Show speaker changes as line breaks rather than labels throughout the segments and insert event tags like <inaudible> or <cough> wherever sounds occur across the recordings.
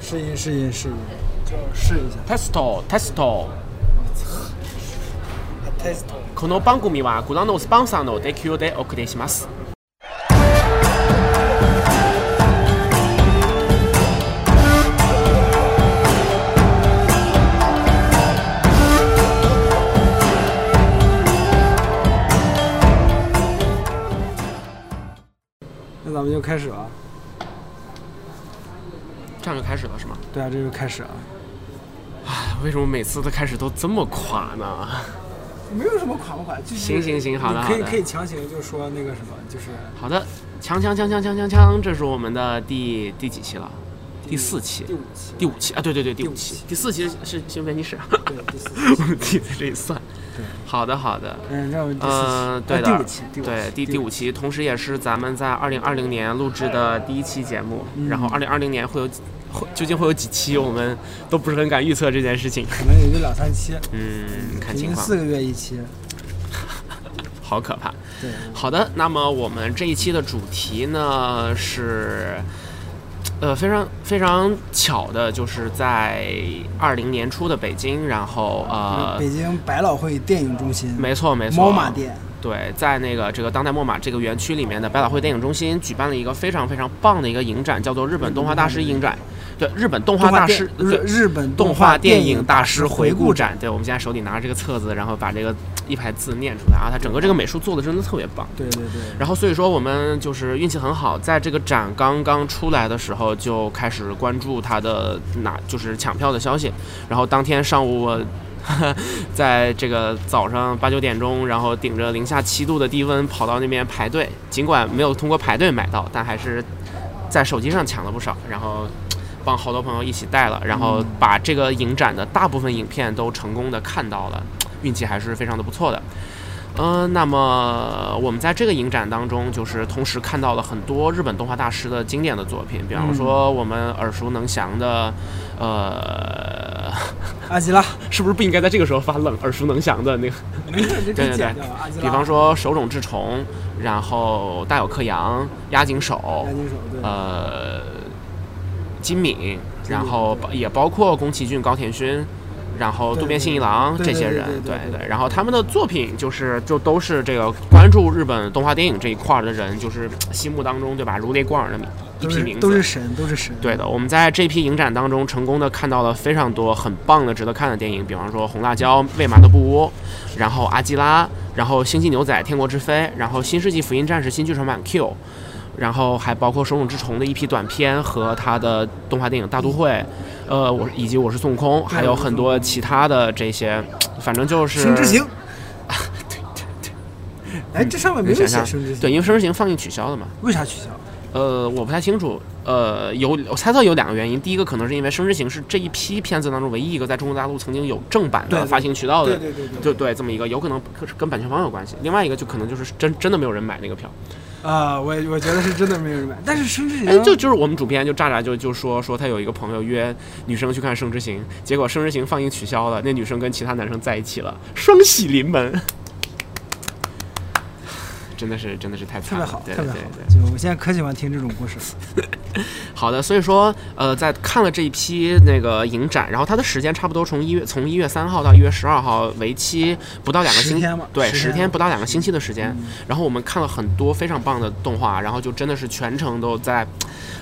试音试音试音，就试一下。
testo testo。
t e s t
この番組はご覧のスポンサーの提供でお送りします。
那咱们就开始啊吧。
这样就开始了是吗？
对啊，这就开始啊。
为什么每次的开始都这么垮呢？
没有什么垮不垮，就是
行行行好的
你可以
好的
可以强行就说那个什么，就是
好的，锵锵锵锵锵锵锵，这是我们的第第几期了？第四期
第，五期，
第五期啊，对对对，第
第
五
五
期
期，
第四期是新编辑室，
对第四期，
啊 <laughs> 我们自己在这里算。好的好的，
嗯，让我们第四期，
呃，对
啊
的，
第五期，第五期，
对第
第
第五期，同时也是咱们在二零二零年录制的第一期节目。
嗯
然后二零二零年会有几会究竟会有几期，我们都不是很敢预测这件事情。
可能也就两三期，
嗯，看
平
情
均
况，
四个月一期，
好可怕。
对，
好的，那么我们这一期的主题呢是，呃，非常非常巧的，就是在二零年初的北京，然后呃，
嗯北京百老汇电影中心，
没错没错，
猫马店，
对，在那个这个当代莫马这个园区里面的百老汇电影中心举办了一个非常非常棒的一个影展，叫做日本动画大师影展。对，日本动画大师
动画
对
电日日本
动
画
画
电
电影大师回顾
展，
展。对，我们现在手里拿着这个册子，然后把这个一排字念出来啊，它整个这个美术做的真的特别棒。
对对对，
然后所以说我们就是运气很好，在这个展刚刚出来的时候就开始关注它的拿就是抢票的消息，然后当天上午我。 <laughs> 在这个早上八九点钟，然后顶着零下七度的低温跑到那边排队，尽管没有通过排队买到，但还是在手机上抢了不少，然后帮好多朋友一起带了，然后把这个影展的大部分影片都成功的看到了，运气还是非常的不错的。嗯、那么我们在这个影展当中，就是同时看到了很多日本动画大师的经典的作品，比方说我们耳熟能详的，呃， <laughs>
阿基拉，
是不是不应该在这个时候发冷耳熟能详的那个？
没事，这可
对对
以剪
对
掉啊，阿基拉，
比方说手冢治虫，然后大有克洋、押井守
押，井守，对，
呃，金敏，然后也包括宫崎骏、高田勋，然后渡边信一郎
对
这
对
些
对
人，
对对对
对。然后他们的作品就是就都是这个关注日本动画电影这一块儿的人，就是心目当中对吧如雷贯耳的一
都
批名
是
字，
都是神，都是神，
对的，我们在这批影展当中成功的看到了非常多很棒的、值得看的电影，比方说《红辣椒》《未麻的布屋》，然后《阿基拉》，然后《星际牛仔》《天国之飞》，然后《新世纪福音战士》新剧场版 Q，然后还包括手冢治虫的一批短片和他的动画电影《大都会》，呃，我以及我是孙悟空，还有很多其他的这些，反正就是啊
生之行，哎，这上面没
你
有
想
写
想
生之行，
对，因为《生之行》放映取消了嘛。
为啥取消？
呃，我不太清楚。呃，有我猜测有两个原因，第一个可能是因为《生之行》是这一批片子当中唯一一个在中国大陆曾经有正版
对
的
对
发行渠道的，
对对对
就哦对这么一个，有可能可是跟版权方有关系。另外一个就可能就是真真的没有人买那个票。
啊，我我觉得是真的没有人买，但是生之行
哎，就就是我们主编就炸炸就就说说他有一个朋友约女生去看《生之行》，结果《生之行》放映取消了，那女生跟其他男生在一起了，双喜临门。 <sighs> 真的是真的是太
特
惨
别
了，
好，
对
特
对
别
对
好
对。，
就我现在可喜欢听这种故事了。
好的，所以说，呃，在看了这一批那个影展，然后它的时间差不多从一月从一月三号到一月十二号，为期不到两个
10
星期
天吧，嗯
对，
10
十
天
天不到两个星期的时间。然后我们看了很多非常棒的动画，然后就真的是全程都在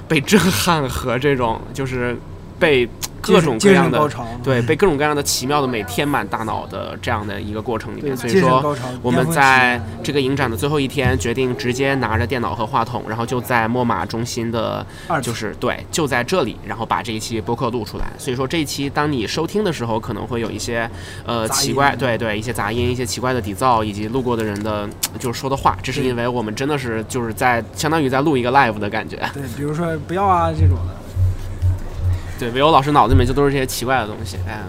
被震撼和这种就是被各种各
精
样
神高
的
潮，
对被各种各样的奇妙的美填满大脑的这样的一个过程里面，
对，
所以
精神
说
高潮。
我
巅
们
峰
在
期
这个影展的最后一天，决定直接拿着电脑和话筒，然后就在墨马中心的
二，
就
次
是对，就在这里，然后把这一期播客录出来。所以说这一期当你收听的时候，可能会有一些呃
杂
奇
音
怪，对对，一些杂音，一些奇怪的底噪，以及路过的人的就是说的话。这是因为我们真的是就是在相当于在录一个 live 的感觉。 <laughs>
对，比如说不要啊这种的，
对，唯有老师脑子里面就都是这些奇怪的东西，哎，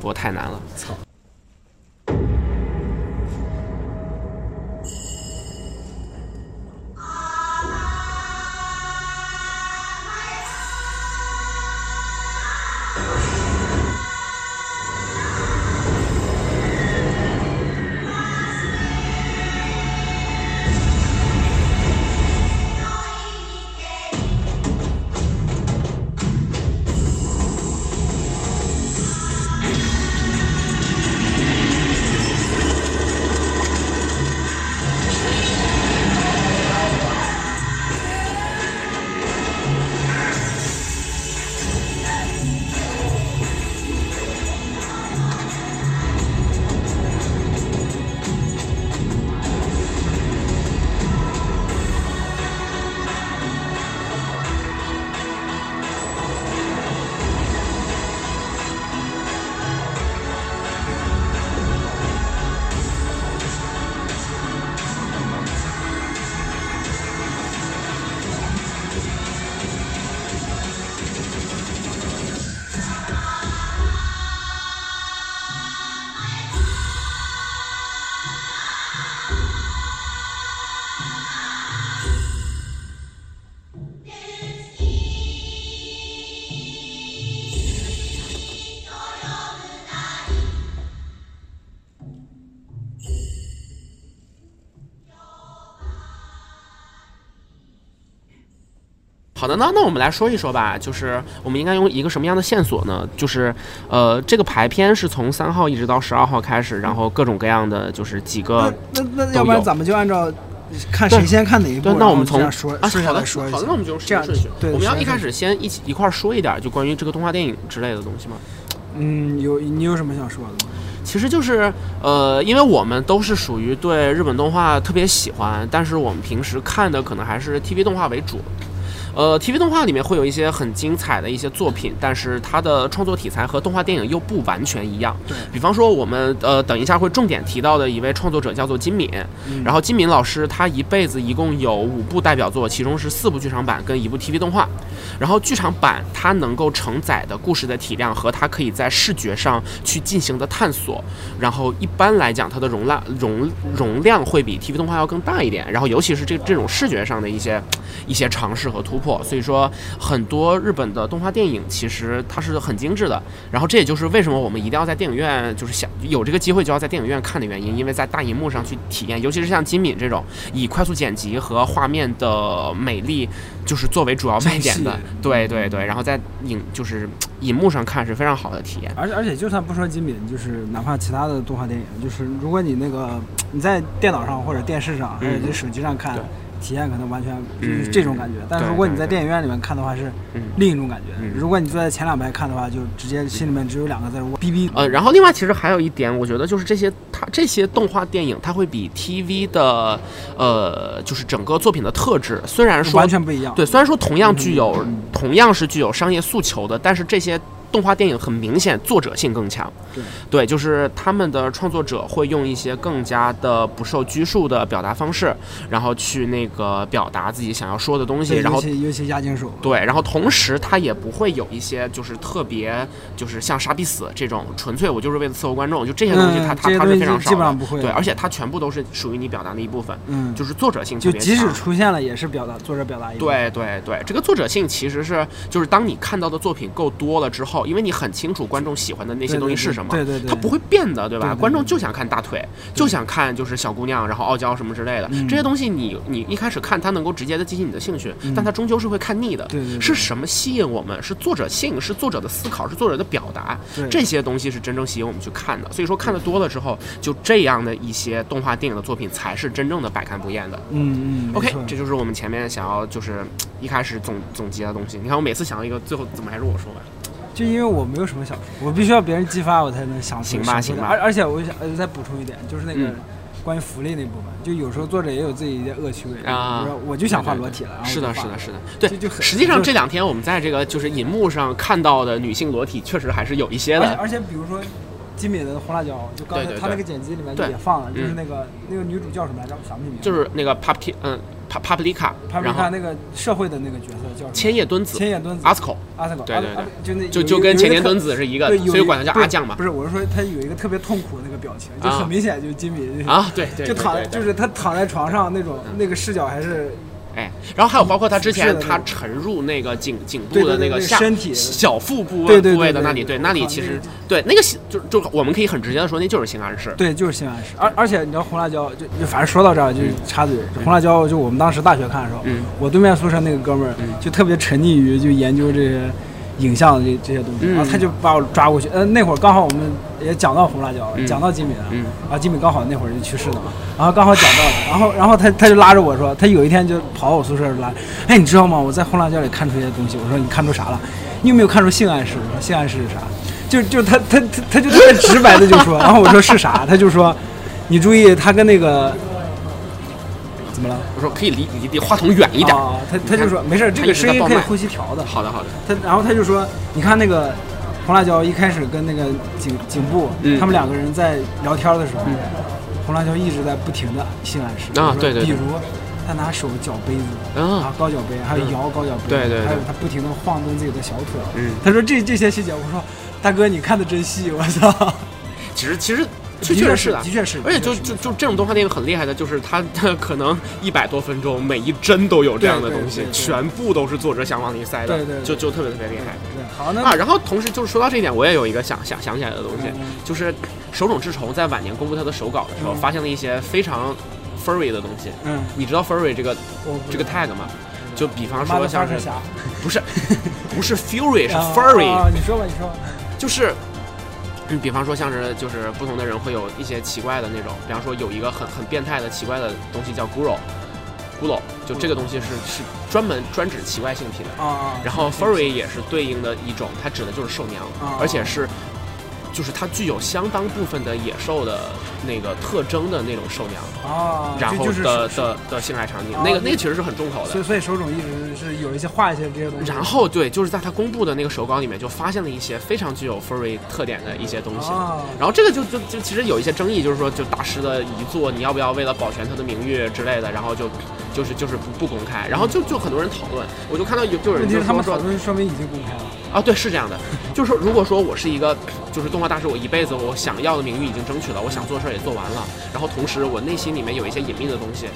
我太难了。
操！
「
好的，那那我们来说一说吧，就是我们应该用一个什么样的线索呢？就是呃，这个排片是从三号一直到十二号开始，然后各种各样的就是几个
那那那
呃都
要不然
有
咱们就按照看
对
谁先看哪一
对
部，
那
然
我
后
们
这
从
样说
啊，
顺下
好的，
来说一
好
下
的，那我们就
这样
顺序。
对
我们要
顺
一
序
开始先一起一块儿说一点，就关于这个动画电影之类的东西嘛。
嗯，有你有什么想说的吗？
其实就是，呃，因为我们都是属于对日本动画特别喜欢，但是我们平时看的可能还是 TV 动画为主。呃，TV 动画里面会有一些很精彩的一些作品，但是它的创作题材和动画电影又不完全一样。
对
比方说，我们呃等一下会重点提到的一位创作者叫做金敏，
嗯
然后金敏老师他一辈子一共有五部代表作，其中是四部剧场版跟一部 TV 动画。然后剧场版它能够承载的故事的体量和它可以在视觉上去进行的探索，然后一般来讲它的容量容容量会比 TV 动画要更大一点。然后尤其是这这种视觉上的一些一些尝试和突破，所以说很多日本的动画电影其实它是很精致的。然后这也就是为什么我们一定要在电影院，就是想有这个机会就要在电影院看的原因，因为在大荧幕上去体验，尤其是像金敏这种以快速剪辑和画面的美丽就是作为主要卖点的
精细，
对对对。然后在影就是荧幕上看是非常好的体验。
而且而且，就算不说金敏，就是哪怕其他的动画电影，就是如果你那个你在电脑上或者电视上，
嗯
还有你手机上看
对，
体验可能完全就
嗯
是这种感觉。但是如果你在
对
电影院里面看的话，是
嗯
另一种感觉
嗯。
如果你坐在前两排看的话，就直接心里面只有两个字儿：我逼逼。
呃，然后另外其实还有一点，我觉得就是这些它这些动画电影，它会比 TV 的呃，就是整个作品的特质，虽然说
完全不一样。
对，虽然说同样具有、
嗯
同样是具有商业诉求的，但是这些动画电影很明显作者性更强。
对
就是他们的创作者会用一些更加的不受拘束的表达方式，然后去那个表达自己想要说的东西，
对，
然
尤
后。
其尤其押井守，
对，然后同时他也不会有一些就是特别就是像杀必死这种纯粹我就是为了伺候观众，就这些东西
嗯
他
这
他
些
他
东
是
西
非常少
基本
的
上不会
对，而且他全部都是属于你表达的一部分，
嗯，
就是作者性特
就
别
即使
强
出现了，也是表达作者表达意图。
对对对，这个作者性其实是就是当你看到的作品够多了之后，因为你很清楚观众喜欢的那
对，
些东西
对
是什么。
对对对，
它不会变的，对吧？
对对对
观众就想看大腿，就想看就是小姑娘，然后傲娇什么之类的。
嗯
这些东西你你一开始看，它能够直接的激起你的兴趣，
嗯
但它终究是会看腻的。
对对对
是什么吸引我们？是作者性，是作者的思考，是作者的表达，
对
这些东西是真正吸引我们去看的。所以说看的多了之后，就这样的一些动画电影的作品才是真正的百看不厌的。
嗯嗯没
OK，
错
这就是我们前面想要就是一开始总总结的东西。你看我每次想到一个，最后怎么还是我说吧？
就因为我没有什么想说，我必须要别人激发我才能想出
行吧
想出来
行吧
而而且我想呃再补充一点，就是那个
嗯
关于福利那部分，就有时候作者也有自己的恶趣味比
啊
如说我就想画
对对
裸体了。然后
是的，
我就是画
的，
了。
是的，对
就就。很
实际上
就
这两天我们在这个就是银幕上看到的女性裸体，确实还是有一些
而且
的。
而且比如说金敏的红辣椒，就刚才
对对
他
对
那个剪辑里面
对
也放了，
嗯
就是那个那个女主叫什么来着？我想不起名字。
就是那个 p a p t 嗯 p a p r i k a
他们
然后
看那个社会的那个角色叫什
千
么？
叶敦子
千叶敦子。
阿斯口，
阿斯狗，
对
阿
对对
阿就那
就
有一
就
个
跟
有一
前
个
田
特
敦子是一个
对，，有
所以
一个
管她叫
对
阿酱嘛
不。是，我是说他有一个特别痛苦的那个表情，就
啊
很明显就是金敏就是
啊，对对，
就
对
躺在
对嗯对
就是他躺在床上那种那个视角还是
哎，然后还有包括他之前
嗯是的
他沉入那个颈颈部
对
的
对对
个
对
下
身体
小腹部
对对
位
对
部位的
对
那里，
对
对
对
那里
靠
其
那
实
个
对那个性就就我们可以很直接的说，那就是性暗示。
对，就是性暗示。而而且你知道红辣椒就就反正说到这儿就是插嘴，就红辣椒就我们当时大学看的时候，
嗯
我对面宿舍那个哥们儿
嗯
就特别沉溺于就研究这些。影像的这这些东西，
嗯
然后他就把我抓过去。呃，那会儿刚好我们也讲到红辣椒，
嗯
讲到金敏了，
嗯
然后金敏刚好那会儿就去世了嘛，然后刚好讲到了，然后然后他他就拉着我说，他有一天就跑我宿舍来，哎，你知道吗？我在红辣椒里看出一些东西。我说你看出啥了？你有没有看出性暗示？我说性暗示是啥？就就他他他他就特别直白的就说，然后我说是啥？他就说，你注意他跟那个怎么了？
我说可以离离离话筒远一点。
啊他他就说没事儿，这个声音可以呼吸调的。
好的好的，
他然后他就说，你看那个红辣椒一开始跟那个警警部、
嗯
他们两个人在聊天的时候，
嗯
红辣椒一直在不停的性暗示
啊
比如说
对对对
比如他拿手搅杯子。啊
啊，，
高脚杯，还有
嗯
摇高脚杯，
对对对
还有他不停的晃动自己的小腿。
嗯，
他说这这些细节，我说大哥你看的真细，我操！
其实其实确
的
确
确
实是的
的，。确是，
而且
的
就
确是
就就这种动画电影很厉害的，就是它它可能一百多分钟，每一帧都有这样的
对对
东西
对，对
全部都是作者想往里塞的，
对对对
就就特别特别厉害。
对好，那
啊，然后同时就是说到这一点，我也有一个想想想起来的东西，
嗯
就是手冢治虫在晚年公布他的手稿的时候，
嗯
发现了一些非常 furry 的东西。
嗯，
你知道 furry 这个
我不
这个 tag 吗？就比方
嗯妈
说
的
像
发射
是
侠，
不是不是 Fury 是
啊
Furry，、
啊你说吧，你说吧。
就是，嗯，比方说像是就是不同的人会有一些奇怪的那种，比方说有一个很很变态的奇怪的东西叫咕 u 咕 o 就这个东西是是专门专指奇怪性体的。
啊啊。
然后 furry 也是对应的一种，它指的就是兽娘
哦，
而且是就是它具有相当部分的野兽的那个特征的那种兽娘，
啊，
然
这
后
就是
的
手
的的性爱场景
哦，
那个
那
那个其实是很重口的
所以。所以手冢一直是有一些画一些这些东西。
然后对，就是在他公布的那个手稿里面，就发现了一些非常具有 furry 特点的一些东西。
啊，
然后这个就就就其实有一些争议，就是说就大师的遗作，你要不要为了保全他的名誉之类的，然后就就是就是不不公开，然后就就很多人讨论，我就看到有就有
问
人
题
就是
他
说
们讨
说
论说明已经公开了。
啊，对，是这样的，就是说如果说我是一个就是动画大师，我一辈子我想要的名誉已经争取了，我想做的事儿也做完了，然后同时我内心里面有一些隐秘的东西，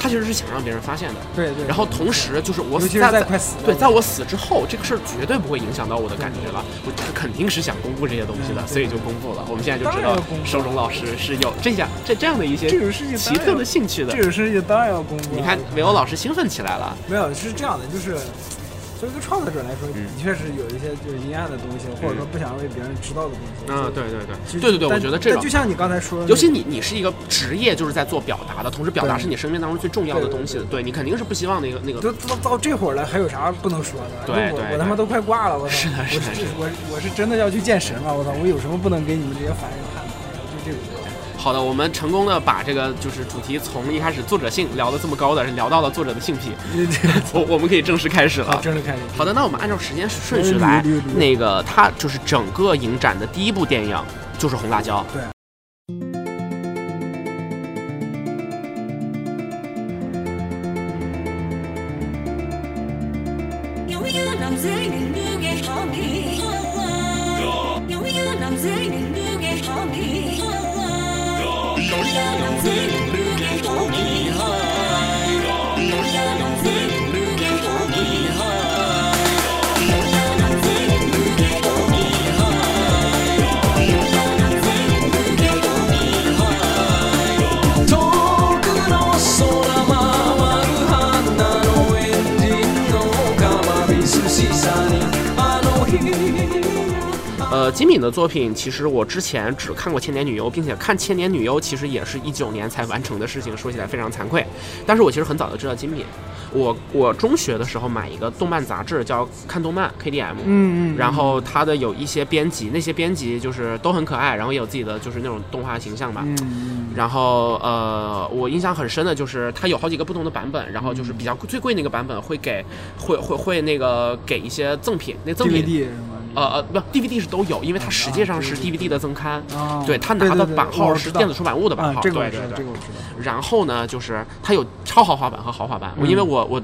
他其实是想让别人发现的，
对对。
然后同时就是我
尤
死
其是
在
在快死了
对，在我死之后，这个事儿绝对不会影响到我的感觉了。我他肯定是想公布这些东西的，
嗯
<laughs> 所以就公布了。我们现在就
当
知
然
道
要公布
手冢老师是有这样这这样的一些
这种事情
奇特的兴趣的
这。种事情当然要公布。
你看，维欧老师兴奋起来了。
没有是这样的，就是作为一个创作者来说，
嗯
的确是有一些就是阴暗的东西，或者说不想为别人知道的东西。
嗯，对对
其实
对对对对，我
但
觉得这
但
种
就，像你刚才说的那个，
尤其你你是一个职业，就是在做表达的，同时表达
对
是你生命当中最重要的
对对
东西的，对你肯定是不希望那个那个
都到到这会儿了，还有啥不能说的？
对
那
对
我
对
我他妈都快挂了，我操！
是的
我
是的是的
我我是真的要去见神了，我操！我有什么不能给你们这些凡人看的？就这种。
好的，我们成功的把这个就是主题从一开始作者性聊得这么高的，聊到了作者的性癖， <laughs> 我我们可以正式开始
好，
了。
真的哎开始。
好的，那我们按照时间顺序来
捋捋捋，
那个它就是整个影展的第一部电影就是《红辣椒》。
对。
有一個男子凝戀嘅可以，有一個男子凝戀嘅可以，有一個男子凝戀嘅可以，有一個男子凝戀嘅可以，有一個男子凝戀嘅可以，有一個男子凝戀嘅可以。
遠くの空舞う花のエンジンのかわいすしさにあの日
呃，金敏的作品其实我之前只看过《千年女优》，并且看《千年女优》其实也是一九年才完成的事情，说起来非常惭愧。但是我其实很早就知道金敏，我我中学的时候买一个动漫杂志叫《看动漫》KDM，
嗯嗯。
然后它的有一些编辑，那些编辑就是都很可爱，然后也有自己的就是那种动画形象吧。
嗯
然后呃，我印象很深的就是它有好几个不同的版本，然后就是比较最贵那个版本会给会会会那个给一些赠品，
嗯
那赠品
，DVD 什么的。
呃呃不 DVD 是都有，因为它实际上是 DVD 的增刊。
啊
对他拿的版
哦
号是电子出版物的版
啊
号，，
这
对
个我知
对
道，这
对
个。我嗯知道。
然后呢，就是它有超豪华版和豪华版。我因为我我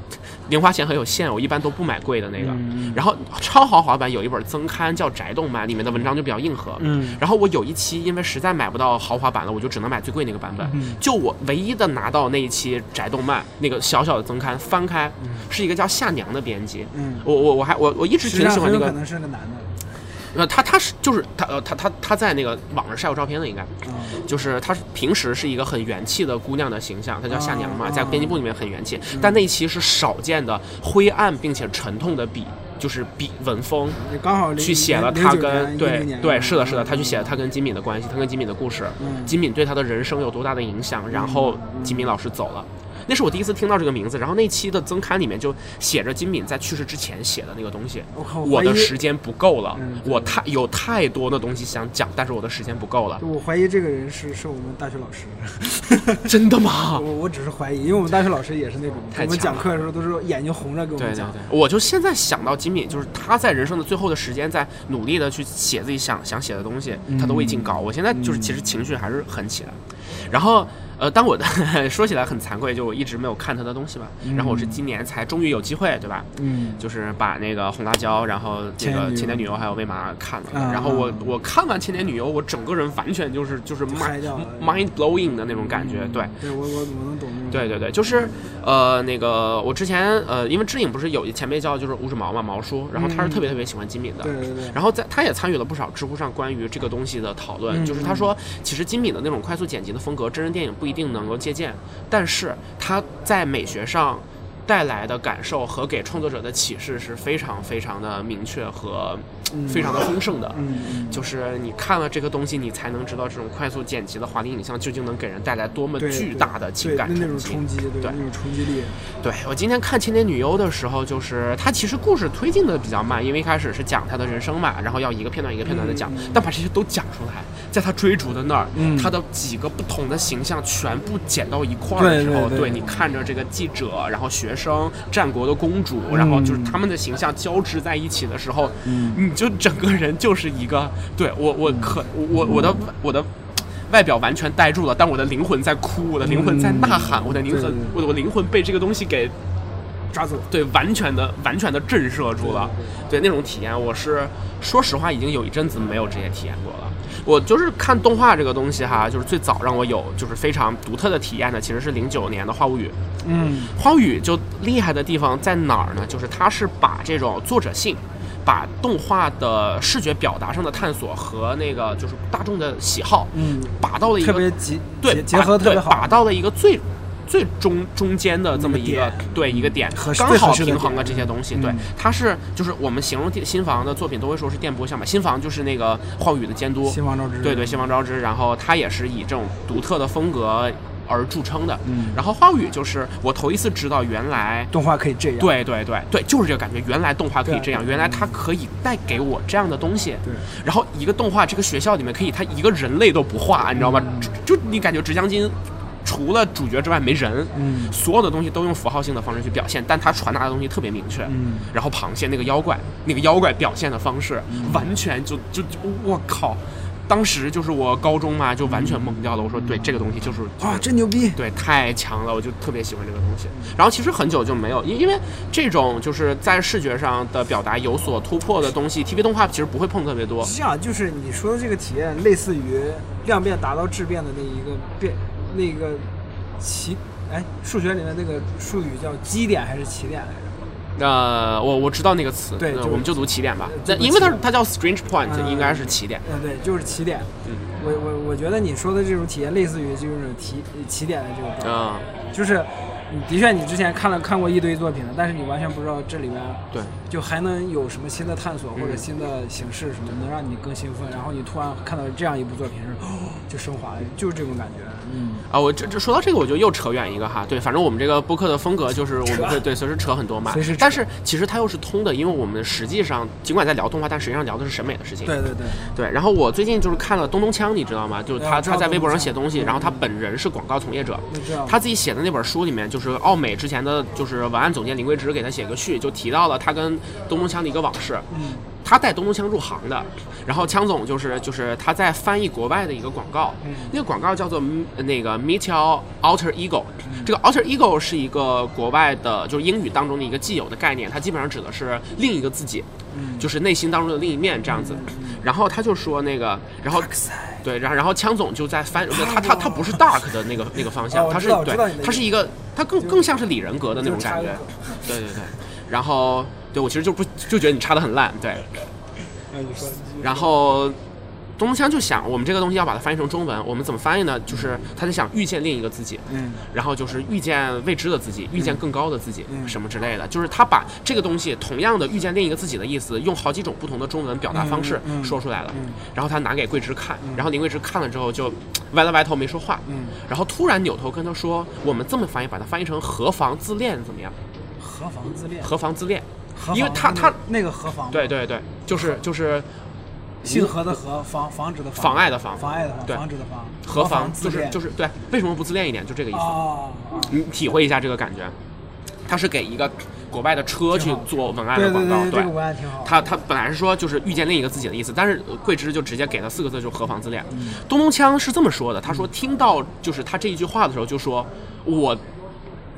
零花钱很有限，我一般都不买贵的那个。
嗯
然后超豪华版有一本增刊叫《宅动漫》，里面的文章就比较硬核。
嗯
然后我有一期因为实在买不到豪华版了，我就只能买最贵那个版本。
嗯
就我唯一的拿到那一期《宅动漫》那个小小的增刊，翻开、是一个叫夏娘的编辑。
嗯，
我我我还我我一直
实际
挺
上
喜欢
很
那
有
个
可能是个男的。
呃，他他是就是他呃他他他在那个网上晒过照片的，应该
啊
就是他是平时是一个很元气的姑娘的形象，她叫夏娘嘛，
啊
在编辑部里面很元气，但那一期是少见的灰暗并且沉痛的笔，就是笔文风。
也刚好
去写了他
他
跟对对是的
嗯
是的，他去写了他
他
跟金敏的关系，他跟金敏的故事，
嗯
金敏对他的人生有多大的影响，然后金敏老师走了。那是我第一次听到这个名字，然后那期的增刊里面就写着金敏在去世之前写的那个东西。
我靠我
我的
怀疑
时间不够了
嗯，
我太有太多的东西想讲，但是我的时间不够了。
我怀疑这个人是是我们大学老师，
真的吗
我？我只是怀疑，因为我们大学老师也是那种，
啊太
我们讲
强了
课的时候都是眼睛红着给我
对
们
对
讲
对，，我就现在想到金敏，就是他在人生的最后的时间，在努力的去写自己想想写的东西，他都未尽稿。我现在就是其实情绪还是很起来，然后。呃，当我的 <laughs> 说起来很惭愧，就我一直没有看他的东西吧。然后我是今年才终于有机会，对吧？
嗯，
就是把那个红辣椒，然后这个
千年女优
《千年女优》还有《未麻》看了。
啊
然后我我看完《千年女优》，我整个人完全就是就是
嗨
mind
掉了
mind blowing 的那种感觉。对，
嗯对我我我能懂那种，
对对对，就是呃那个我之前呃，因为知影不是有一前辈叫就是吴志毛嘛，毛叔，然后
嗯
他是特别特别喜欢金敏的。
对对对，
然后在他也参与了不少知乎上关于这个东西的讨论，
嗯
就是他说，其实金敏的那种快速剪辑的风格，真人电影不一定能够借鉴，但是他在美学上带来的感受和给创作者的启示是非常非常的明确和非常的丰盛的。
嗯，
就是你看了这个东西，你才能知道这种快速剪辑的华丽影像究竟能给人带来多么
对，
巨
对
大的情感
对那种
击。
冲击，对
对
那种冲击力，
对我今天看《千年女优》的时候，就是她其实故事推进的比较慢，因为一开始是讲她的人生嘛，然后要一个片段一个片段的讲，
嗯
但把这些都讲出来，在她追逐的那儿，
嗯
她的几个不同的形象全部剪到一块儿的
对
时候，
对对
你看着这个记者，然后学生、战国的公主，然后就是他们的形象交织在一起的时候，
嗯
你就整个人就是一个，对我我可我我我的我的。外表完全呆住了，但我的灵魂在哭，我的灵魂在呐喊，
嗯
我的灵魂，
对对对
我的我灵魂被这个东西给
抓走。
对完全的完全的震慑住了，对那种体验，我是说实话已经有一阵子没有这些体验过了。我就是看动画这个东西哈，就是最早让我有就是非常独特的体验的，其实是零九年的《花无语》。
嗯，
《花无语》就厉害的地方在哪儿呢？就是它是把这种作者性。把动画的视觉表达上的探索和那个就是大众的喜好，
嗯
把到了一个
特别结
对
结结合特
把
别
对
好
把到了一个最最中中间的这么一
一个
个
点
对一个点
合，适
刚
最合
好
适的
平衡
点
了这些东西。
嗯
对，它是就是我们形容电新房的作品都会说是电波像吧，新房就是那个浩宇的监督，
新王昭之，
对对，新房昭之，然后他也是以这种独特的风格而著称的。
嗯
然后浩宇就是我头一次知道原来。
动画可以这样，
对对对对，就是这个感觉。原来动画可以
对
这样，原来它可以带给我这样的东西。
对
然后一个动画，这个学校里面可以，他一个人类都不画，你知道吗？
嗯
就就你感觉《直江金》除了主角之外没人，
嗯
所有的东西都用符号性的方式去表现，但他传达的东西特别明确。
嗯
然后螃蟹那个妖怪，那个妖怪表现的方式，
嗯
完全就就就我靠！当时就是我高中嘛，就完
嗯
全懵掉了。我说，对这个东西就是
哇，啊真牛逼，
对，太强了，我就特别喜欢这个东西。然后其实很久就没有，因因为这种就是在视觉上的表达有所突破的东西，TV 动画其实不会碰特别多。
是这样，就是你说的这个体验，类似于量变达到质变的那一个变，那个起，哎，数学里面那个术语叫基点还是起点来着？
呃，我我知道那个词，
对
呃
就是
我们就读起点吧。
就
那
读
因为它
起点
它叫 Strange Point，、
嗯
应该是起点。
嗯，对，就是起点。
嗯
我我我觉得你说的这种体验，类似于就是起起点的这种状态。
啊、
就是你的确你之前看了看过一堆作品了，但是你完全不知道这里面
对
就还能有什么新的探索或者
嗯
新的形式什么，能让你更兴奋。然后你突然看到这样一部作品是，哦就升华了，就是这种感觉。嗯，
啊，我这这说到这个，我就又扯远一个哈。对，反正我们这个播客的风格就是我们会对随时扯很多嘛
随时扯。
但是其实它又是通的，因为我们实际上尽管在聊动画，但实际上聊的是审美的事情。
对对对，
对，然后我最近就是看了东东锵，你知道吗？就是
对
他
啊我知道
他在微博
东
上
东锵
写东西，然后他本人是广告从业者
我知道，
他自己写的那本书里面，就是奥美之前的就是文案总监林桂芝给他写个序，就提到了他跟东东锵的一个往事。
嗯，
他带东东锵入行的，然后锵总就是就是他在翻译国外的一个广告，
嗯
那个广告叫做嗯那个 Meet Your Alter Ego，、这个 Alter Ego 是一个国外的，就是英语当中的一个既有的概念，它基本上指的是另一个自己，
嗯
就是内心当中的另一面这样子。然后他就说那个，然后对，然后然后锵总就在翻，他他他不是 dark 的那个那个方
啊哦
向，
我
他
知
是
道我知道你的
对，他是
意
一个，他更更像是李人格的那种
就是
感觉
插个，
对对对。然后对我其实就不就觉得你插的很烂，对。
那你说，
然后东东锵就想，我们这个东西要把它翻译成中文，我们怎么翻译呢？就是他在想遇见另一个自己，
嗯，
然后就是遇见未知的自己，遇见更高的自己，
嗯
什么之类的。就是他把这个东西同样的遇见另一个自己的意思，用好几种不同的中文表达方式
嗯嗯
说出来了。
嗯
然后他拿给桂枝看，然后林桂枝看了之后就歪了歪头没说话。
嗯
然后突然扭头跟他说：“我们这么翻译，把它翻译成‘何妨自恋’怎么样？
何妨自恋，
何妨自恋？
何
因为
妨
他
那
他
那个何妨，
对，对对，就是就是
姓何的何，防防止的防，
妨碍的妨
妨碍的
对
防，防止的防，
何妨
自
就是
恋
就是对，为什么不自恋一点？就这个意思。
啊，
你体会一下这个感觉，他是给一个国外的车去做文案
对
的
对
广告，
对，这个文案挺好。
他他本来是说就是遇见另一个自己的意思，但是呃桂枝就直接给了四个字，就是何妨自恋。
嗯
东东锵是这么说的，他说听到就是他这一句话的时候，就说我。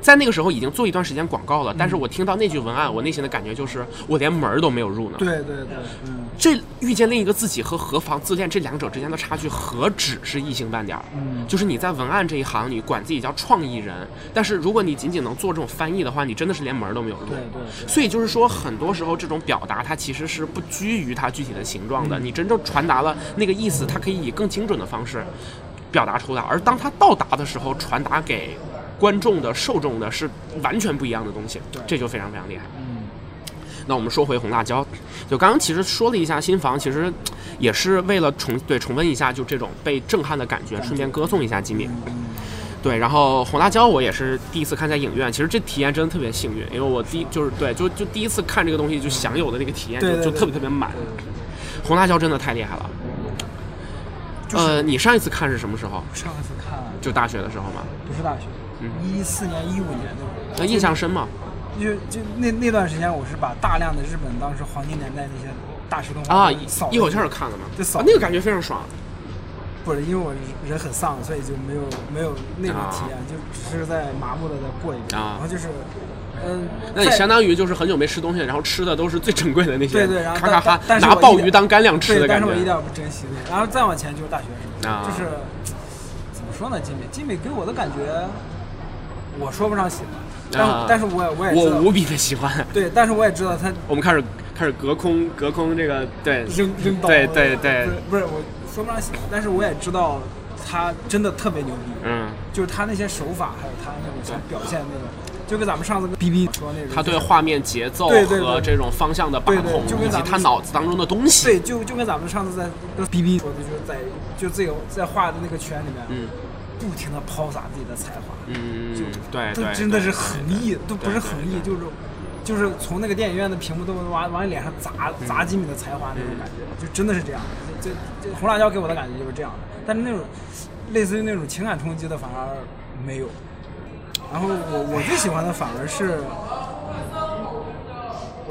在那个时候已经做一段时间广告了，但是我听到那句文案，我内心的感觉就是我连门儿都没有入呢。
对对对，嗯
这遇见另一个自己和何妨自恋这两者之间的差距何止是一星半点儿？
嗯
就是你在文案这一行，你管自己叫创意人，但是如果你仅仅能做这种翻译的话，你真的是连门儿都没有入。
对对对
所以就是说，很多时候这种表达它其实是不拘于它具体的形状
嗯
的，你真正传达了那个意思，它可以以更精准的方式表达出来。而当它到达的时候，传达给观众的、受众的是完全不一样的东西
对，
这就非常非常厉害。
嗯，
那我们说回红辣椒，就刚刚其实说了一下新房，其实也是为了重对重温一下就这种被震撼的感
嗯
觉，顺便歌颂一下吉米。对，然后红辣椒我也是第一次看在影院，其实这体验真的特别幸运，因为我第一就是对就就第一次看这个东西就享有的那个体验就
对对
就
对
特别特别满
对。对对
红辣椒真的太厉害了。
就是
呃，你上一次看是什么时候？
上次看
就大学的时候吗？
不是大学
嗯，
一四年、一五年那会儿，
那印象深吗？
就就那那段时间，我是把大量的日本当时黄金年代那些大师动画
啊，
片
一
扫了
一口气儿看了吗？
对扫
啊那个感觉非常爽。
不是因为我人很丧，所以就没有没有那种体验，就只是在麻木的在过一遍。
啊
然后就是，嗯，
那你
在
相当于就是很久没吃东西，然后吃的都是最珍贵的那些，
对对，然后
咔
但
咔咔
但但是
拿
我
鲍
一点
鱼当干粮吃的
对，但
感
是我一
觉。
点儿不珍惜那。然后再往前就是大学生，
啊
就是怎么说呢？金美，金美给我的感觉，我说不上喜欢，但、
啊
但是我也我也知
我
道，
无比的喜欢。 <laughs>
对，但是我也知道他
我们开始开始隔空隔空这个对
扔扔刀，
对对对，
不是我说不上喜欢，但是我也知道他真的特别牛逼，
嗯，
就是他那些手法，还有他那种想表现那种，就跟咱们上次跟 B B 说那种，
他
就
对
是
画面节奏
对对对
和这种方向的把
对
控
对就，跟
以及
咱们
他脑子当中的东西，
对，就就跟咱们上次在跟 B B 说的，就是在就自己在画的那个圈里面，
嗯
不停的抛洒自己的才华，
嗯
就，
对
都
对，
真的
对
是横溢，都不是横溢，就是就是从那个电影院的屏幕都往往你脸上砸
嗯
砸几米的才华那种感觉，就真的是这样。这这红辣椒给我的感觉就是这样的，但是那种类似于那种情感冲击的反而没有。然后我我最喜欢的反而是。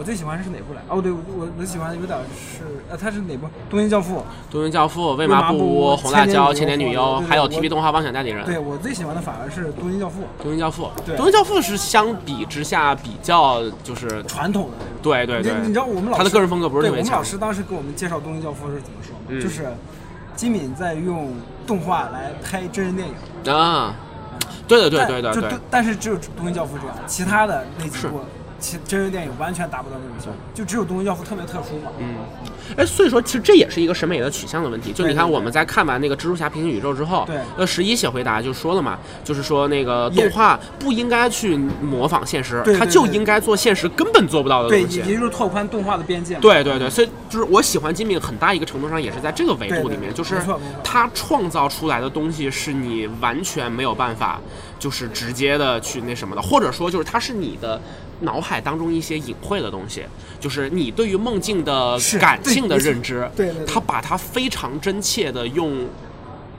我最喜欢是哪部来？哦，对，我我最喜欢的有点是，呃，他是哪部？《东京教父》。
东京教父、未
麻
麻
布
布
屋
屋、红辣椒、千
千
年
年
女
女
优
优，
还有
我
TV 动画《妄想代理人》。
对我最喜欢的反而是《东京教父》，
东京教父，
对
东京教父是相比之下比较就是
传统的那种。
对对
你
对，
你知道我们老师
他的个人风格不是
对
特
我
别
们
强
老，师当时给我们介绍《东京教父》是怎么说吗？
嗯
就是金敏在用动画来拍真人电影，
啊，对对对
但
对对
就
对
都，但是只有《东京教父》这样，其他的那几
是
部其真人电影完全达不到那种效果，就只有《东京教父》特别特殊嘛。
嗯，哎，所以说其实这也是一个审美的取向的问题。就
对
你看
对对
我们在看完那个蜘蛛侠平行宇宙之后，
对
呃，十一写回答就说了嘛，就是说那个
也
动画不应该去模仿现实
对，对
它就
对
应该做现实根本做不到的
对，
东
以
西。
及就是拓宽动画的边界嘛。
对对对，所以就是我喜欢金敏，很大一个程度上也是在这个维
对
度
对
里面，
对
就是
没错没错
他创造出来的东西是你完全没有办法，就是直接的去那什么的，或者说就是它是你的脑海当中一些隐晦的东西，就是你对于梦境的
是
感
对
性的
没错
认知，
对对对
他把它非常真切的用。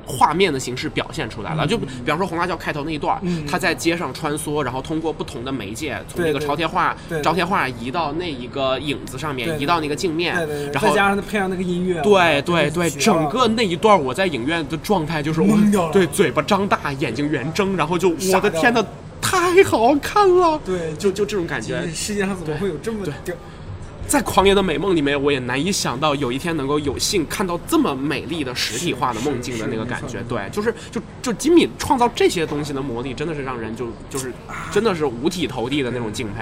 画面的形式表现出来了，就比方说红辣椒开头那一段儿，
嗯
他在街上穿梭，然后通过不同的媒介，从
对
那个
对
朝天画
对对
朝天画移到那一个影子上
对
面，
对
移到那个镜面
对对对，
然
再
后
加上配上那个音乐，
对对对，
绝了
整个那一段我在影院的状态就是我
懵掉了
对嘴巴张大，眼睛圆睁，然后就
傻
我的
掉
天呐，太好看了！
对
就就这种感觉
这，世界上怎么会有这么屌？
在《狂野的美梦》里面，我也难以想到有一天能够有幸看到这么美丽的实体化的梦境的那个感
是
觉
是。
对，就是就就吉米创造这些东西的魔力，真的是让人就就是
啊
真的是五体投地的那种敬佩。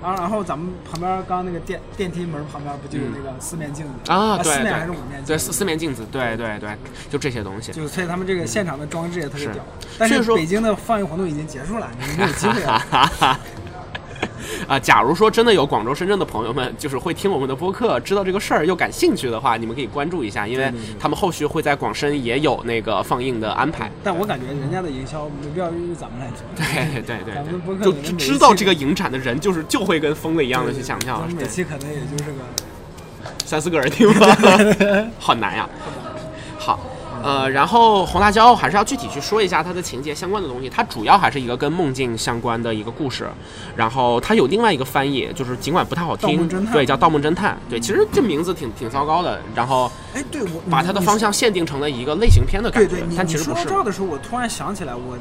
然后，然后咱们旁边刚刚那个电电梯门旁边不就有那个四面镜子
啊，对
四面还是
对
五面镜子？
对，四四面镜子，对对对，就这些东西。
就是所以他们这个现场的装置也特别
嗯是
屌。但
所以
是
说
北京的放映活动已经结束了，你们没有机会了。
<laughs> 啊，假如说真的有广州、深圳的朋友们，就是会听我们的播客，知道这个事儿又感兴趣的话，你们可以关注一下，因为他们后续会在广深也有那个放映的安排。
但我感觉人家的营销没必要用咱们来做。
对对对
咱们播
对，
客
就
里面
知
每一
知道
期
这个影展的人，就是就会跟疯了一样的去抢票
咱，们每期可能也就是个
三四个人听吧， <laughs> 好难呀、好，呃，然后红辣椒还是要具体去说一下它的情节相关的东西。它主要还是一个跟梦境相关的一个故事，然后它有另外一个翻译，就是尽管不太好
盗
听
梦侦，探
对，叫《盗梦侦探》。对，其实这名字挺挺糟糕的，然后
哎，对我
把它的方。向限定成了一个类型片的
你
感
你
觉
对对，，你
但
你
其实
说
不
到
是
这。儿的时候，我突然想起来，我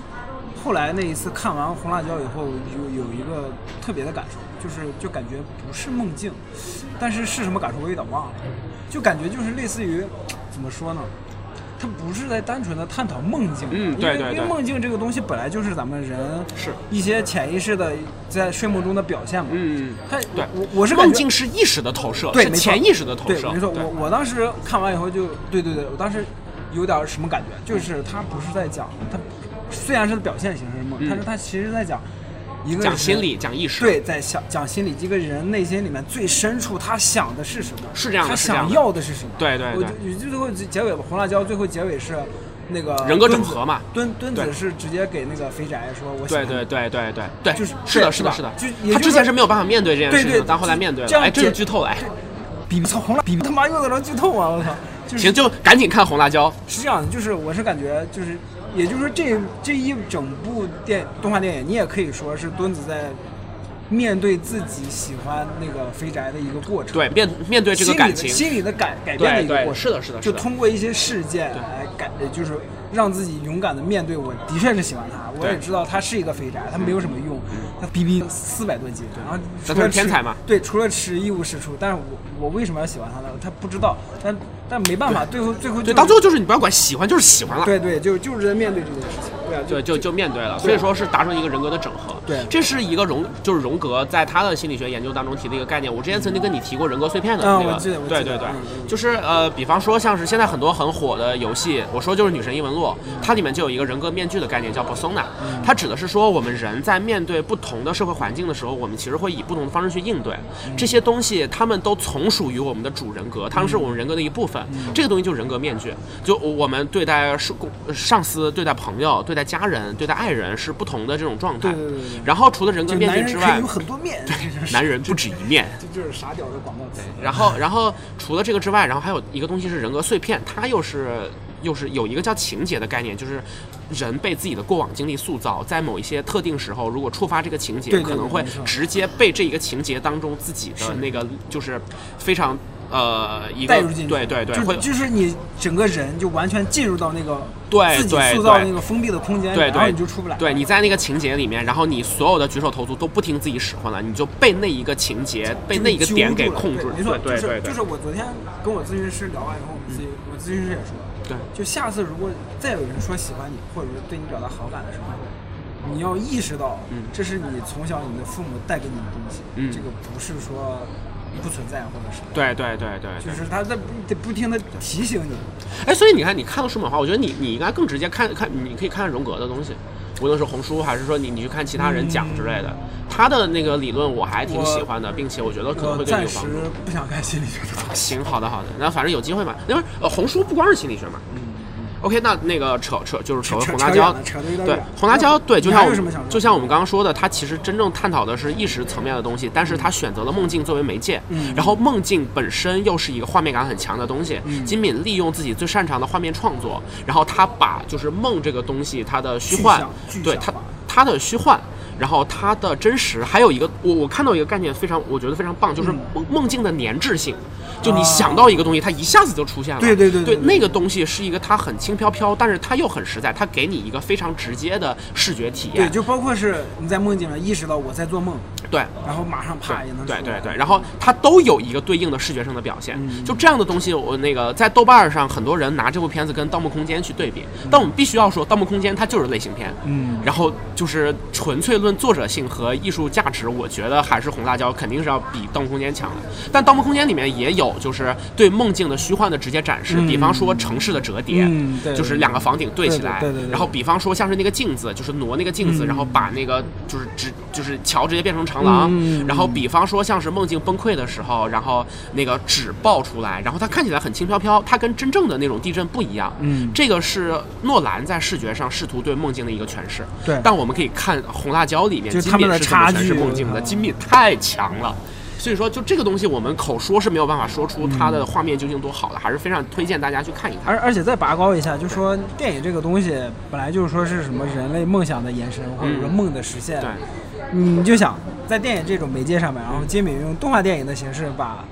后来那一次看完《红辣椒》以后，有有一个特别的感受，就是就感觉不是梦境，但是是什么感受我有点忘了，就感觉就是类似于怎么说呢？它不是在单纯的探讨梦境，
嗯
因为
对对
因为
对
梦境这个东西本来就是咱们人
是
一些潜意识的在睡梦中的表现嘛，
嗯，
它
对
我我我是感
梦
觉
境是意识的投射，
对，
是
没错
潜意识的投射。
对，没错，
对
我我当时看完以后就，对对对，我当时有点什么感觉，就是他不是在讲他，虽然是表现形式是梦嘛。
嗯
他说他其实在讲一个
讲
人
心理，讲意识，
对，在想讲心理，一个人内心里面最深处他想的是什么？
是这样的
他
是这样
想
的
要的是什么？
对对
我
对
就就最后结尾吧，红辣椒最后结尾是那个
人格
墩
整
子
合嘛。
墩墩子
对
是直接给那个肥宅说，我喜
对
欢
对
你
对对对对，
就是
是的，
对
是
吧
的，是的
就。也
他
就是
之前
说
是没有办法面对这件
对
事情
对
的，但后来
这
面对了
这。样
哎，这是
解
剧透了，哎，
比操红辣比他妈又在这剧透啊！我操，就是
行，就赶紧看《红辣椒》。
是这样的，就是我是感觉就是，也就是说这这一整部电动画电影，你也可以说是墩子在面对自己喜欢那个肥宅的一个过程，
对，面面对这个
心理
感
的
情，
心理的改改变的
对
一个
对，
过程，
是的，是的，
就是
的
通过一些事件
对
来改，就是让自己勇敢的面对。我的确是喜欢他，我
对
也知道他是一个肥宅，他没有什么用，他逼逼四百多斤，然后
他
除了
是天
吃
才嘛
对，除了吃一无是处。但是我我为什么要喜欢他呢？他不知道，但但没办法，最后最后就
对，到最后就是你不要管喜欢，就是喜欢了。
对对，就就是在面对这件事情，对啊，就
啊对，就就面对了，所以说是达成一个人格的整合。
对
这是一个荣，就是荣格在他的心理学研究当中提的一个概念。我之前曾经跟你提过人格碎片的
嗯
那个，
我记得我记得
对对对
嗯嗯，
就是呃，比方说像是现在很多很火的游戏，我说就是《女神异闻录》，它里面就有一个人格面具的概念叫 persona，它
嗯
指的是说我们人在面对不同的社会环境的时候，我们其实会以不同的方式去应对
嗯
这些东西，它们都从属于我们的主人格，它们是我们人格的一部
嗯
分。这个东西就是人格面具，就我们对待上上司、对待朋友、对待家人、对待爱人是不同的这种状态。
对对对对
然后除了人格
就
面
男人
具之
可以
外
有，很多面，
男人不止一面。
这 <laughs> 就是傻屌的广告词。
然后，然后除了这个之外，然后还有一个东西是人格碎片，它又是又是有一个叫情节的概念，就是人被自己的过往经历塑造，在某一些特定时候，如果触发这个情节，
对对对
可能会
没错
直接被这一个情节当中自己的那个就是非常呃一
带
个
入进去，
对对对，
就
会
是就是你整个人就完全进入到那个
对
自己
对
塑造
对
那个封闭的空间里，
对
然后
对，
你就出不来。
对，你在那个情节里面，然后你所有的举手投足都不听自己使唤了，你就被那一个情节被那一个
就是
点
揪
给
了
控制
对
了。
没错，
对
就
对嗯
是
对
就是我昨天跟我咨询师聊完以后，我们自己我咨询师也说，
对，
就下次如果再有人说喜欢你，或者是对你表达好感的时候。你要意识到
嗯，
这是你从小你的父母带给你的东西，
嗯
这个不是说不存在或者是
对对对对，
就是他在不得不停的提醒你，
哎，所以你看，你看了叔本华，我觉得你你应该更直接看看，你可以看看荣格的东西，无论是红书还是说你你去看其他人讲之类的，他的那个理论我还挺喜欢的，并且我觉得可能
嗯我
会对你
暂
有
时
帮助。
不想看心理学的东西。
行，好的好的，那反正有机会嘛，因为呃红书不光是心理学嘛。OK，那那个扯扯就是扯
嗯
回
扯
红
扯
辣
远
椒
了，扯得有点
对
远
红辣椒，对，就
你
像
还
我
有什
们
么想说
就像我们刚刚说的，它其实真正探讨的是意识层面的东西，但是它选择了梦境作为媒介，
嗯
然后梦境本身又是一个画面感很强的东西。
嗯
金敏利用自己最擅长的画面创作，然后他把就是梦这个东西它的虚
具
幻
象，具
对
象
它
化
它的虚幻。然后它的真实，还有一个我我看到一个概念非常，我觉得非常棒，就是
嗯
梦梦境的粘滞性，就你
啊
想到一个东西，它一下子就出现了。
对对对对
对
对
那个东西是一个它很轻飘飘，但是它又很实在，它给你一个非常直接的视觉体
对，
验。
就包括是你在梦境里面意识到我在做梦，
对。
然后马上啪也能
对对
说
对，然后它都有一个对应的视觉上的表现，
嗯
就这样的东西，我那个在豆瓣儿上很多人拿这部片子跟《盗梦空间》去对比，但我们必须要说，《盗梦空间》它就是类型片，
嗯
然后就是纯粹论作者性和艺术价值，我觉得还是红辣椒肯定是要比《盗梦空间》强的。但《盗梦空间》里面也有就是对梦境的虚幻的直接展示，
嗯
比方说城市的折叠，
嗯对
就是两个房顶对起来，
对对对对对
然后比方说像是那个镜子，就是挪那个镜子，
嗯
然后把那个就是直就是桥直接变成长廊，
嗯
然后比方说像是梦境崩溃的时候，然后那个纸爆出来，然后它看起来很轻飘飘，它跟真正的那种地震不一样，
嗯
这个是诺兰在视觉上试图对梦境的一个诠释。
对
但我们可以看《红辣椒》里面，
就
金
他
敏
们的
是怎么
差
诠释
距
梦境的，
嗯
金敏太强了。所以说，就这个东西，我们口说是没有办法说出它的画面究竟多好的，还是非常推荐大家去看一看。
而而且再拔高一下，就说电影这个东西本来就是说是什么人类梦想的延伸，或者说梦的实现。
嗯对，
你就想在电影这种媒介上面，然后金敏用动画电影的形式把，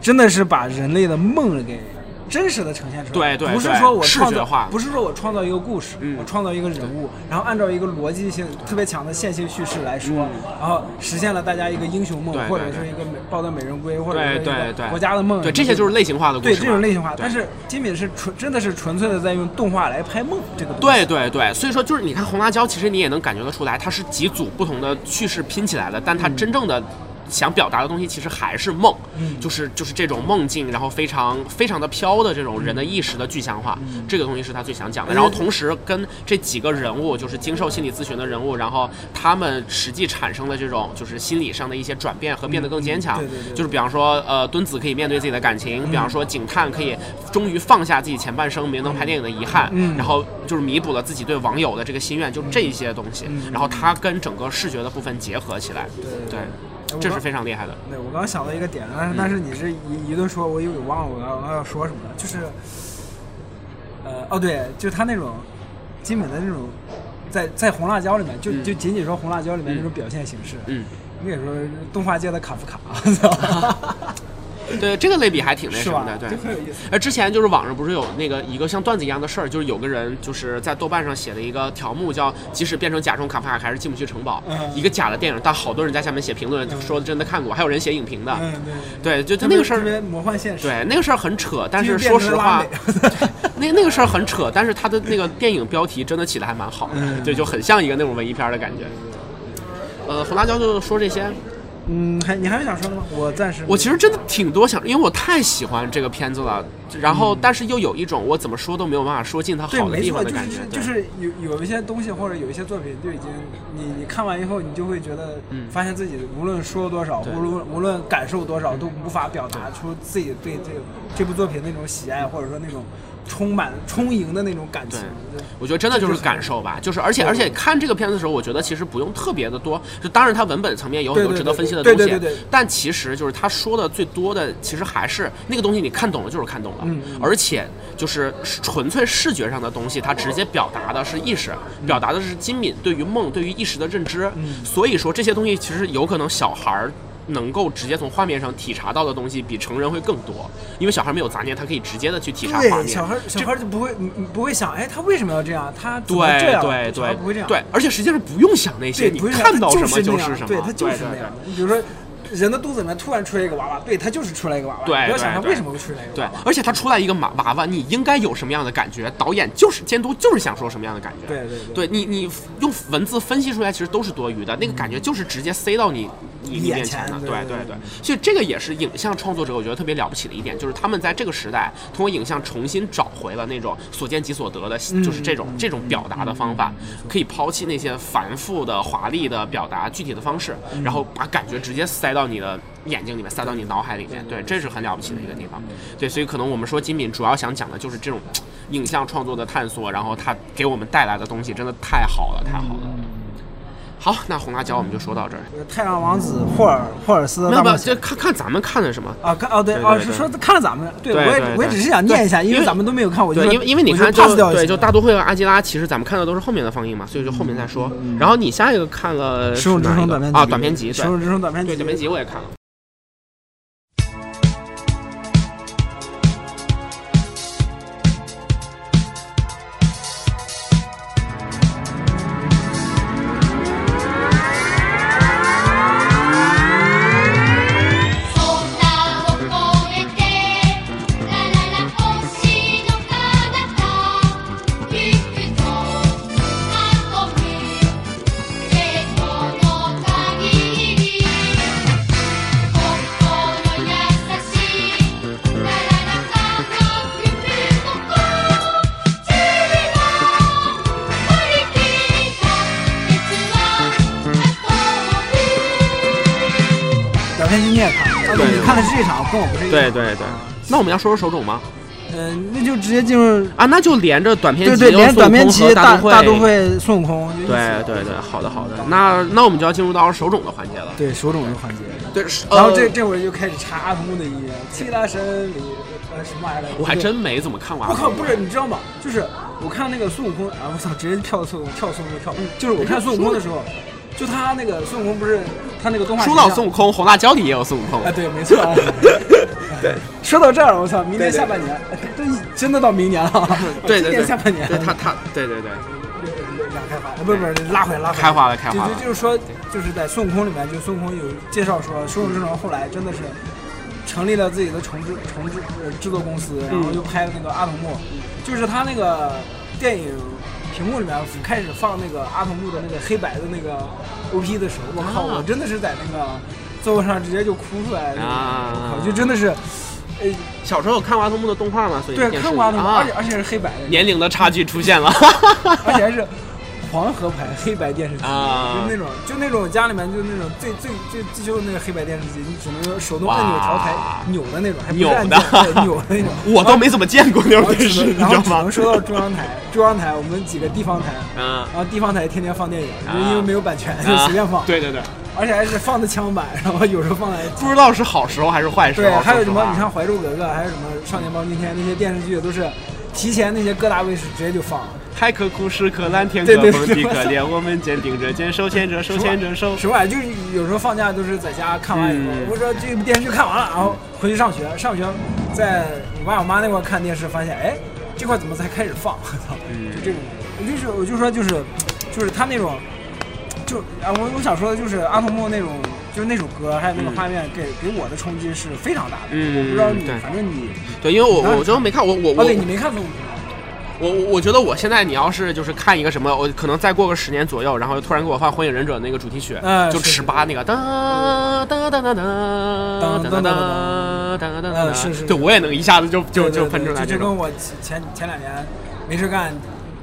真的是把人类的梦给真实的呈现出来。
对对
不是
对
说我
视
创
觉
造
化
不是说我创造一个故事，
嗯
我创造一个人物，然后按照一个逻辑性特别强的线性叙事来说，然后实现了大家一个英雄梦
嗯对，对
或者
对
是一个美抱得美人归，或者
对
是一
对对
个国家的梦。
对，这些就是类型化的故事
对
嘛。
这种类型化，
对
但是金敏是纯真的是纯粹的在用动画来拍梦这个东西。
对对对，所以说就是你看红辣椒，其实你也能感觉得出来，它是几组不同的叙事拼起来的，但它真正的想表达的东西其实还是梦，
嗯
就是就是这种梦境，然后非常非常的飘的这种人的意识的具象化，
嗯
这个东西是他最想讲的。然后同时跟这几个人物，就是经受心理咨询的人物，然后他们实际产生的这种就是心理上的一些转变和变得更坚强，
嗯对对对对
就是比方说呃敦子可以面对自己的感情，比方说警探可以终于放下自己前半生没能拍电影的遗憾，
嗯
然后就是弥补了自己对网友的这个心愿，就这些东西，然后它跟整个视觉的部分结合起来，
嗯对哎
对，嗯这是非常厉害的。
对，我刚刚想到一个点，啊但是但是你这一一顿说，我又给忘了我刚刚要说什么了，就是，呃，哦对，就他那种基本的那种，在在红辣椒里面，就、
嗯
就仅仅说红辣椒里面
嗯
那种表现形式，
嗯，
你可以说动画界的卡夫
<laughs>
卡，操
对这个类比还挺那
是
什
吧
么？的，
就
对。
很有意思。
而之前就是网上不是有那个一个像段子一样的事儿，就是有个人就是在豆瓣上写了一个条目叫“即使变成甲虫卡夫卡还是进不去城堡”，
嗯
一个假的电影，但好多人在下面写评论说真的看过，还有人写影评的，
嗯，对，
对，就他那个事
特
儿，
别魔幻现实，
对那个事儿很扯，但
就是变
说
成
实
拉
话
美，
<laughs> 那那个事儿很扯，但是他的那个电影标题真的起的还蛮好的，
嗯
对，就很像一个那种文艺片儿的感觉。呃，红辣椒就说这些。
嗯，还你还有想说的吗？我暂时没有，
我其实真的挺多想，因为我太喜欢这个片子了。然后，但是又有一种我怎么说都没有办法说尽它
嗯对，
好的
没
地
错，
方的
就
感觉
是。就
对
是有有一些东西或者有一些作品就已经你你看完以后，你就会觉得
嗯，
发现自己无论说多少，
对嗯
无论无论感受多少，都无法表达出自己对这个这部作品那种喜爱，或者说那种充满充盈的那种感情。就
我觉得真的就
就是是很
感受吧，就是而且
对
而且看这个片子的时候，我觉得其实不用特别的多，就当然它文本层面有
对
很多
对
值得
对
分析的东
对
西，
对对对
但其实就是他说的最多的，其实还是那个东西你看懂了就是看懂了，
嗯嗯
而且就是纯粹视觉上的东西，它直接表达的是意识，表达的是金敏对于梦、对于意识的认知，
嗯
所以说这些东西其实有可能小孩儿。能够直接从画面上体察到的东西比成人会更多，因为小孩没有杂念，他可以直接的去体察画面。
对，小孩小
这
孩就不会嗯不会想，哎，他为什么要这样？他怎么这
对
样？小
对
孩
对，
不会这样。
对，而且实际上不用想那些，
对，
你
不是
看到什
就是
么就
那
是
样
什么，
对，他就是
对
那样。你比如说，人的肚子里面突然出来一个娃娃，对，他就是出来一个娃娃。
对
你不要想
对
他
对
为什么会出来一个
对
娃娃。，
而且他出来一个马娃娃，你应该有什么样的感觉？导演就是监督，就是想说什么样的感觉？
对对
对，你你用文字分析出来，其实都是多余的，那个感觉就是直接塞到你你你
眼
面前
前
的。
对
对
对
对，所以这个也是影像创作者我觉得特别了不起的一点，就是他们在这个时代通过影像重新找回了那种所见即所得的，就是这种这种表达的方法，可以抛弃那些繁复的、华丽的表达具体的方式，然后把感觉直接塞到你的眼睛里面，塞到你脑海里面。对，这是很了不起的一个地方。对，所以可能我们说金敏主要想讲的就是这种影像创作的探索，然后它给我们带来的东西真的太好了，太好了。好，那红辣椒我们就说到这儿。
太阳王子霍尔霍尔斯的
没
大
有没
冒
有，
险
就看看咱们看的什么。
啊，看哦对
对对
哦
对
是说看了咱们，对我
对对
也我也
对
只是想念一下，
对
因
因为
为咱们都没有看，我就
对，
说
因为因为你看
我
就
就 pass 掉
对，就
大
大都会和阿基拉，其实咱们看的都是后面的放映嘛，所以就后面再
嗯
说。然后你下一个看了
十五之
是哪一
声
个
短片集
啊，短片集，对
十五之声短片
对，
集，
短片集我也看了。
「空を越えて」「ラララ星の彼方」「ゆくと運ぶ」「でこの限り」「心優しい」「ラララ家族不幸」「チリは降りてきた」「鉄は運ぶ」
短片集你也看了，哦
对
你看的是这场，跟我不是一场
对，对对，那我们要说说手冢吗？
嗯，那就直接进入
啊，那就连着短片
对
集，
对，
然
连
后孙悟
短片
空
集
和
大
都
大都。会孙悟空，就一起
对对对，好的好的，那那我们就要进入到手冢的环节了。
对手冢的环节，
对，
然后
呃
这这会儿就开始插阿童木的音乐，七拉神里呃什么玩意儿来着？
我还真没怎么看完。
我靠，不是你知道吗？就是我看那个孙悟空，啊，我操，直接跳到孙悟空，跳孙悟空跳。
嗯
就是我看孙悟空的时候，就他那个孙悟空不是他那个动画
说
形
到
象
孙悟空，红辣椒里也有孙悟空
啊，。对，没
<laughs>
错。对，说到这儿，我操，明年下半年， <laughs> 真真的到明年了，
对
今
对
年
对，
下半年，
对他他对对对，
俩开花，不是不是拉回来拉回来，
开花了开花了
就就就是说，就是在孙悟空里面，就孙悟空有介绍说，孙悟空后来真的是成立了自己的重制重制呃制作公司，然后就拍了那个阿童木，就是他那个电影屏幕里面开始放那个阿童木的那个黑白的那个 OP 的时候，我靠，
啊
我真的是在那个。座位上直接就哭出来了
啊
就真的是，呃，
小时候有看娃童木的动画嘛，所以
对，
电视
看
里
过的嘛，
啊
而且，而且是黑白的，
年龄的差距出现了。
而且还是黄河牌黑白电视机，
啊
就那种就那种家里面就那种最最最最旧的那个黑白电视机，你只能用手动
哇
按钮调台扭的那种，还不是
扭的
按键对扭的那
<laughs>。
种
我都没怎么见过那
然
种
后
电
只
视，
能
你知
然后
道
只能
吗？
收到中央台，中央台我们几个地方台，
嗯，
然后地方台天天放电影，
啊
因为没有版权就随便放，
对对对，
而且还是放的枪版， <laughs> 然后有时候
<laughs>
放的
不知道是好时候还是坏时
对，
候。
还有
说实
什么
话
你像《怀旧格格》，还有什么《少年包青天》那些电视剧都是提前那些各大卫视直接就放了，
海可枯石可烂，天
对
可
对
崩，
对
地可
对
裂，我们肩并着肩，手牵着手，牵着手。
什么玩意儿？就是有时候放假都是在家看完以后，
嗯
我说这部电视剧看完了，然后回去上学，上学在我爸我妈那块儿看电视，发现哎这块怎么才开始放？ <laughs> 我操，
嗯
就这种，我就是我就说就是就是他那种，就啊我我想说的就是阿童木那种。就是那首歌，还有那个
嗯
画面，给给我的冲击是非常大的。
嗯
我不知道你
对，
反正你，
对，因为我
当然
我真没看，我我
哦，对你
我
没看孙悟空，
我我觉得我现在你要是就是看一个什么，我可能再过个十年左右，然后突然给我放《火影忍者》那个主题曲
哎，
就是尺八那个哒哒哒哒哒哒哒哒哒哒哒哒，
嗯是是
对我也能一下子就就
对对
就
对
喷出来
就
这
就跟
种。
我前前两年没事干，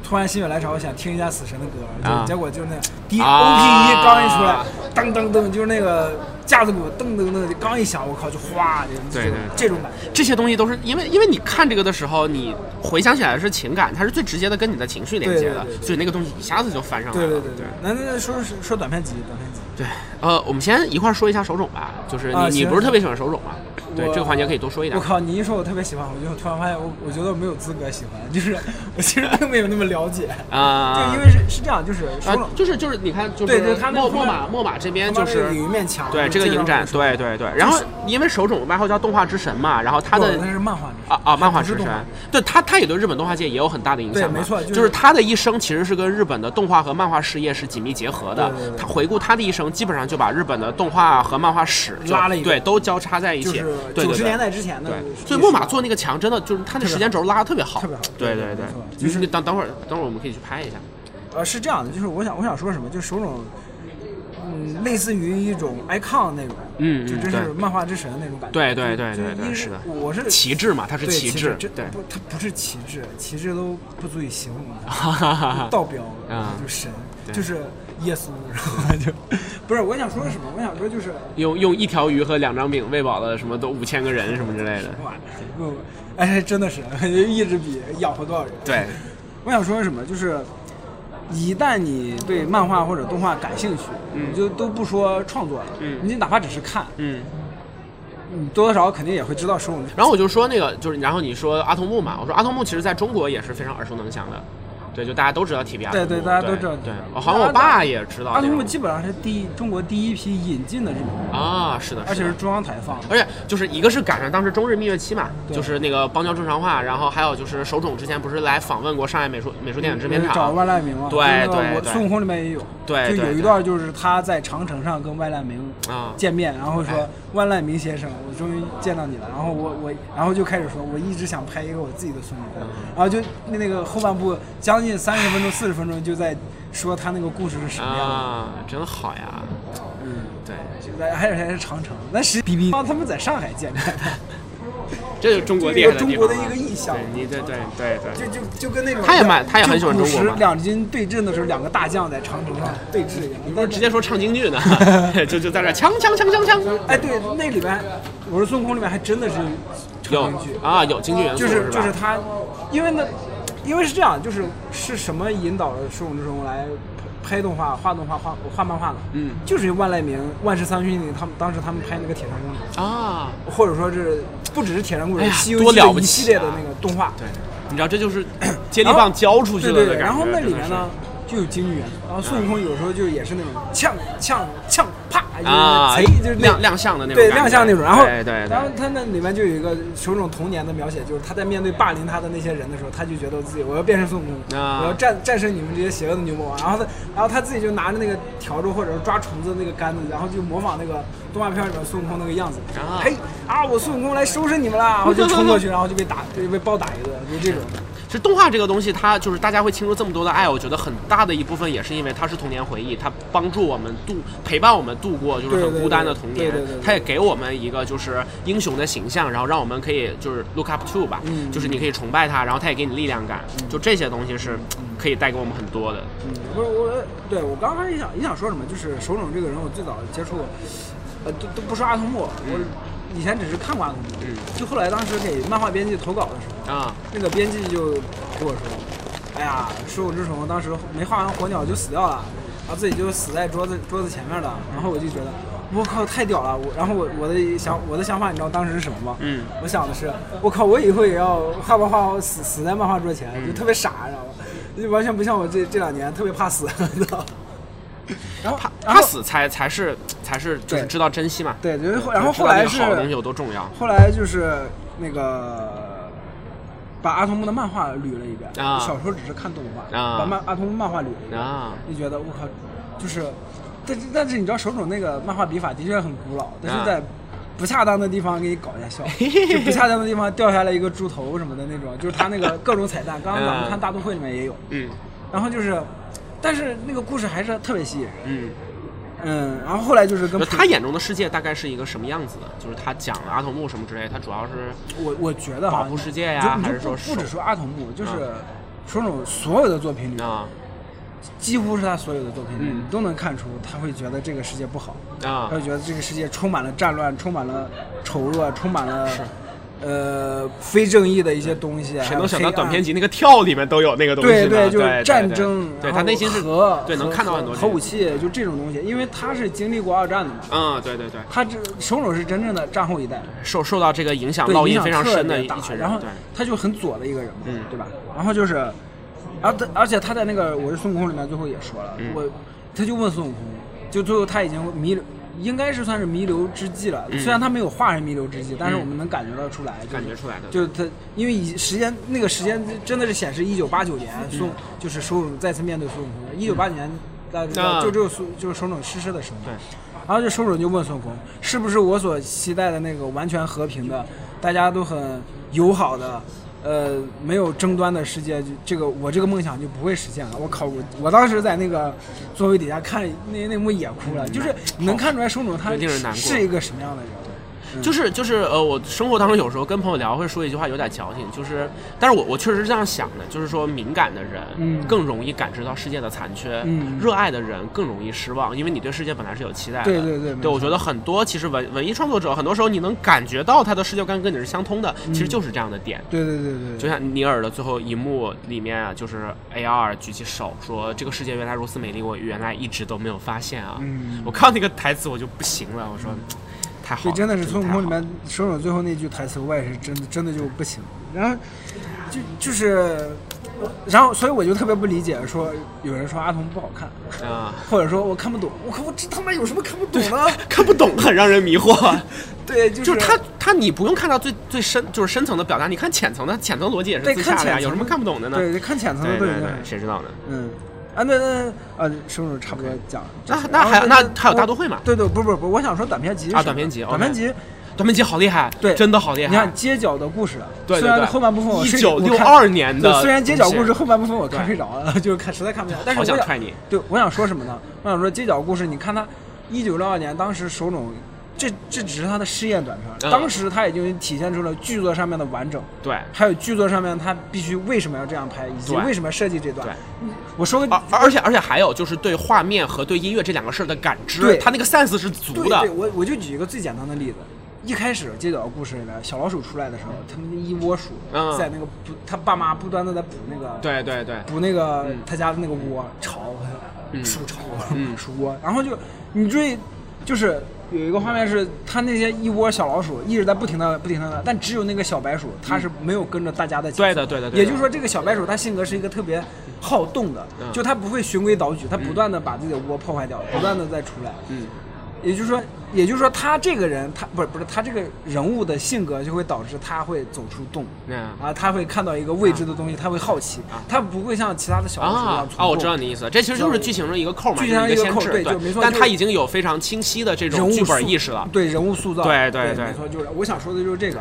突然心血来潮想听一下死神的歌，就
啊
结果就是那第一 OP
啊
一刚一出来，噔噔噔，就是那个架子鼓噔噔噔，刚一响，我靠，就哗，就
对
就
对
这种感觉。
这些东西都是因为，因为你看这个的时候，你回想起来的是情感，它是最直接的跟你的情绪连接的
对对对，对
所以那个东西一下子就翻上来
对对
了。
对对，那那那说说短片集，短片集，
对，呃，我们先一块儿说一下手冢吧，就是你、
啊
你
行
不是特别喜欢手冢吗？对，
我
这个环节可以多说一点
我。靠，你一说我特别喜欢，我就突然发现我我觉得我没有资格喜欢，就是我其实并没有那么了解。
啊、
对，因为是是这样，就是说
啊
了，，
就是就是你看，就是
对对他那
墨
后
墨
面
马墨马这边
他
就
妈
是
那有一面墙，
对这个影展，对对对。然后因为手冢外号叫动画之神嘛，然后他
他
的
哦的那是漫画之神
啊啊，漫画之
不是
神
动画，
对他，他也对日本动画界也有很大的影响嘛。
对没错
就
就是
是他的一生其实是跟日本的动画和漫画事业是紧密结合的。
对对对
他回顾他的一生，基本上就把日本的动画和漫画史就
拉了一个
对，都交叉在一
就
起。
是
对
九
对
十
对
年代之前的
对
历史。，
所以木马做那个墙真的就是他的时间轴拉的特别好，
特别好
对
对
对对
没错，
你你等等会儿，等会儿我们可以去拍一下。
呃是这样的，就是我想我想说什么，就是手冢，嗯，类似于一种 icon 那种，
嗯嗯
就真是
对
漫画之神那种感觉。
对对对
就
对对
一
是的
我是
旗帜嘛，它是
对
旗帜，
这
对， <laughs>
不它不是旗帜，旗帜都不足以形容它。
哈哈哈哈。
道标
啊
就神，
对
就是耶稣，然后就不是我想说什么，我想说就是
用用一条鱼和两张饼喂饱了什么都五千个人什么之类的。
哇，不，哎，真的是 <laughs> 一支笔养活多少人？
对，
我想说什么，就是一旦你对漫画或者动画感兴趣，
嗯
你就都不说创作了，
嗯
你哪怕只是看，
嗯。
你多多少少肯定也会知道手冢。
然后我就说那个就是，然后你说阿童木嘛，我说阿童木其实在中国也是非常耳熟能详的，对，就大家都知道 T B R。
对对大家都知道
对，哦好像我爸也知道那
阿
种。
童木基本上是第一中国第一批引进的日本，
啊，是的，
而且
的
是中央台放的。
而且就是一个是赶上当时中日蜜月期嘛，
对
就是那个邦交正常化，然后还有就是手冢之前不是来访问过上海美术美术电影制片
嗯找
厂，
万籁鸣嘛，
对
就是那个
对
我
对
孙悟空里面也有，
对
就
对
有一
对
段就是他在长城上跟万籁鸣
啊
见面，然后
哎
说万籁鸣先生，我终于见到你了，然后我我然后就开始说，我一直想拍一个我自己的孙悟
嗯
空，然后就那那个后半部将近三十分钟四十分钟就在说他那个故事是什么样的，
啊，真好呀，
嗯，
对，
就在还有还是长城，那是比比他们在上海见面的，
这就是中国
这
厉
是
害
一个
地
中国
方了
的一个意象
对，你对对对对
就就就跟那种
他也蛮
两
他也很喜欢
就古
中国嘛
时两军对阵的时候，两个大将在长城上对峙一样，你
不是直接说唱京
<laughs>
剧呢，就就在这儿锵锵锵锵锵，
哎，对，那里边我说孙悟空里面还真的是
有
长剧，
啊有京剧元素
就是
吧
就是他，因为那因为是这样，就是是什么引导了孙悟空来拍动画、画动画、画画漫画呢？
嗯
就是万籁鸣、万世三兄弟他们当时他们拍那个《铁扇公主
啊，》，
或者说是不只是《铁扇公主
哎》，呀
《西游记
多》了
的
不
一
起
系列的
啊
那个动画，
对，你知道这就是
<clears throat>
接力
然后
棒交出去
对
了的
对对，
感觉，
然后那里
真的
面
是
呢。就有京剧元素，然后孙悟空有时候就也是那种呛呛呛啪，
啊
就是贼就是那
亮亮相的那种
对
感觉
亮相那种。然后
对对对
然后他那里面就有一个手冢童年的描写，就是他在面对霸凌他的那些人的时候，他就觉得自己我要变身孙悟空，
啊
我要战战胜你们这些邪恶的牛魔王。然后他然后他自己就拿着那个笤帚或者是抓虫子的那个杆子，然后就模仿那个动画片里面孙悟空那个样子哎
啊，
嘿啊我孙悟空来收拾你们啦，然后就冲过去，然后就被打就被暴打一顿，就这种。
其实动画这个东西，它就是大家会倾注这么多的爱，我觉得很大的一部分也是因为它是童年回忆，它帮助我们度陪伴我们度过就是
对
很
对
孤单的
对
童年
对对对对，
它也给我们一个就是英雄的形象，然后让我们可以就是 look up to 吧，
嗯
就是你可以崇拜他，然后他也给你力量感，就这些东西是可以带给我们很多的。
嗯，不是我，对我刚开始也想也想说什么，就是手冢这个人，我最早接触，呃，都都不说阿童木，我以前只是看过阿童木，
嗯
就后来当时给漫画编辑投稿的时候，
啊，
那个编辑就给我说，哎呀，手冢治虫当时没画完火鸟就死掉了，然后自己就死在桌子桌子前面了，然后我就觉得。我靠，太屌了！我然后我我的想我的想法，你知道当时是什么吗？
嗯，
我想的是，我靠，我以后也要画漫画死死在漫画桌前，
嗯
就特别傻，你知道吗？就完全不像我这这两年特别怕死， <laughs> 你知
<laughs>
道吗？然后
怕
然
怕
后
死才才是才是就是
对
知道珍惜嘛。
对，就是后
就
然后
知道
后来
那个
是
好的东西有多重要
后来就是那个把阿童木的漫画捋了一遍，
啊
小时候只是看动画，
啊
把漫阿童木漫画捋了一遍，
啊
就觉得我靠，就是，但是但是你知道手冢那个漫画笔法的确很古老，但
啊
是在不恰当的地方给你搞一下
<laughs>
笑，就不恰当的地方掉下来一个猪头什么的那种，就是他那个各种彩蛋，刚刚咱们
啊
看大都会里面也有，
嗯
然后就是，但是那个故事还是特别吸引人，
嗯，
嗯，然后后来就是跟
就
普
他眼中的世界大概是一个什么样子的？就是他讲了阿童木什么之类，他主要是
我我觉得哈，
保护世界呀
你就你
还
就是
说
不不只
手
说阿童木，就是
嗯
手冢所有的作品里，
啊
几乎是他所有的作品里，
嗯
你都能看出他会觉得这个世界不好，
啊
他会觉得这个世界充满了战乱，充满了丑恶，充满了
是
呃非正义的一些东西，啊还
谁
有
能想到
黑暗
短篇集那个跳里面都有那个东西呢？
对对，就
对
是战争，
对
然
他
后
内心是
核，
对能
核
看到很多
核武。器，就这种东西，因为他是经历过二战的嘛，
嗯，对对对，
他这手冢是真正的战后一代，
受受到这个影响
对
烙
影
印
响
非常
特
深的
别
一
大
一群人，
然后
对，
他就很左的一个人嘛，
嗯
对吧？然后就是，而他而且他在那个《我是孙悟空》里面最后也说了，
嗯
我他就问孙悟空，就最后他已经弥留，应该是算是弥留之际了。
嗯
虽然他没有化身弥留之际，但是
嗯
我们能感觉到出来，就是
感觉出来的
就是他因为以时间那个时间真的是显示一九八九年孙、
嗯
就是手冢再次面对孙悟空，一九八九年大家知道
啊
就只有孙就是手冢逝世的时候嘛，
对
然后这手冢就问孙悟空，是不是我所期待的那个完全和平的，大家都很友好的，呃，没有争端的世界，就这个我这个梦想就不会实现了。我靠，我我当时在那个座位底下看那那幕也哭了，就是你能看出来手冢他
对令人难过
是一个什么样的人。嗯
就是就是呃，我生活当中有时候跟朋友聊会说一句话，有点矫情，就是，但是我我确实是这样想的，就是说敏感的
嗯
人更容易感知到世界的残缺，
嗯
热爱的人更容易失望，因为你对世界本来是有期待的。
对对对没
对我
错
觉得很多其实文文艺创作者，很多时候你能感觉到他的世界观跟你是相通的，
嗯
其实就是这样的点。
对对对对
就
对，
像尼尔的最后一幕里面啊，就是 AR 举起手说：“这个世界原来如此美丽，我原来一直都没有发现啊！”
嗯
我看到那个台词我就不行了，我说：“太好
这
了，
真的是
太
孙悟
好
空里
了
面手冢最后那句台词，我也是真的真的就不行。然后就就是，然后所以我就特别不理解，说有人说阿童不好看。
啊、
或者说我看不懂，我靠，我这他妈有什么看不懂的？
看不懂很让人迷惑。
<laughs> 对，就是
就是他他你不用看到最最深就是深层的表达，你看浅层的浅层逻辑也是
对
自
看
洽
浅
的呀，
层
有什么看不懂的呢？
对，看浅层的
对
都
对
已经
对
很，
谁知道呢？
嗯。啊，那那啊，是不是差不多讲？
那
就是
那
然后
还有
对
那还有
我
大都会嘛
对对，不不不，我想说短篇集是
啊
什
短
么
篇集
短篇
OK
集，
短篇集好厉害，
对，
真的好厉害。
你看街角的故事，
对对
虽然
对
后半部分我睡
1962年的
我看对虽然街角故
东
事
西
后半部分我看
对
睡着了， <laughs> 就是看实在看不了，但是
好
我
想踹你。
对，我想说什么呢？我想说街角故事，你看他一九六二年当时手冢。这这只是他的试验短片，
嗯
当时他已经体现出了剧作上面的完整，
对，
还有剧作上面他必须为什么要这样拍，以及
对
为什么要设计这段
对。啊
嗯我说个
而而且而且还有就是对画面和对音乐这两个事儿的感知
对，
他那个 sense 是
对
足的
对，。我我就举一个最简单的例子。一开始街角故事里面，小老鼠出来的时候，他们一窝鼠
嗯
在那个不，他爸妈不断的在补那个
对对对
补那个
嗯
他家的那个窝巢，
嗯
鼠巢
嗯
鼠窝，然后就你注意，就是有一个画面是他那些一窝小老鼠一直在不停的不停的，但只有那个小白鼠它是没有跟着大家的节奏
对的对的对的
也就是说这个小白鼠它性格是一个特别好动的，
嗯
就它不会循规蹈矩，它不断的把自己的窝破坏掉，不断的再出来，
嗯，
也就是说，也就是说，他这个人，他不是不是他这个人物的性格，就会导致他会走出洞，
嗯
啊，他会看到一个未知的东西，他会好奇，他不会像其他的小老鼠一
啊
样冲动。
啊！我知道你意思了，这其实就是剧情的一个扣嘛，
剧情上
就是
一个
先
扣
制，
对
对
就没错
但
就是
他已经有非常清晰的这
人
种
物
剧
塑
本意识了。
对人物塑造，
对
对
对对啊
没错，就是我想说的就是这个。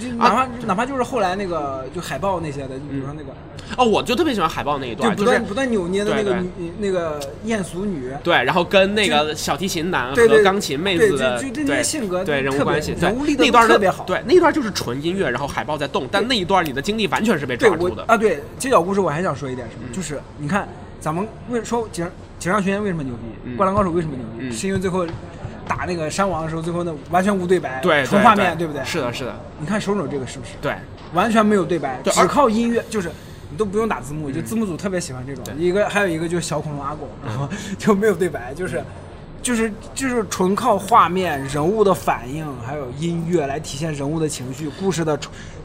就哪怕、哪怕就是后来那个就海报那些的，就比如说那个、
哦，我就特别喜欢海报那一
就不
段，嗯就是
断不断扭捏的那个
对
女那个艳俗女，
对，然后跟那个小提琴男
对
和
对
钢琴妹子的
对就就
对
就那些性格
对人
特
物
别
关系，对
人物立得
那段的
特别好
对那段就是纯音乐，然后海报在动，但那一段你的精力完全是被
对
抓
我
住的。嗯
啊，对街角故事我还想说一点什么，就是你看咱们为说井井上学院为什么牛逼，
嗯
灌篮高手为什么牛逼，
嗯
是因为最后打那个山王的时候，最后那完全无对白，
对，
纯
对
画面，对
对
不对？
是的，是的，
你看手冢这个是不是？
对，
完全没有对白，
对
只
而嗯
靠音乐，就是你都不用打字幕，就字幕组特别喜欢这种
对。嗯
一个还有一个就是小恐龙阿狗，然后 <laughs> 就没有对白，就是就是就是纯靠画面、人物的反应，还有音乐来体现人物的情绪、故事的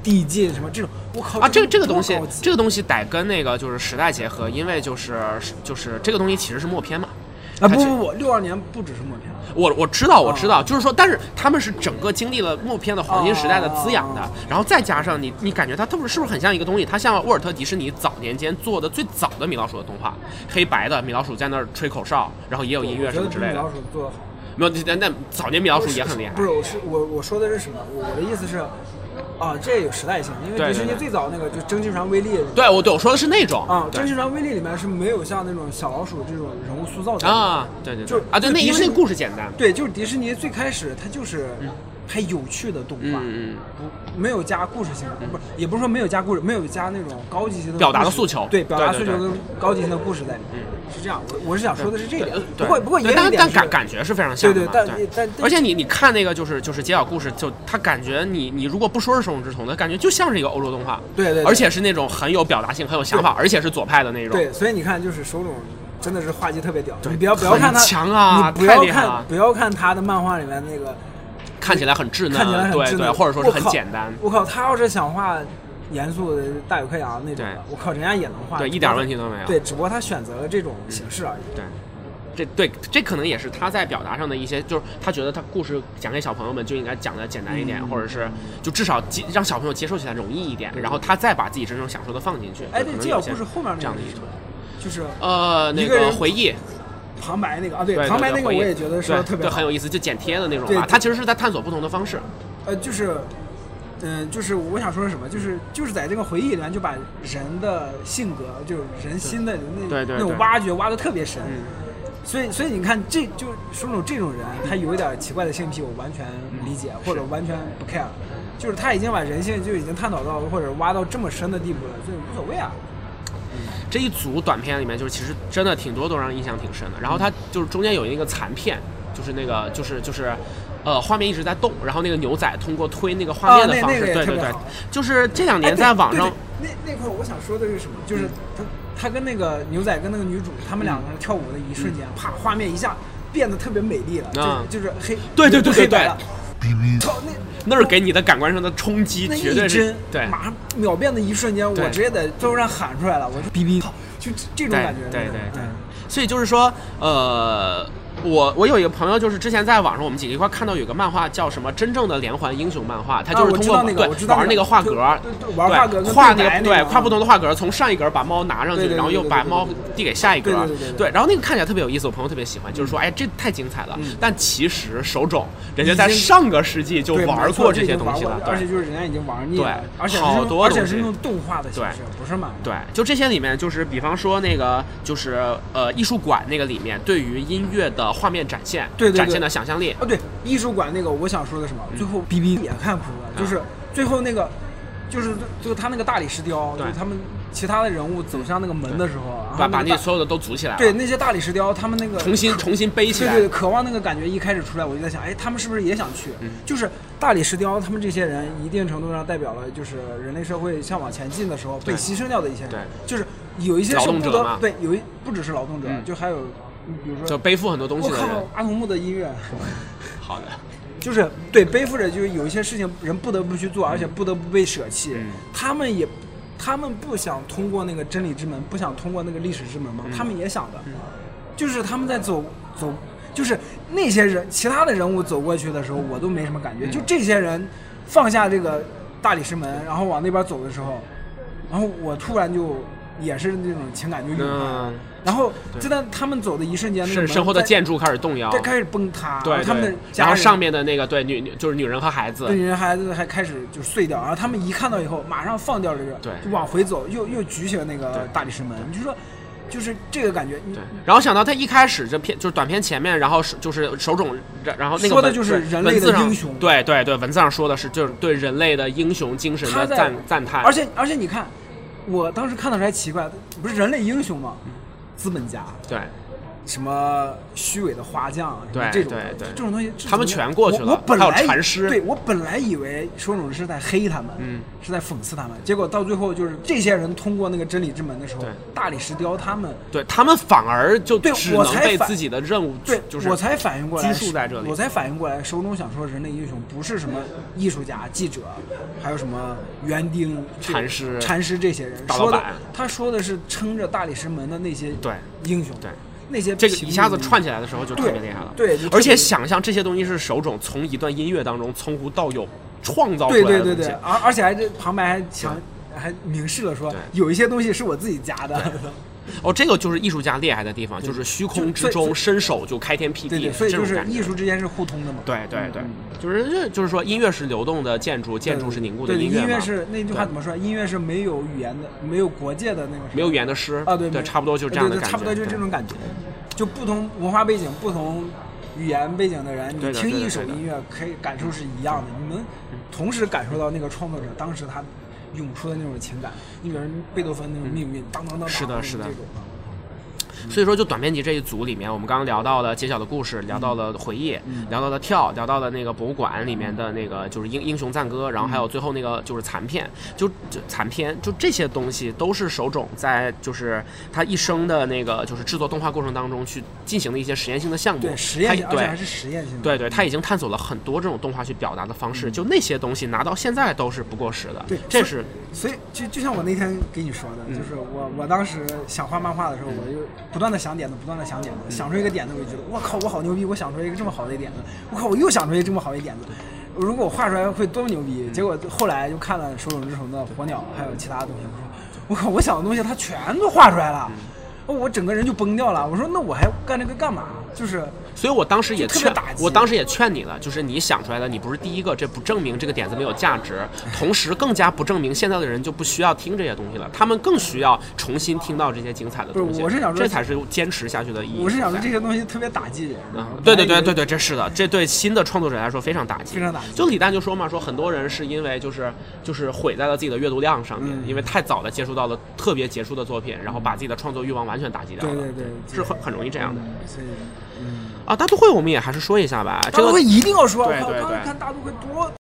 递进什么哦这种。我靠
啊，这个这个
多
东西
高，级
这个东西得跟那个就是时代结合，因为就是就是这个东西其实是默片嘛。
啊
它
不
其
不不，六二年不只是默片了，
我我知道，我知
哦
道，就是说，但是他们是整个经历了默片的黄金时代的滋养的
哦，
然后再加上你，你感觉它特别是不是很像一个东西？它像沃尔特迪士尼早年间做的最早的米老鼠的动画，黑白的米老鼠在那儿吹口哨，然后也有音乐
我
什
觉
么
得
之
比
类
米
的
老。鼠做的好。
没有，那那早年米老鼠也很厉害
不。是，我是我我说的是什么？我我的意思是，啊，这有时代性，因
对
为
对
迪士尼
对
最早那个就蒸汽船威力。
对，我对我说的是那种
啊，
对
真实上威力里面是没有像那种小老鼠这种人物塑造的
啊，对对
就
对啊，对
就
那
迪
因为
士尼
那故事简单。
对，就是迪士尼最开始它就是拍有趣的动画，
嗯嗯嗯嗯
不没有加故事性，不是也不是说没有加故事，没有加那种高级性的
表达的
故事
诉求
对表达
对
诉
对
求
对嗯
跟高级性的故事在里面，是这样。我我是想说的是这一
对呃
点，不
对
过不过也有
对
一
但
点
但
是
感感觉是非常像的
对
嘛
对但但但
而且你你看那个就是就是街角故事，就他感觉你你如果不说是手冢治虫的感觉，就像是一个欧洲动画，
对对对
而且是那种很有表达性、很有想法，而且是左派的那种。
对，所以你看，就是手冢真的是画技特别屌，
对
你不要不要看他
很强啊
你不要
太厉害
看
了
不要看他的漫画里面那个
看起来很稚嫩，
看起来很
对
稚
对，
嫩
或者说是
我
很
靠
简单，
我靠，他要是想画严肃的大有克洋那种
对
的，我靠，人家也能画，
对
只不过
一点问题都没有
对，只不过他选择了这种形式而已。
对。这对，这可能也是他在表达上的一些，就是他觉得他故事讲给小朋友们就应该讲的简单一
嗯
点，或者是就至少接让小朋友接受起来容易一点，然后他再把自己真正想说的放进去。
哎，
可
对，
能
这
有
小
些
故事后面那
这样的
个
意
是
图
什么，就是
呃，那
一个人
回忆，
旁白那个啊，对，
对
旁白
对
那个我
回忆
也觉得说的
对
特别
对
好
很有意思，就剪贴的那种
对
吧。
对
他其实是在探索不同的方式，
呃，就是，嗯、就是我想说是什么，就是就是在这个回忆里面就把人的性格，就是人心的那
对对
那种
对
挖掘挖的特别深。
嗯
所以，所以你看，这就说种这种人，他有一点奇怪的性癖，我完全理
嗯
解，或者完全不 care，就是他已经把人性就已经探讨到或者挖到这么深的地步了，所以无所谓啊。
这一组短片里面，就是其实真的挺多都让人印象挺深的。然后它就是中间有一个残片，就是那个就是就是，呃，画面一直在动，然后那个牛仔通过推那个画面的
啊那
方式，
那个也
对
特
对
别
对
好，
就是这两
<laughs> 哎
年在网
对对
上，嗯
对那那块儿我想说的是什么？就是他他跟那个牛仔跟那个女主，他们两个人跳舞的一瞬间，啪，画面一下变得特别美丽了，
嗯啊
就是就是黑，
对对对对
黑白了。操，
<laughs> 那是给你的感官上的冲击，
那
绝
一
对
帧
是，对。
马上秒变的一瞬间，
对
我直接在最后上喊出来了，我说哔哔，操 <laughs> 就这这种
对
感觉，
对对对
嗯
所以就是说，呃，我我有一个朋友，就是之前在网上我们几个一块看到有个漫画叫什么“真正的连环英雄漫画”，他就是通过、
啊我知道那个我
对
知道那个
玩那个画格儿
对对，对
对
玩画格跟
画
对白那
那
个
个对
啊
画不同的画格儿，从上一格儿把猫拿上去，
对对对
然后又
对对
把
对
猫递给下一格
对
儿，
对对对对
然后那个看起来特别有意思，我朋友特别喜欢，就是说，哎，这太精彩了。但其实手冢人家在
已经
上个世纪就
对
玩
没错
过
这
这
已
些
经
东
玩
西
过
了，
而
对
且就是人家已经玩腻了
对，
而且是
好
用
多
而且
东
是
西
用动画的形式，不是漫画。
对，就这些里面，就是比方说那个，就是呃，艺术馆那个里面，对于音乐的画面展现，
对对对
展现的想象力，
啊，对，艺术馆那个，我想说的什么？最
嗯
后 B B 也看哭了，就是
啊
最后那个，就是最后他那个大理石雕，就是
对
他们其他的人物走向那个门的时候，然后
把
那
把
个
那
大
所有的都组起来了，
对那些大理石雕，他们那个
重新重新背起
对
来，
对对，渴望那个感觉一开始出来，我就在想，哎，他们是不是也想去？
嗯
就是大理石雕，他们这些人一定程度上代表了就是人类社会向往前进的时候被
对
牺牲掉的一些人，
对
就是有一些
劳
是
动
不
者
得
嘛
对，有一不只是劳动者，
嗯
就还有比如
就
说。
背负很多东
我
西的
靠
人。，
阿童木的音乐，
好的，
就是对背负着，就是有一些事情人不得不去做，而且不得不被舍弃。
嗯
他们也，他们不想通过那个真理之门，不想通过那个历史之门
嗯
吗？他们也想的，就是他们在走走，就是那些人其他的人物走过去的时候，我都没什么感觉。
嗯
就这些人放下这个大理石门，然后往那边走的时候，然后我突然就也是那种情感就涌上来
那
了。然后
嗯对
就在他们走的一瞬间，那个
是
门
身后的
在
建筑开始动摇，
在开始崩塌，
对，
他们的
对
家
然后
人
上面的那个对女女就是女人和孩子，
对人孩子还开始就碎掉，然后他们一看到以后，马上放掉这个，
对
就往回走，又又举起了那个
对
大力神门，你就说，就是这个感觉，你
对，然后想到他一开始这片就是短片前面，然后是就是手冢，然然后那个
说的
文
就是
对
人类的
文字上
英雄
对对对，文字上说的是就是对人类的英雄精神
他
的
在
赞赞叹，
而且而且你看，我当时看到时还奇怪，不是人类英雄
嗯
吗？资本家，
对
什么虚伪的花匠，啊什么这
对
种
对
东西
对
这种东西，这
他们
怎么
全过去
我
了
我本
还有
来以
禅师
对我本来以为手冢是在黑他们，
嗯，
是在讽刺他们，结果到最后就是这些人通过那个真理之门的时候
对，
大理石雕他们。
对，他们反而就
对
只
我
能
才
被
反
自己的任务
对，
就是
我才反应过来，
拘束在这里
我才反应过来，手冢想说人类英雄不是什么艺术家、记者，还有什么园丁、这
禅师
禅师这些人
大
说
老
的
板，
他说的是撑着大理石门的那些
对
英雄，
对
那些
这个
平
一
民
下子
英雄
串起来的时候就特
对
别厉害了，
对就特
而且
别
想象这些东西是手冢从一段音乐当中从无到有创造出来
对
的
对
东
对
西，
对，而而且还这旁白还强还明示了说
对
有一些东西是我自己加的，
哦，这个就是艺术家厉害的地方，就是虚空
所
之
以所以
中伸手就开天
<laughs>
辟
对
地，
对，所以
这
就
种
是
感觉
艺术之间是互通的嘛。
对对对，就是这就是说，音乐是流动的建筑，建筑是凝固的
对
乐嘛，
音乐是那句话
对
怎么说？音乐是没有语言的，没有国界的那个什么
没有语言的诗
啊，对，没有
差不多就是这样的
对对
感觉，
差不多就是这种
对。
感觉。就不同文化背景、不同语言背景的人，你
对的
听
对的
一首
对的
音乐可以感受是一样的，你能同时感受到那个创作者当时他涌出的那种情感。你比如贝多芬那种命运，当当当当，
是的
那
是的
这种
所以说，就短篇集这一组里面，我们刚刚聊到了《街角的故事》，聊到了回忆，
嗯
聊到了跳，聊到了那个博物馆里面的那个就是英英雄赞歌，然后还有最后那个就是残片，就就残片，就这些东西都是手冢在就是他一生的那个就是制作动画过程当中去进行的一些实验性的项目，
对实验性，
他
而且
对
还是实验性的。
对对，他已经探索了很多这种动画去表达的方式，就那些东西拿到现在都是不过时的。
嗯对所
这
以
是
所以就就像我那天跟你说
嗯
的，就是我我当时想画漫画的时候，我就不断的想点子，不断的想点
嗯
子，想出一个点子，我就觉得我靠，我好牛逼，我想出一个这么好的点子，我靠，我又想出一个这么好的点子，如果我画出来会多么牛
嗯
逼！结果后来就看了手冢治虫的《火鸟》，还有其他的东西，我说我靠，我想的东西他全都画出来
嗯
了，哦我整个人就崩掉了。我说那我还干这个干嘛？就是
所以我当时也
就特别
劝
打，击
我当时也劝你了，就是你想出来的，你不是第一个，这不证明这个点子没有价值，同时更加不证明现在的人就不需要听这些东西了，他们更需要重新听到这些精彩的东
不
西。
是我是想说
这才是坚持下去的意义。
我是想说这些东西特别打击人。
嗯对对对对
对，
对，这是的，这对新的创作者来说非常打击，
非常打击
就李诞就说嘛，说很多人是因为就是就是毁在了自己的阅读量上
嗯
面，因为太早的接触到了特别杰出的作品，然后把自己的创作欲望完全打击掉了，
对对对
是很很容易这样的
所以
啊。大都会我们也还是说一下吧，
大
这
都
个
会一定要说，我
对
靠，
对
刚
对
才看大都会多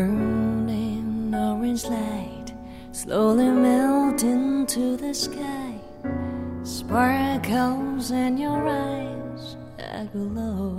Burning orange light slowly melt into the sky. Sparkles in your eyes aglow.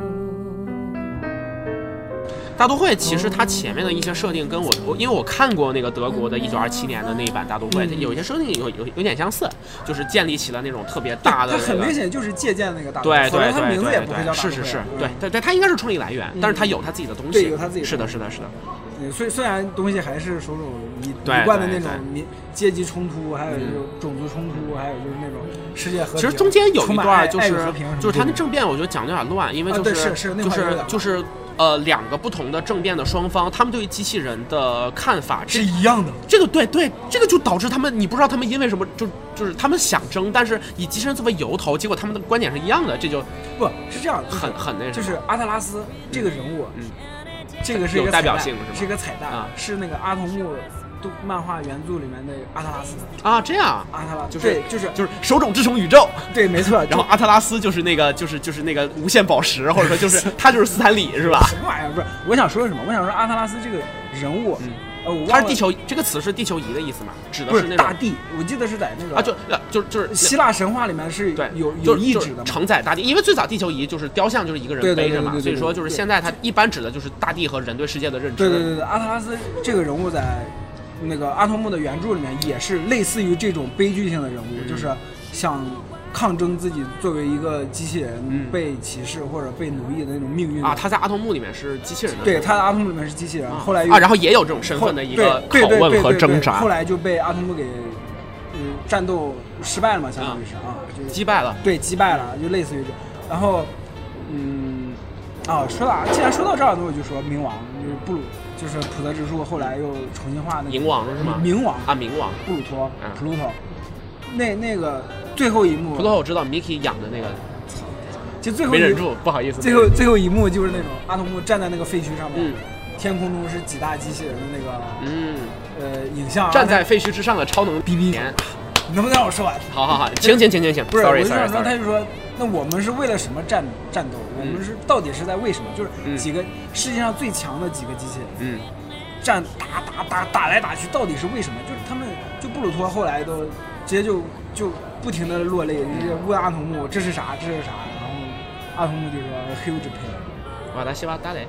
大都会其实
哦
它前面的一些设定跟我我因为我看过那个德国的1927年的那一版大都会，
嗯
它有一些设定有有有点相似，就是建立起了那种特别大的
它
那
很
个
明显就是借鉴那个大都
对
会，否
对
则它
对
名字也
对
不会叫大
对，
都
是
会
是
啊
是
嗯，
对对对，它应该是创意来源，但是它有它自己的东西，
对有它自己的
是的，
东西
是的，是的，
对嗯虽虽然东西还是手冢一
对
一贯的那
对
种
对嗯
民阶级冲突，还有就是种族冲突，还有就是那种世界和平。
其实中间有一
充满
段
爱
就
爱与
是
和平什么
就是他那
这种
政变，我觉得讲的有点乱，因为
啊
就
对
是
是是那
就
块有
是
点
就是呃两个不同的政变的双方，他们对于机器人的看法
是
这
一样的，
这个对对，这个就导致他们，你不知道他们因为什么，就就是他们想争，但是以机器人作为由头，结果他们的观点是一样的，这就
不是这样，就是
很很那
就
什么。
是阿特拉斯这个人物
嗯，
这个是一
有
个
代
彩
表
蛋
性是吗
一个彩蛋
啊，
是那个阿童木动漫画原著里面的阿特拉斯，
啊，这样
阿特拉
就是
对就是
就是手冢治虫宇宙，
对，没错。
然后阿特拉斯就是那个就是就是那个无限宝石，或者说就是
<laughs>
他就是斯坦李是吧
就？什么玩意儿？不是，我想说什么？我想说阿特拉斯这个人物，呃，我忘了
嗯他是地球这个词是地球仪的意思嘛？指的
不
那
大
种
地，我记得是在那个
啊，就呃就就是
希腊神话里面是
对，
有
就
有
是
意
就是
志的嘛。
承载大地，因为最早地球仪就是雕像，就是一
对
个人
对
背
对
着嘛，
对对
所以说
对
就是
对
现在它一般指的就是大地和人对世界的认知。
对对对对，阿特拉斯这个人物在那个阿童木的原著里面也是类似于这种悲剧性的人物，
嗯
就是想抗争自己作为一个机器人、
嗯
被歧视或者被奴役的那种命运
啊，他在阿童木里面是机器人的。
对，他的阿童木里面是机器人，
啊
后来又
啊，然后也有这种身份的一个
对
拷
对对
问
对
和
对
挣
对
扎
后，来就被阿童木给嗯战斗失败了嘛，相当于是啊，就是
击败了。
对击败了，就类似于这，然后嗯啊，说到既然说到这儿，那我就说冥王就是布鲁，就是普泽直树后来又重新画那
冥
个
王是吗？
冥王
啊，冥王。
布鲁托
嗯
Pluto，那那个最后一幕
不过我知道 Mickey 养的那个
就最后
没
一
忍住，不好意思。
最后最后一幕就是那种阿童木站在那个废墟上面，
嗯
天空中是几大机器人的那个。
嗯，
呃，影像
站在废墟之上的超能
哔哔
人
你能不能让我说完？
好好好，请请请请请
不是，
，sorry
我就想
sorry
说，他
sorry，
就说，那我们是为了什么战战斗？我们是到底是在为什么？就是
嗯
几个世界上最强的几个机器人
嗯
战打打打打来打去，到底是为什么？就是他们就布鲁托后来都直接就就不停的落泪，就是
嗯
问阿童木这是啥，这是啥？然后阿童木就说呃 huge pain，
瓦达西瓦达雷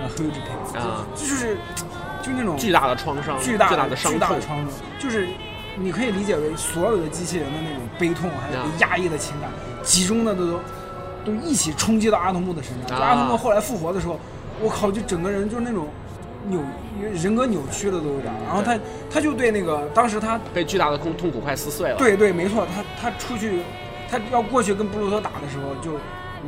呃 huge pain，
啊，
这就是就那种
巨大的创伤，
巨
巨
大
的伤
巨大
痛
的，创伤，就是你可以理解为所有的机器人的那种悲痛，还有
啊
被压抑的情感，集中的都都一起冲击到阿童木的身上。就
啊
阿童木后来复活的时候，我靠，就整个人就是那种扭人格扭曲了都有点儿。然后他他就对那个当时他
被巨大的痛痛苦快撕碎了。
对对没错，他他出去他要过去跟布鲁托打的时候就。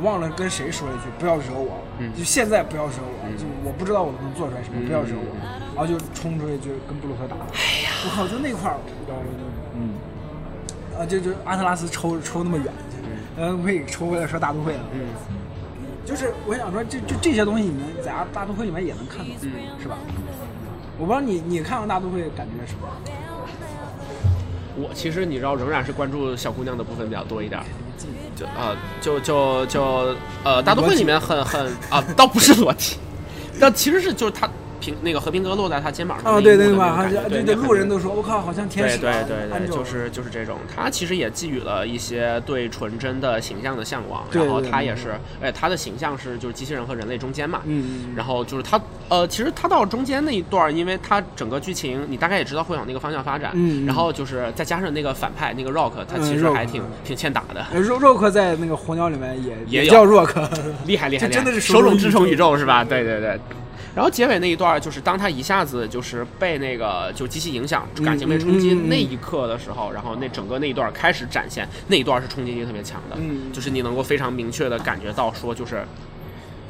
忘了跟谁说了一句“不要惹我”，
嗯
就现在不要惹我，就我不知道我能做出来什么，
嗯
不要惹我，然后就冲出去就跟布鲁克打了。我靠，就那块儿，然后就
嗯，
啊，就就阿特拉斯抽抽那么远，嗯，可以抽回来说大都会了。
嗯，
就是我想说，这就这些东西，你能在大都会里面也能看到，
嗯
是吧？我不知道你你看完大都会感觉什么？
我其实你知道，仍然是关注小姑娘的部分比较多一点儿。就啊、就就就呃，大都会里面很很啊，倒不是裸 <laughs> 体，但其实是就是他平那个和平鸽落在他肩膀上那
哦，
一
对
幕
对
的那
吧？
种
好
感觉
像
对
对，
那
路
很
人都说，我靠，好像天
对
使
对
啊，
对
安
对，
卓
就是就是这种，他其实也寄予了一些对纯真的形象的向往，
对
然后
对
他
没
也
错
是，而且他的形象是就是机器人和人类中间嘛，
嗯嗯嗯
然后就是他呃，其实他到中间那一段儿，因为他整个剧情你大概也知道会往那个方向发展，
嗯嗯
然后就是再加上那个反派那个 Rock，他
嗯
其实还
，Rock，
挺、
嗯
挺欠打的，
呃肉肉克在那个火鸟里面也
也有
叫若克，
厉害厉
这
害厉害，
真的是手
手冢
冢
治
治
虫
虫
宇
宇
宙是吧？对对对。然后结尾那一段儿，就是当他一下子就是被那个就机器影响，感情被冲击
嗯嗯嗯
那一刻的时候，然后那整个那一段儿开始展现，那一段儿是冲击力特别强的，
嗯
就是你能够非常明确的感觉到说就是。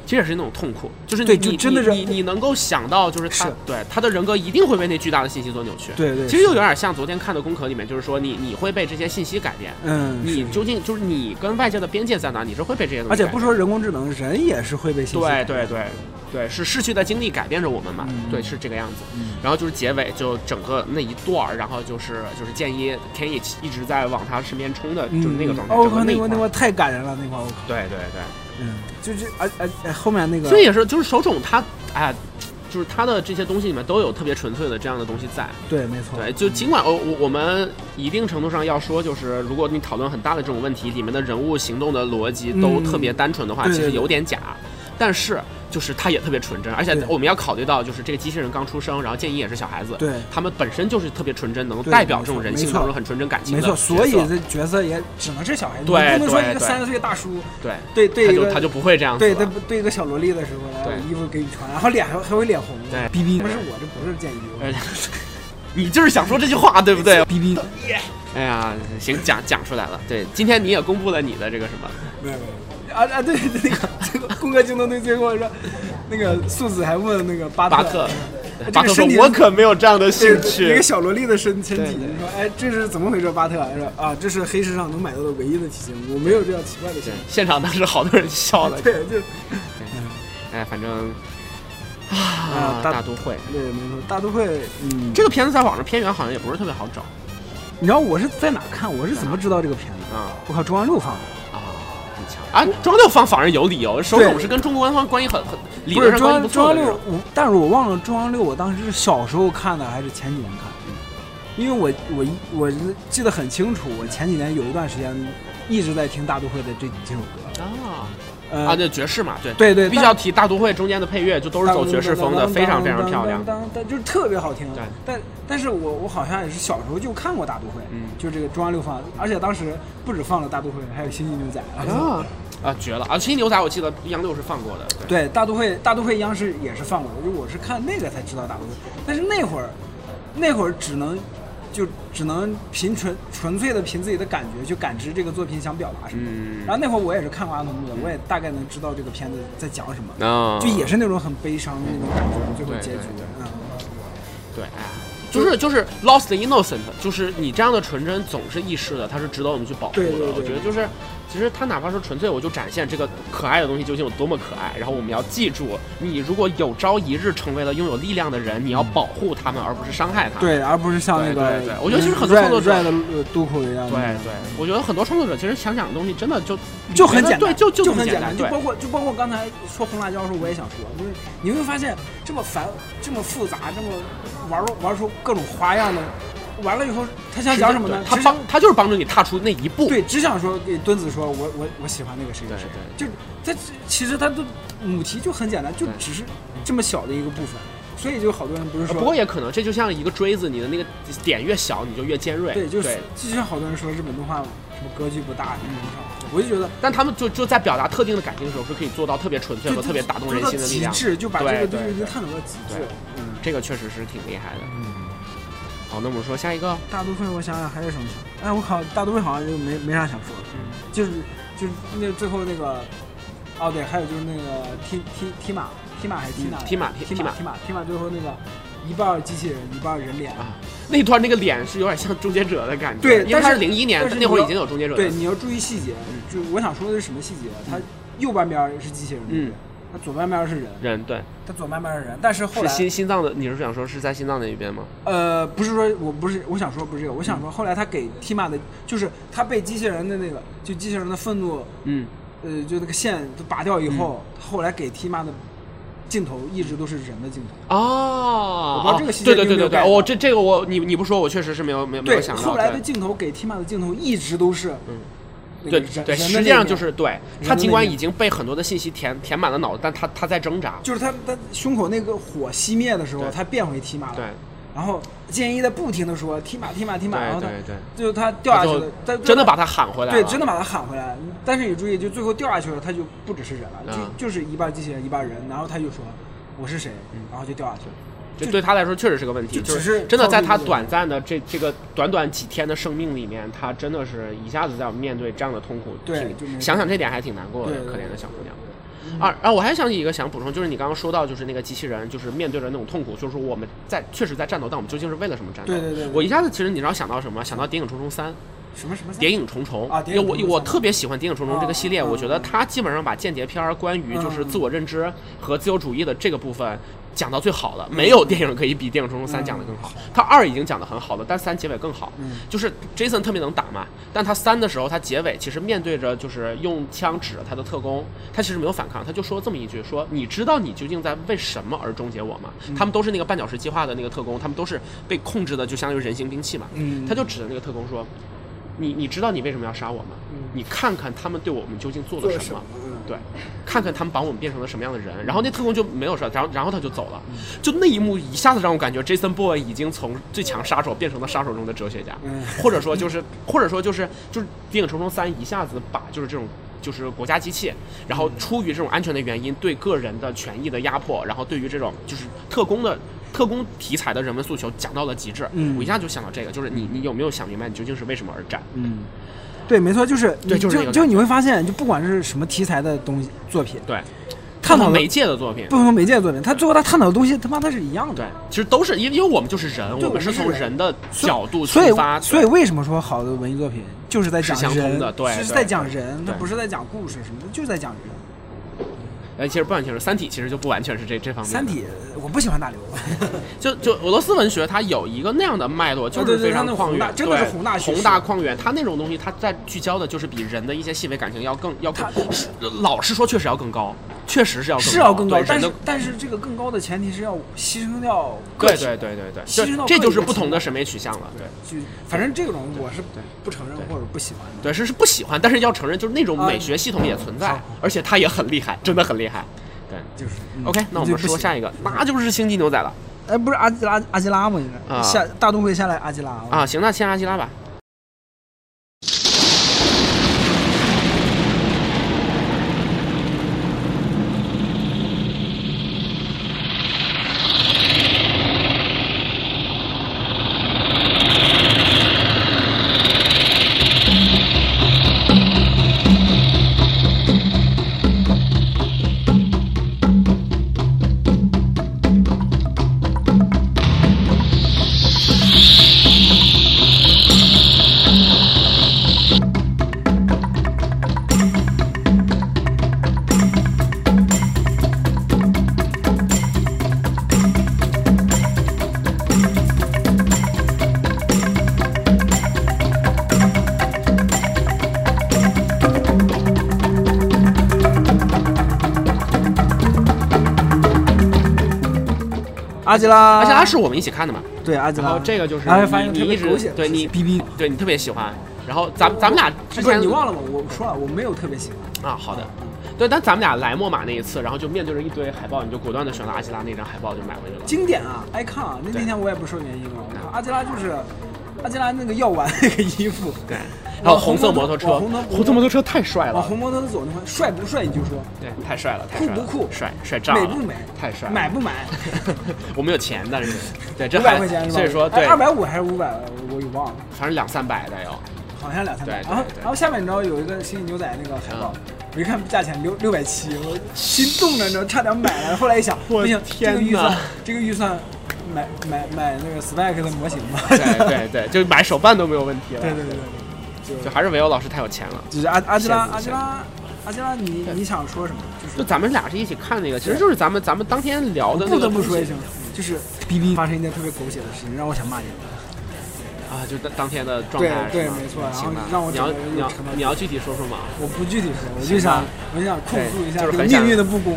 其实也是那种痛苦，就是你
对就
你
真的
你
是
你你能够想到，就是他
是
对他的人格一定会被那巨大的信息所扭曲。
对对
其实又有点像昨天看的《功课》里面，就是说你你会被这些信息改变，
嗯，
你究竟就是你跟外界的边界在哪，你是会被这些东
而
西改
且
变的。
不说人工智能，人也是会被信息
对对对对，是逝去的经历改变着我们嘛？
嗯
对，是这个样子。
嗯
然后就是结尾，就整个那一段儿，然后就是就是建议 Ken 也一直在往他身边冲的，
嗯
就是那个状态。
哦，我
整
靠，
个
那
一
个那
块
个
儿
太感人了，那块我靠，
对对对，
嗯，就这，而而而后面那个，
所以也是就是手冢他哎。就是他的这些东西里面都有特别纯粹的这样的东西在，
对，没错，
对，就尽管哦，我我们一定程度上要说，就是如果你讨论很大的这种问题，里面的人物行动的逻辑都
嗯
特别单纯的话，
对
其实
对对
有点假。但是就是它也特别纯真，而且
对
我们要考虑到，就是这个机器人刚出生，然后建议也是小孩子，
对
他们本身就是特别纯真，能够
对
代表
没
这种
错
人
没
性
错
当中很纯真感情
没
的角
错，所
色。
以这角色也只能是小孩子，
对
你不能说
对
一个
对
三十岁大叔，
对，
对对
他
一
就
个
他就不会这样子
对
了。
对对一个小萝莉的时候，然后
对
衣服给你穿，然后脸还还会脸红，
对
逼逼，不是我这不是建议，我
哎 <laughs> 你就是想说这句话，对不对？
逼逼，
哎呀，行，讲讲出来了。对，今天你也公布了你的这个什么，
没有没有，啊啊对对那个这个攻壳机动队最后说，那个素子还问那个巴
巴特，
这
巴
个
特说
身体，
我可没有这样的兴趣。
一个小萝莉的身身体，
对
你说哎这是怎么回事？巴特说啊这是黑市上能买到的唯一的体型，我没有这样奇怪的体型，，
对现场当时好多人笑了。
对，就
哎，反正啊，
大
大都会。
对，没错，大都会，嗯，
这个片子在网上片源好像也不是特别好找
你知道我是在哪看？我是怎么知道这个片子？
啊
我靠，中央六放的，
啊，很强啊！中央六放反而有理由，首
对
董是跟中国官方关系很很理
不
论
是
上
中央
关系不
中
错
央
的那
六
种，
我但是我忘了中央六，我当时是小时候看的还是前几年看的？因为我我一我记得很清楚，我前几年有一段时间一直在听大都会的这这首歌，
啊
呃，
啊，对爵士嘛，对
对对
必须要提大都会中间的配乐就都是走爵士风的，非常非常漂亮。
当，但就是特别好听
对。
但但是我我好像也是小时候就看过大都会，
嗯
就这个中央六放，而且当时不止放了大都会，还有星际牛仔。
啊啊，绝了！啊，新牛仔我记得央六是放过的，对
对，大都会大都会央视也是放过的，就我是看那个才知道大都会，但是那会儿那会儿只能就只能凭纯纯粹的凭自己的感觉去感知这个作品想表达什么。
嗯
然后那会儿我也是看过阿童木的，我也大概能知道这个片子在讲什么，
啊
就也是那种很悲伤的那种感觉，最后
对
结
对
局
对。
嗯
对，哎，就是就是 lost innocent，就是你这样的纯真总是易逝的，它是值得我们去保护的。
对对对
我觉得就是，其实它哪怕说纯粹我就展现这个可爱的东西究竟有多么可爱，然后我们要记住，你如果有朝一日成为了拥有力量的人，你
嗯
要保护他们而不是伤害他们。
对，而不是像那个，
对对对我觉得其实很多创作者
拽的呃督口一样，
对对，我觉得很多创作者其实想讲的东西真的就
就很简单，
对，就
就
这么
很
简
单，就
对
包括就包括刚才说红辣椒的时候，我也想说，就是你会发现这么繁、这么复杂、这么玩玩出各种花样的，完了以后他想讲什么呢
对？他
只想
帮他就是帮助你踏出那一步。
对，只想说给墩子说，我我我喜欢那个谁谁
对
谁，
对
就是他其实他的母题就很简单，就
对
只是这么小的一个部分，所以就好多人不是
呃
说，
不过也可能，这就像一个锥子，你的那个点越小，你就越尖锐。
对，
对，
就是就像好多人说日本动画什么格局不大什么什么，我就觉得。
但他们就就在表达特定的感情的时候，是可以做到特别纯粹
就
和特别打动人心的力量
极。致就把这个东西
对
已经
对
探讨到极致
对。
嗯，
这个确实是挺厉害的。好，那我们说下一个，啊
大都会我想想还有什么想？哎，我靠，大都会好像就没没啥想说的，
嗯
就是就是那最后那个，哦对，还有就是那个提提提马提马还是提马
嗯提马提
提马提马提马最后那个一半儿机器人一半儿人脸。
啊，那段那个脸是有点像终结者的感觉，
对
因为他
但是
是零一年
但是，你
那会儿
要
已经有终结者了
对，，你要注意细节。
嗯
就我想说的是什么细节？它右半边儿是机器人，对不对
嗯，
它左半边儿是人，
人对，
它左半边儿是人，但是后
是
来
心心脏的，你是想说是在心脏那一边吗？
呃，不是说我不是我想说不是这个，我想说
嗯
后来他给 T 玛的，就是他被机器人的那个，就机器人的愤怒，
嗯，
呃，就那个线都拔掉以后，后来给 T 玛的镜头一直都是人的镜头。我
哦，
不知道这个细节
对对
你有
对
没有
对对，
get 到
我这这个我你你不说，我确实是没有没有没有
对，
想到。
后来
对
的镜头给 T 玛的镜头一直都是
嗯
那个
对
人，人的
对，实
那
际上
一
就
面
是对他，
人的
尽
那
管
面
已经被很多的信息填填满了脑子，但他他在挣扎。
就是他他胸口那个火熄灭的时候，
对
他变回 T 玛了。
对，
然后建一在不停的说 T 玛 T 玛 T 玛，
对
然后他
对对
就是他掉下
他
去
就
了，他
真的把他喊回来了。
对，真的把他喊回来。但是你注意，就最后掉下去了，他就不只是人了，
嗯
就就是一半机器人一半人。然后他就说我是谁，然后就掉下去了。
这对他来说确实是个问题，
就
嗯就
只是
真的在他
靠这个
短暂的这这个短短几天的生命里面，他真的是一下子在面对这样的痛苦，
对就没
挺想想这点还挺难过的，
对对
可怜的小姑娘。
嗯
啊，然后我还想起一个想补充，就是你刚刚说到，就是那个机器人，就是面对着那种痛苦，就是我们在确实在战斗，但我们究竟是为了什么战斗？
对对对对
我一下子其实你知道想到什么？想到《谍影重重三》，
什么什么三
谍影重重
啊谍影
因为
重重
我我
三
特别喜欢《谍影重重》这个系列，
啊
我觉得
嗯
它基本上把间谍片儿关于就是
嗯
自我认知和自由主义的这个部分讲到最好
嗯
了，没有电影可以比《谍影重重三》讲的更好。它二已经讲的很好了，但三结尾更好。
嗯
就是 Jason 特别能打嘛，但他三的时候，他结尾其实面对着就是用枪指着他的特工，他其实没有反抗，他就说这么一句：说你知道你究竟在为什么而终结我吗？
嗯
他们都是那个绊脚石计划的那个特工，他们都是被控制的，就相当于人形兵器嘛。
嗯
他就指着那个特工说：“你你知道你为什么要杀我吗？你看看他们对我们究竟做
嗯
了
做了
什
什
么
么，嗯
对，看看他们把我们变成了什么样的人。”然后那特工就没有事，然后然后他就走了。
嗯
就那一幕一下子让我感觉 Jason Bourne 已经从最强杀手变成了杀手中的哲学家，
嗯
或者说就是或者说就是就是《谍影重重三》一下子把就是这种。就是国家机器，
嗯
然后出于这种安全的原因，对个人的权益的压迫，然后对于这种就是特工的特工题材的人文诉求讲到了极致。
嗯
我一下就想到这个，就是你你有没有想明白你究竟是为什么而战？
嗯，对，没错，就是
对
你
就是那
就
个
就你会发现，就不管是什么题材的东西作品，
对，
探讨的
媒介的作品
不，同媒介的作品，他最后他探讨的东西他妈他是一样的
对。，其实都是因为因为我们就是人，
对
我们是
我
从
们是人
人的
所以
角度出
所以
发，
所以为什么说好的文艺作品就是在
是
讲
相通
人
的对
是
对
在讲人，它
对
不是在讲故事什么的，就是在讲人。
呃，其实不完全是《三体》，其实就不完全是这这方面。
三体，我不喜欢大刘， <laughs>
就就俄罗斯文学，它有一个那样的脉络，就
哦对
是
对
非常
它那
旷
宏大
远，
真的是
对
宏大叙事
宏大旷远。它那种东西，它在聚焦的就是比人的一些细微感情要更要更
它，
是老实说，确实要更高，确实是要
是要更高
对，
但
人的
是但是这个更高的前提是要牺牲掉个
对
体
对对对对，
牺牲到
这这
个
就
体
是
的
不
情
同的
感
审美取向了，对。
就反正这种我是
对
不承认
对
或者不喜欢的。
对，是是不喜欢，但是要承认，就是那种美学系统也存在，
啊
而且它也很厉害，真的很厉害。对、
就是、
o k 那我们说下
一
一个，那就是星际牛仔了
哎，不是阿基拉阿基拉吗？应该、
啊
下大都会下来阿基拉啊
啊。行，那先阿基拉吧。
阿基拉，
阿基拉是我们一起看的嘛？
对阿基
然后
拉，
这个就是
哎，发现
你
特
你
别
一
狗
直
血的
对
事
你
情逼逼，
对你特别喜欢，然后咱咱们俩之
不是
前
你忘了吗？我说了，我没有特别喜欢。
啊，好的。对，但咱们俩来莫马那一次，然后就面对着一堆海报，你就果断的选了阿基拉那张海报，就买回去了。
经典啊，icon 啊，那
对
那天我也不说原因了，阿基拉就是阿基拉那个药丸 <laughs> 那个衣服，
对，还
往
有红色摩托车，
往红
红色摩托车太帅
往
了，
红摩托车走那块，帅不帅？你就说
对，太帅了，太
酷
帅
不
了，
酷
帅帅炸了，
美不美？
太帅了，
买不买？
<laughs> 我们有钱的，是
<laughs>
对，这
五百
还
块钱是吧？哎
所以说对，
二百五还是五百，我给忘了。
反正两三百的有，
好像两三百。
对对
然后
对
然后下面你知道有一个星际牛仔那个海报，我一看价钱六六百七，我心动了，你知道，差点买了。后来一想，
我
不行，
天
这个预
哪
算，这个预算买买买那个 Spec 的模型吧。
对对对，就买手办都没有问题了。
对对对对，
就还是维欧老师太有钱了。
就是阿阿基拉
羡慕
阿基拉阿基拉，你你想说什么？
就
就是
咱们俩是一起看那个，其实就是咱们咱们当天聊的那
不
个
得不
东西
说一声，就是哔哔发生一件特别狗血的事情，让我想骂你。
啊，就当当天的状
对
态
对
是吗
没错然后
行吧，
让我
你要
整个人
你要
就沉到
你要具体说说嘛。
我不具体说，我就想我就想控诉一下
对
这
就是
个
很想
命运的不公，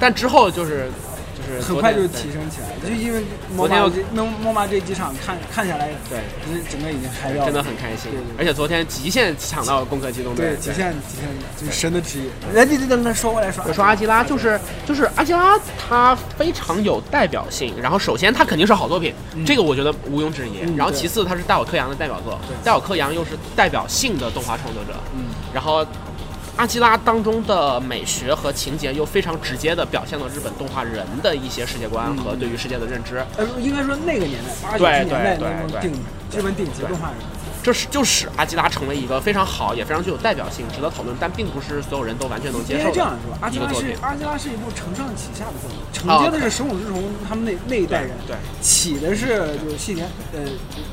但之后就是就是
很
昨
快
天
就提升起来，就因为
昨
莫
天
马
我
这莫莫马这几场看看下来，
对，
就是整个已经嗨
对
掉了，
真的很开心
对对，对
而且昨天极限抢到《攻壳机动队》
对
对，
极限极限就是神的指引。来，对对对，来说过来说，啊
我说阿基拉就是就是阿基拉，他非常有代表性。然后首先他肯定是好作品，这个我觉得毋庸置疑。
嗯
然后
对
其次他是大有克洋的代表作，
对
大有克洋又是代表性的动画创作者。
嗯，
然后阿基拉当中的美学和情节又非常直接的表现了日本动画人的一些世界观
嗯
和对于世界的认知。
呃，应该说那个年代八九
对
十年代
对
那种
对
顶日本顶级动画人，
这是就使阿基拉成为一个非常好，也非常具有代表性、值得讨论，但并不是所有人都完全能接
应
受
该
的
这样说，阿
一
基
个
拉
作
是
品。
阿基拉是一部承上启下的作品，
哦
承接的是手冢治虫他们那那一代人，
对，
起的是就是细田，呃，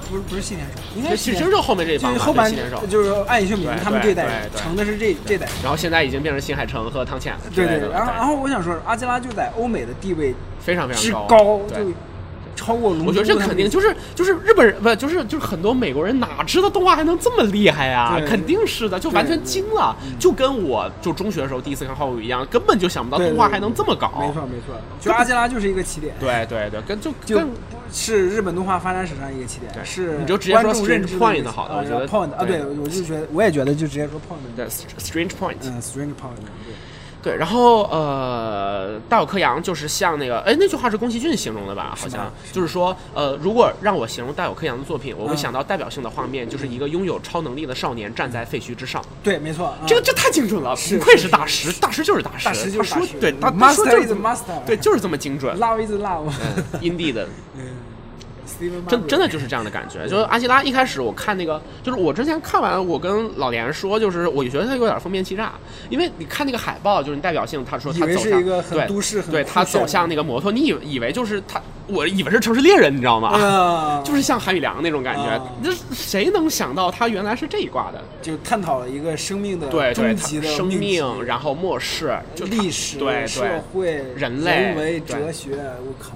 不是不是细田守，应该
就是
细
其实
田
就是后面这一帮
就是
吧
后
对
半
西田守
就是暗夜秀明
对
他们这一代
对
人
对
承的是这这代人。
然后现在已经变成新海诚和汤浅了之
对
类
对
的，，
然后然后我想说，阿基拉就在欧美的地位
非常非
之
常
高，
对
就超过龙。
我觉得这肯定就是就是日本人不就是就是很多美国人哪知道动画还能这么厉害呀、
对对
肯定是的，就完全惊了，就跟我就中学的时候第一次看浩宇一样，根本就想不到
对对
动画还能这么搞。
没错没错，就阿基拉就是一个起点，
对对对，跟就
就
跟
是日本动画发展史上一个起点，
对
是
你就直接
观
说
众
Strange
认知
Point
一个
好了
啊
我觉得
point 啊，
对
对，我就觉得我也觉得就直接说 point，
对 Strange Point，、
嗯，strange point，对。
对，然后呃，大有克洋就是像那个，哎，那句话是宫崎骏形容的吧？好
是
像
吗是
就是说，呃，如果让我形容大有克洋的作品，我会
嗯
想到代表性的画面，就是一个拥有超能力的少年站在废墟之上。
对，没错，
这个
嗯
这太精准了，
是
不愧是大师，大师就是大师，
大师就是
他
大
说
师嗯
对，他
Master
他说就是
is
这么
master
对，就是这么精准。
love is love，
嗯 indie 的
嗯 Steven
真真的就是这样的感觉。就是阿基拉一开始我看那个，就是我之前看完，我跟老连说，就是我觉得他有点负面欺诈，因为你看那个海报，就是你代表性，他说
以
他
为
走
是
向
一个很
对
都市很
对
酷
他
炫
走
的
向那个摩托，你以为以为就是他，我以为是城市猎人，你知道吗？
啊，
就是像韩宇良那种感觉
啊，
这、谁能想到他原来是这一挂的？
就探讨了一个生命的
对对，
终
他
极的
生
命题
命，然后末世，就他
历史、
对
社
对。
会、
人类
人为、
对
哲学，我靠，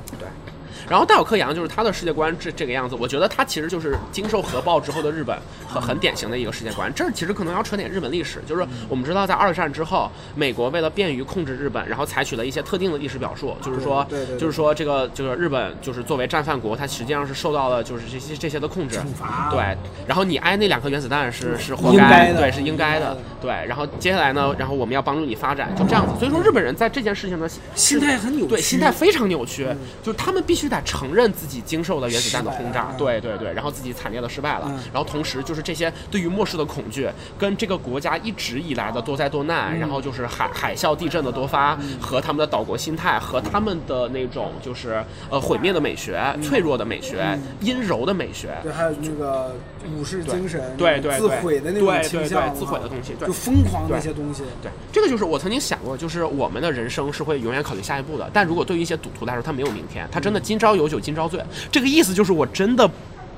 然后大有克洋就是他的世界观这这个样子，我觉得他其实就是经受核爆之后的日本很很典型的一个世界观。这其实可能要扯点日本历史，就是我们知道在二战之后，美国为了便于控制日本，然后采取了一些特定的历史表述，就是说
对对对，
就是说这个就是日本就是作为战犯国，它实际上是受到了就是这些这些的控制，
惩罚
对，然后你挨那两颗原子弹是是活
嗯应
该
该，的
对，是应该
应该
的
的，
对。然后接下来呢，然后我们要帮助你发展，就这样子。所以说日本人在这件事情的
心态很扭曲，嗯
对，心态非常扭曲，就是他们必须得承认自己经受了原子弹的轰
失
炸，
败
对对对，然后自己惨烈的失败了，
嗯
然后同时就是这些对于末世的恐惧，跟这个国家一直以来的多灾多难，然
嗯
后就是海海啸、地震的多发、和他们的岛国心态和他们的那种就是呃毁灭的美学、
嗯
脆弱的美学、阴柔的美学，
对，还有那个武士精神，
对对对
自毁的那种
对对
倾向，
对自毁的东西对
就疯狂那些东西，
对，这个就是我曾经想过，就是我们的人生是会永远考虑下一步的。但如果对于一些赌徒来说，他没有明天，他真的今朝有酒今朝醉。这个意思就是，我真的，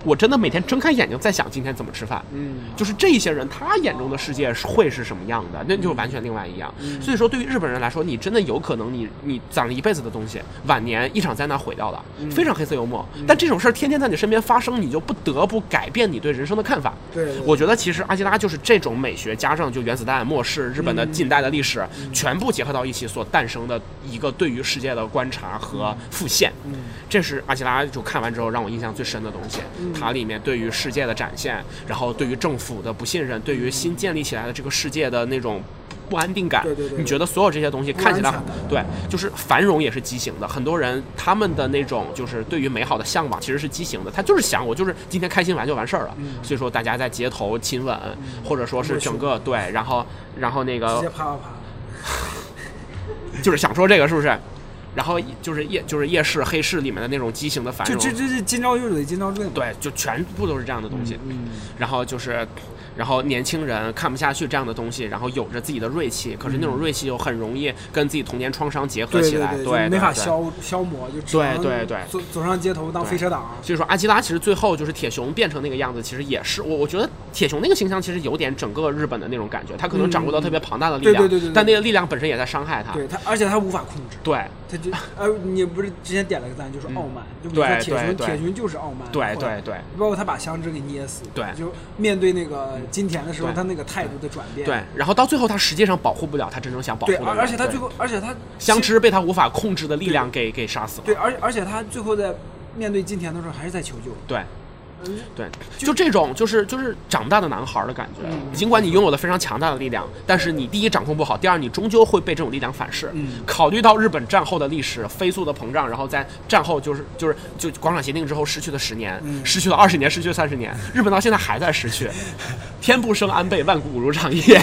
我真的每天睁开眼睛在想今天怎么吃饭。
嗯，
就是这一些人，他眼中的世界是会是什么样的，那就完全另外一样。所以说，对于日本人来说，你真的有可能你你攒了一辈子的东西，晚年一场灾难毁掉了，非常黑色幽默。但这种事儿天天在你身边发生，你就不得不改变你对人生的看法。
对对
我觉得其实阿基拉就是这种美学加上就原子弹、末世、日本的近代的历史，全部结合到一起所诞生的一个对于世界的观察和复现。
嗯
这是阿基拉就看完之后让我印象最深的东西。
嗯
它里面对于世界的展现，然后对于政府的不信任，对于新建立起来的这个世界的那种。不安定感，
对对对对
你觉得所有这些东西看起来
不安全感
对，就是繁荣也是畸形的。很多人他们的那种就是对于美好的向往其实是畸形的，他就是想我就是今天开心完就完事儿了。
嗯
所以说大家在街头亲吻，或者说是整个对，然后然后那
直
个
接啪啪啪，
就是想说这个是不是？然后就是夜就是夜市黑市里面的那种畸形的繁
就
荣，
这这这今朝有酒今朝醉嘛，
对，就全部都是这样的东西。
嗯，
然后就是，然后年轻人看不下去这样的东西，然后有着自己的锐气，可是那种锐气又很容易跟自己童年创伤结
嗯
合
对
起
对
来，
对，
对，
就
对
没法
对
消消磨，就只能
对对对啊
走走上街头当飞车党，
所以说，阿基拉其实最后就是铁熊变成那个样子，其实也是我我觉得铁熊那个形象其实有点整个日本的那种感觉，他可能掌握到特别庞大的力量，
对对对对对
但那个力量本身也在伤害他。
对他，而且他无法控制。
对
他
<laughs>
就，呃，你不是之前点了个赞，就是傲慢，就比如说
嗯对
铁
对
熊，
对
铁熊就是傲慢，
对
后来
对对
包括他把香织给捏死，
对
就面对那个金田的时候，
对
他那个态度的转变，
对，然后到最后他实际上保护不了他真正想保护
对，
的人，
而而且他
对
最后，而且他
相知被他无法控制的力量给给杀死了。
对，而而且他最后在面对金田的时候，还是在求救。
对
嗯，
对，
就
就这种就是就是长大的男孩儿的感觉。尽管你拥有了非常强大的力量，但是你第一掌控不好，第二你终究会被这种力量反噬。
嗯
考虑到日本战后的历史飞速的膨胀，然后在战后就是就是就广场协定之后失去的十年，
嗯
失去了二十年，失去了三十年，日本到现在还在失
<laughs>
去。天不生安倍，万古如长夜。 <laughs>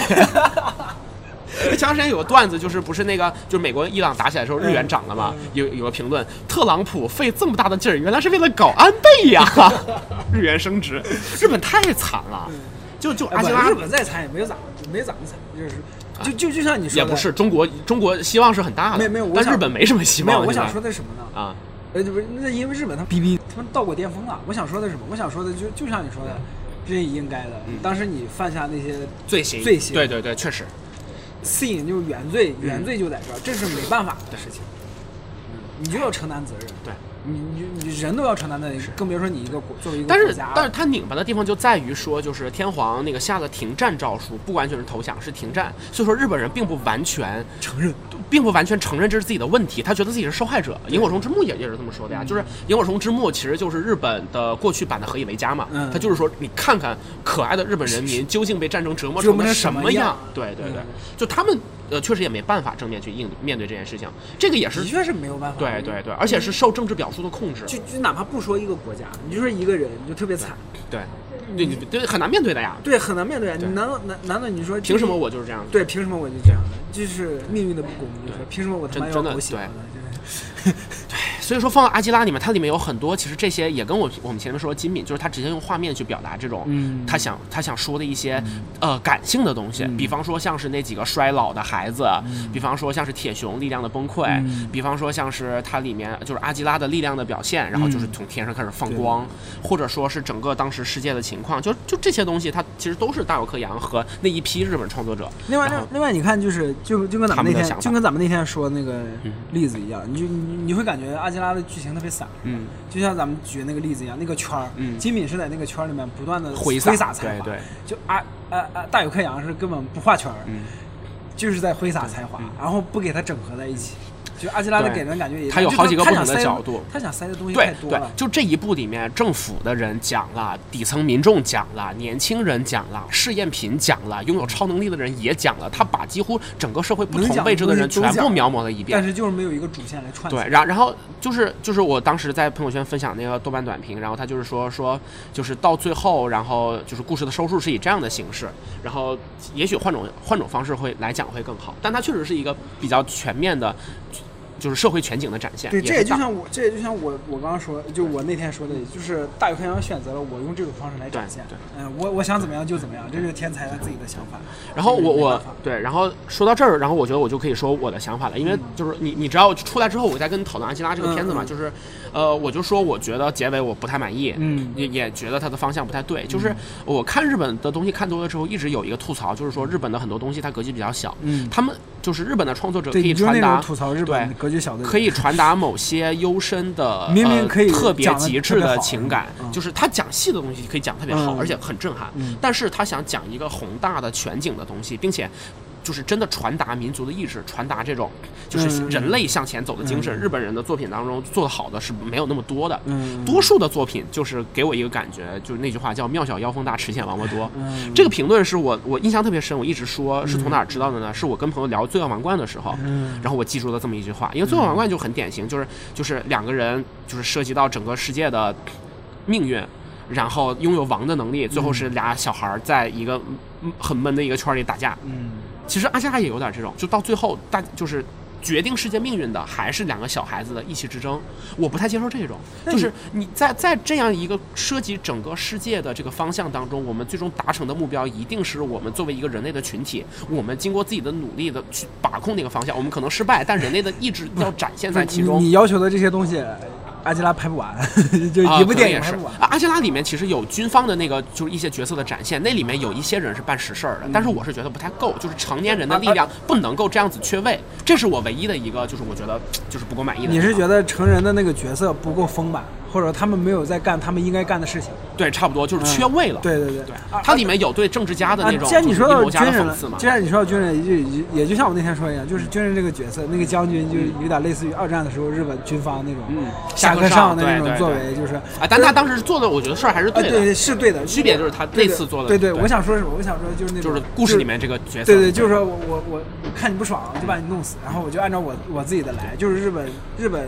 前段时间有个段子，就是不是那个，就是美国伊朗打起来的时候，日元涨了嘛？
嗯
有有个评论，特朗普费这么大的劲儿，原来是为了搞安倍呀！ <laughs> 日元升值，日本太惨了，就就
哎
阿
不
基拉
日本再惨也没有咋，没咋么惨，就是就就就像你说
啊也
的，
不是中国，中国希望是很大的，
没有没有我
但
想
日本没什么希
没
望
有，
了。
我想
现
说
在
的是什么呢？
啊，
呃，不是，那因为日本他逼逼，他们到过巅峰了。我想说的是什么？我想说的就就像你说的，这是应该的。
嗯
当时你犯下那些
罪行
罪行
对对对，确实，
sin 就是原罪，
嗯
原罪就在这儿，这是没办法的事情。嗯你就要承担责任，
对。
你你你人都要承担责任，更别说你一个国作为一个
但
国
是
家了。
但是他拧巴的地方就在于说，就是天皇那个下的停战诏书，不完全是投降，是停战，所以说日本人并不完全
承认嗯
并不完全承认这是自己的问题，他觉得自己是受害者。萤火虫之墓也也是这么说的呀，就是萤火虫之墓其实就是日本的过去版的《何以为家》嘛
嗯，
他就是说你看看可爱的日本人民究竟被战争折磨
折
成
磨
了
成
什
什么
么
样嗯
样？对对对，就他们呃确实也没办法正面去应面对这件事情，这个也是
的确是没有办法。
对对对，而且是受政治表述的控制，
就就哪怕不说一个国家，你就说一个人，你就特别惨，
对对对对很难面对的呀。
对，很难面对啊。你
对
难道难难道你说
凭什么我就是这样子？
对凭什么我就这样的？就是命运的不公，你就说凭什么我他妈
真
要
真的
狗血
对
呢？就是
所以说放到阿基拉里面，它里面有很多，其实这些也跟我我们前面说的精品，就是他直接用画面去表达这种
嗯
他想他想说的一些呃感性的东西，比方说像是那几个衰老的孩子，
嗯
比方说像是铁熊力量的崩溃，比方说像是它里面就是阿基拉的力量的表现，然后就是
嗯
从天上开始放光，或者说是整个当时世界的情况，就就这些东西，它其实都是大有克洋和那一批日本创作者。
另外，
然
另
后
另外，你看，就是就就跟咱
他
们
们
那
的
天
想法嗯
就跟咱们那天说那个例子一样，你就你你会感觉阿基拉的剧情特别散，
嗯，
就像咱们举那个例子一样，那个圈儿，
嗯
金敏是在那个圈儿里面不断的
挥洒
洒才华，
对对
就阿呃呃大有克洋是根本不画圈儿，
嗯
就是在挥洒才华，然后不给他整合在一起，就阿基拉的
对
给人感觉也，
他有
就
好几个
他
不同的
想塞
角度
他想塞的东西太
对
多
对
了，，
就这一部里面，政府的人讲了，底层民众讲了，年轻人讲了，试验品讲了，拥有超能力的人也讲了，他把几乎整个社会不
能讲
同
的
位置的人
东西
全
都
部
讲
描摹了一遍
但。是就是没有一个主线来串起来，
对，然然后就是就是我当时在朋友圈分享那个豆瓣短评，然后他就是说说就是到最后，然后就是故事的收束是以这样的形式，然后也许换种换种方式会来讲会更好，但它确实是一个比较全面的，就是社会全景的展现。
对，这也
是
就
大
像我，这也就像我我刚刚说，就我那天说的，就是大有开阳选择了我用这种方式来展现。
对
嗯、我我想怎么样就怎么样，这是天才他自己的想法。
然后
这个
我
没办
我
法
对，然后说到这儿，然后我觉得我就可以说我的想法了，因为就是你你只要出来之后，我再跟你讨论《阿基拉》这个片子嘛，
嗯嗯嗯
就是，呃，我就说我觉得结尾我不太满意，
嗯
也也觉得它的方向不太对，就是我看日本的东西看多了之后，一直有一个吐槽，就是说日本的很多东西它格局比较小，
嗯
他们就是日本的创作者可
对，
以
你就是
传
那
达
种吐槽日本
对
格局小的人，
可以传达某些幽深的，
明明
呃
可以
特别
讲得
极
特
致
别
的
好
情感，
嗯
就是他讲戏的东西可以讲得特别好，
嗯
而且很震撼。
嗯
但是他想讲一个宏大的全景的东西，并且。就是真的传达民族的意志，传达这种就是
嗯
人类向前走的精神。
嗯
日本人的作品当中做得好的是没有那么多的，
嗯
多数的作品就是给我一个感觉，就是那句话叫“庙小妖风大，池浅王八多”
嗯
这个评论是我我印象特别深，我一直说是从哪儿知道的呢？是我跟朋友聊《罪恶王冠》的时候，
嗯
然后我记住了这么一句话，因为《最后王冠》就很典型，就是就是两个人就是涉及到整个世界的命运，然后拥有王的能力，最后是俩小孩儿在一个嗯很闷的一个圈儿里打架。
嗯，
其实阿加拉也有点这种，就到最后大就是。决定世界命运的还是两个小孩子的意气之争，我不太接受这种。
那
就
你
是你在在这样一个涉及整个世界的这个方向当中，我们最终达成的目标一定是我们作为一个人类的群体，我们经过自己的努力的去把控那个方向。我们可能失败，但人类的意志要展现在其
你
中。
你要求的这些东西，阿基拉拍不完， <laughs> 就
啊，
一部
可能
电影
也
拍
是
不完。
啊。阿基拉里面其实有军方的那个，就是一些角色的展现，那里面有一些人是办实事儿的，但是
嗯
我是觉得不太够，就是成年
啊
人的力量不能够这样子缺位，这是我唯一的一个，就是我觉得就是不够满意的地
你
方。
是觉得成人的那个角色不够丰满，或者他们没有在干他们应该干的事情？
对，差不多就是缺位了。
嗯对对对
对
啊，
它里面有对政治家的
啊
那，种，
既然你说
就是阴
到
谋家
军
的
人
讽
了
刺嘛，
既，然你说到军人，也就也也就像我那天说一样，就是军人这个角色，那个将军就是有点类似于二战的时候日本军方那种
嗯
下
下
课
课上
上的那
对
种
对
作
对
为，就是
啊，但他当时做的，我觉得事儿还是
啊
对的。
对是对的，
区别就是他
对
那次做的
对对，
对
我想说什么？我想说就是那
就
种
是故事里面这个角色，
对对，就是说我我我看你不爽，我就把你弄死，然后我就按照我我自己的来，就是日本日本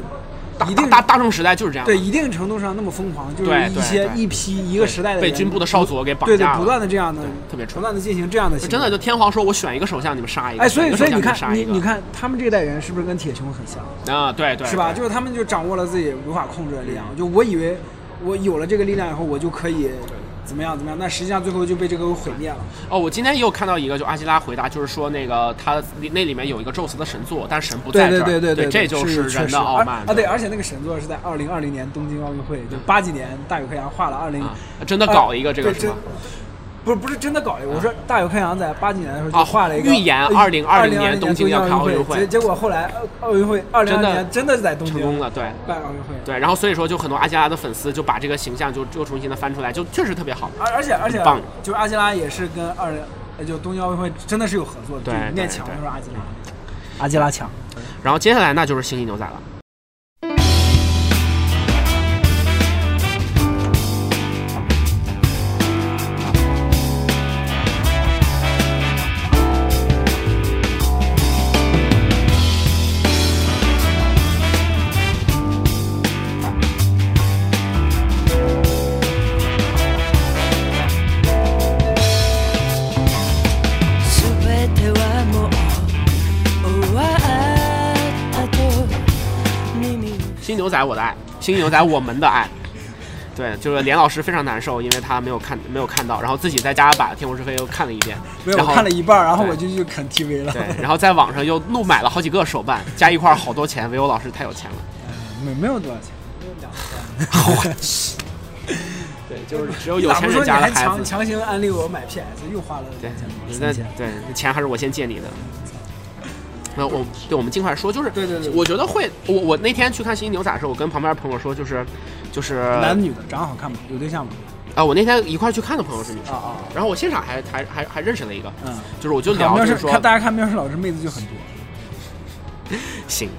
大
一定
大大众时代就是这样的。
对一定程度上那么疯狂，就是
对
一
对
些
对
一批一个时代的
被
人
军部的少佐给绑
对对
架了
不断的这样的
特别蠢
不断的进行这样的
就
行为，
真的就天皇说，我选一个首相，你们杀一个。
哎，所以所以
选一
你
个首
看
相，
你
们
你看他们这一代人是不是跟铁熊很像，
杀一个啊，对对，
是吧？
对
就是他们就掌握了自己无法控制的力量。就我以为我有了这个力量以后，我就可以怎么样怎么样，但实际上最后就被这个给毁灭了。
哦，我今天也有看到一个，就阿基拉回答，就是说那个他里那里面有一个宙斯的神座，但神不在
对
这
对
儿，
对对
对，这就是
确
人
实
的傲
而
慢
啊！对，而且那个神作是在二零二零年东京奥运会，就八几年大有克洋画了二零啊
啊，真的搞一个这个
对
是吗？
真不是不是真的搞一个，我说大有克洋在八几年的时候
啊
就画了一个呃
预言2020
2020
年
年
东京要开奥运会
结结果后来奥奥运会二零
真
二
的
年真的是在东
成功
京
了，对。
办奥运会，
对，然后所以说就很多阿基拉的粉丝就把这个形象就又重新的翻出来，就确实特别好。
而而且而且
很棒
就是阿基拉也是跟二零，呃就东京奥运会真的是有合作的，
对
就面
对
墙
对
就是阿基拉，阿基拉墙。
然后接下来那就是星际牛仔了。
「すべてはもう終わったと」
牛仔我的爱，新牛仔我们的爱。 <laughs> 对，就是连老师非常难受，因为他没有看没有看到，然后自己在家把《天空之飞》又看了一遍，
没有，
然
我
后
看了一半儿，然后
对
我就去看 TV 了。
对，然后在网上又怒买了好几个手办，加一块儿好多钱，唯有老师太有钱了。
没没有多少钱，
<laughs> 对，就是只
<laughs>
有有钱人
咋
家的
不说你还
孩
强
子。
强行安利我买 PS，又花了
对
三
那
千。
对钱还是我先借你的。那我对，我们尽快说，就是
对对对
我觉得会，我我那天去看《新牛仔》的时候，我跟旁边朋友说，就是就是
男的女的长得好看吗？有对象吗？
啊，我那天一块去看的朋友是女
啊
生，
啊，
然后我现场还还还还认识了一个，
嗯。
就是我就
看
聊
妙
就是是说
看大家看妙是老师妹子就很多，
行，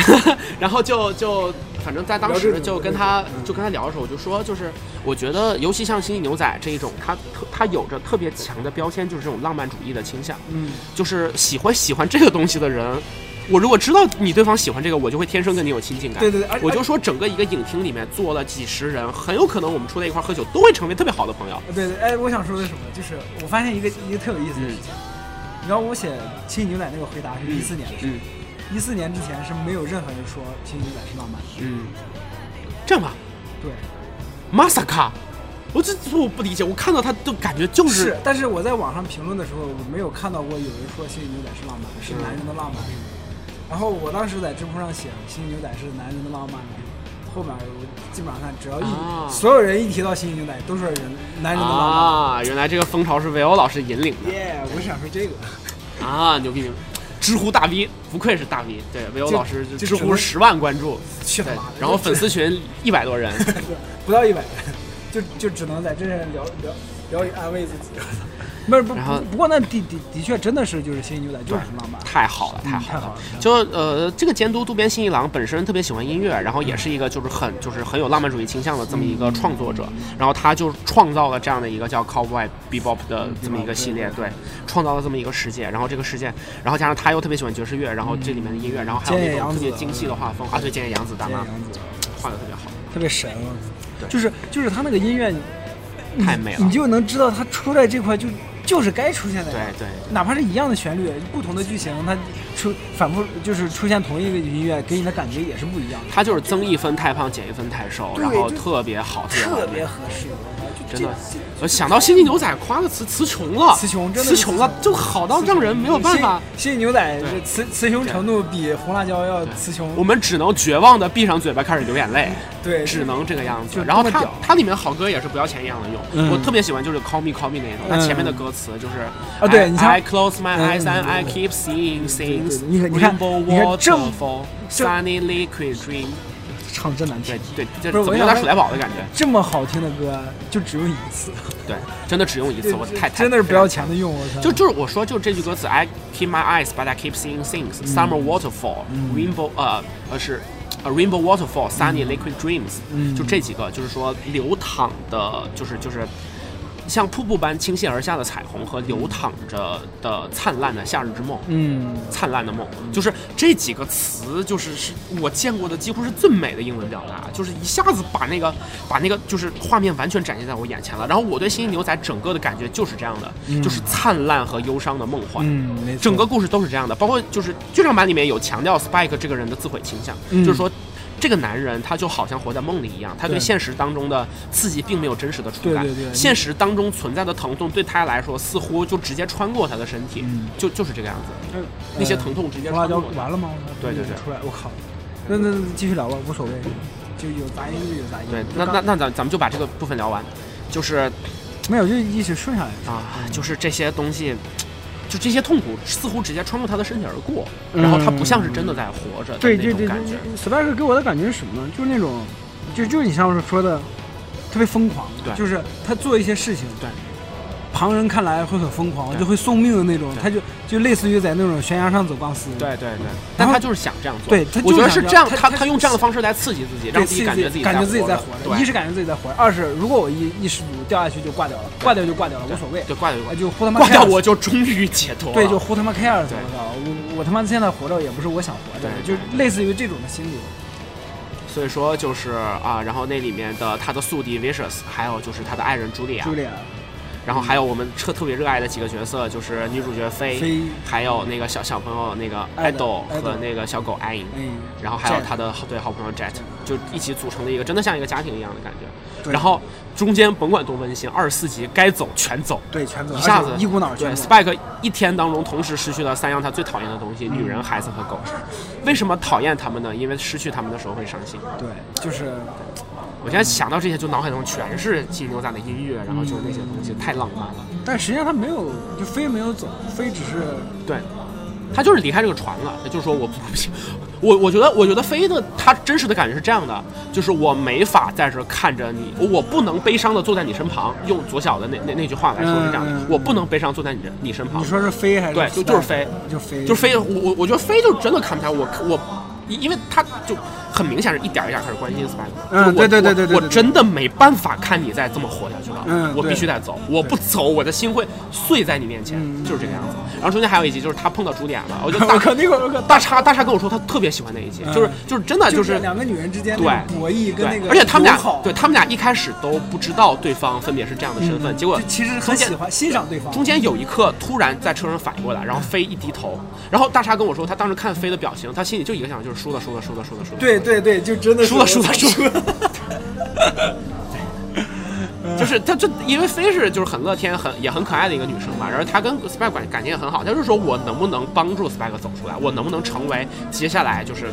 <laughs> 然后就就反正在当
聊这
时
种
就
的
跟
这
他
种
就跟他聊的时候，我就说就是我觉得尤其像《星际牛仔》这一种，它特它有着特别强的标签，就是这种浪漫主义的倾向。
嗯，
就是喜欢喜欢这个东西的人，我如果知道你对方喜欢这个，我就会天生跟你有亲近感。
对对对而
我就说整个一个影厅里面坐了几十人，很有可能我们出来一块儿喝酒都会成为特别好的朋友。
对对，哎，我想说的是什么，就是我发现一个一个特有意思的事情，你知道我写《青牛仔》那个回答是一四年的事，
嗯
一四年之前是没有任何人说《青牛仔》是浪漫的，
嗯，这样吧，
对，
马萨卡，我这我不理解，我看到他就感觉就是
是，但是我在网上评论的时候，我没有看到过有人说《星际牛仔》是浪漫，
嗯
是男人的浪漫。然后我当时在知乎上写《星际牛仔》是男人的浪漫，后面我基本上看，只要一、
啊
所有人一提到《星际牛仔》，都说人男人的浪漫。
啊，原来这个风潮是维欧老师引领
耶我想说这个，
的啊，牛逼牛逼！知乎大 V，不愧是大 V，对，维欧
就
老师就
就
知
只
乎
能
十万关注，
去
对
他妈的！，
然后
就
粉丝群一
<laughs>
百多人，
不到一百人，就就只能在这上聊聊聊以安慰自己。不是不
然后
不不过那的的的确真的是就是《星际牛仔》就是很浪漫。
太好了，
嗯
太好
太好了
就呃，这个监督渡边信一郎本身特别喜欢音乐，然后也是一个就是很就是很有浪漫主义倾向的这么一个创作者，然后他就创造了这样的一个叫 Cowboy Bebop
嗯
的这么一个系列，对，创造了这么一个世界，然后这个世界，然后加上他又特别喜欢爵士乐，然后这里面的音乐，然后还有
菅野
那种
洋
特别
子
精细的画风啊，对，菅野洋子大
这
妈
样子
画的特别好，
特别神，啊就是就是他那个音乐，
太美了
你，就能知道它出在这块就就是该出现的
对
呀。
对。
哪怕是一样的旋律，不同的剧情，它出反复就是出现同一个音乐，给你的感觉也是不一样的，
他就是增一分太胖，减一分太瘦，
对
然后
就
特别好，特别完美
特别合适。
真的，我想到《星际牛仔》，夸个词词穷了，
词穷真的
词
是
穷了，就好到让人没有办法。
新新牛仔
对
是词词穷程度比红辣椒要
对
词穷，
我们只能绝望的闭上嘴巴，开始流眼泪，
对，
只能这个样
就
子。
这么
然后它
屌
它里面好歌也是不要钱一样的用，
嗯
我特别喜欢就是 Call Me Call Me 那一首，它
嗯
前面的歌词就是
啊对你像
I I close my
嗯
eyes and I keep seeing
对
things，
对你看你看
rainbow
你看这
waterfall
这
sunny liquid dream，
唱真难
对
听。
对，这
不是
怎么
我
有
想
点
说
鼠来宝的感觉？
这么好听的歌就只用一次，
对，真的只用一次，我太太
真的是不要
太
钱的用，我操！
就就是我说，就是这句歌词，I keep my eyes, but I keep seeing
嗯
things. Summer waterfall, rainbow，呃呃是。呃 rainbow waterfall, sunny liquid dreams，、
嗯
就这几个，就是说流淌的，就是就是像瀑布般倾泻而下的彩虹和流淌着的灿烂的夏日之梦，
嗯，
灿烂的梦，就是这几个词，就是是我见过的几乎是最美的英文表达，就是一下子把那个把那个就是画面完全展现在我眼前了。然后我对《星际牛仔》整个的感觉就是这样的，就是灿烂和忧伤的梦幻。
嗯没错
整个故事都是这样的，包括就是剧场版里面有强调 Spike 这个人的自毁倾向，
嗯
就是说。这个男人他就好像活在梦里一样，他对
对
现实当中的刺激并没有真实的触
对
感。
对对
现实当中存在的疼痛对他来说似乎就直接穿过他的身体，
嗯
就就是这个样子。
呃
那些疼痛直接
红辣椒
穿过
完了吗？我操
对对对
出来，我靠！那那那继续聊吧，无所谓，就有杂音就有杂音。
对
就，
那
刚
那那咱咱们就把这个部分聊完，就是
没有就一起顺下来。
啊，就是这些东西，就这些痛苦似乎直接穿过他的身体而过，然后他不像是真的在活着的
嗯对
那
对
种
对
感觉。
，Spike 给我的感觉是什么呢？就是那种，就就是你上次说的，特别疯狂，
对
就是他做一些事情，
对，
旁人看来会很疯狂，
对
就会送命的那种，
对
他就就类似于在那种悬崖上走钢丝，
对对对，但他就是想这样做。
对他
我
就
觉得
想
是
这
这样，
样他
他
他
他用这样的方式来刺激自己，
对，
让自己感觉自己
感觉自己在
在
活
对
着，一是感觉自己在活着，二是如果我一一失足掉下去就挂掉了，挂掉就挂掉了，无所谓，
对挂掉就挂
哎
掉
就胡他妈
挂掉
cares
我就终于解脱了。
对，就胡他妈 care 怎么着？我我他妈现在活着也不是我想活着的，就
对对对
类似于这种的心理。
所以说就是啊，然后那里面的他的宿敌 Vicious，还有就是他的爱人茱莉亚，
朱莉亚，
然后还有我们特特别热爱的几个角色，就是女主角飞，
飞
还有那个小小朋友那个
爱
idol
的
和
idol
那个小狗 i
嗯，
然后还有
Jet
他的好对好朋友 Jet，就一起组成的一个真的像一个家庭一样的感觉。
对
然后中间甭管多温馨，二十四集该走全走，
对，全走，
一下子
而且一股脑儿
对
全走。
Spike 一天当中同时失去了三样他最讨厌的东西：女人、孩子和狗。为什么讨厌他们呢？因为失去他们的时候会伤心。
对，就是
我现在想到这些，就脑海中全是金牛仔的音乐，然后就是那些东西，太浪漫了。
但实际上他没有，就飞没有走，飞只是
对，他就是离开这个船了。他就说我不行，我我觉得我觉得飞的他真实的感觉是这样的，就是我没法在这看着你，我不能悲伤的坐在你身旁。用左小的那那那句话来说是这样的，
嗯
我不能悲伤地坐在你这你身旁
你。说是飞还是
对就就是飞
就飞
就飞，我我我觉得飞就真的看不开，我我。因因为他就很明显是一点儿一点儿开始关心 Spike，
嗯
就是我
对对对
我
对对
我
对
真的没办法看你再这么活下去了，
嗯
我
对
必须得走，我不走我的心会碎在你面前，
嗯
就是这个样子。然后中间还有一集就是他碰到朱点
<laughs>
了，我就大
我靠，那个我靠，
大叉大叉跟我说他特别喜欢那一集，
嗯
就是就是真的就是
两个女人之间那
对
个博弈跟那
对，
个
而且他们
友
俩
好
对他们俩一开始都不知道对方分别是这样的身份，
嗯
结果
就其实
中
很
间
喜欢欣赏对方，
中间有一刻突然在车上反应过来，然后飞一低头，然后大沙跟我说，他当时看飞的表情，他心里就一个想法，就是输了，输了，输了，输了，输了。
对，对对，就真的是
输了输了输了
了，
就是他就因为飞是就是很乐天，很也很可爱的一个女生嘛，然后她跟 Spike 感感情也很好，她就说我能不能帮助 Spike 走出来，我能不能成为接下来就是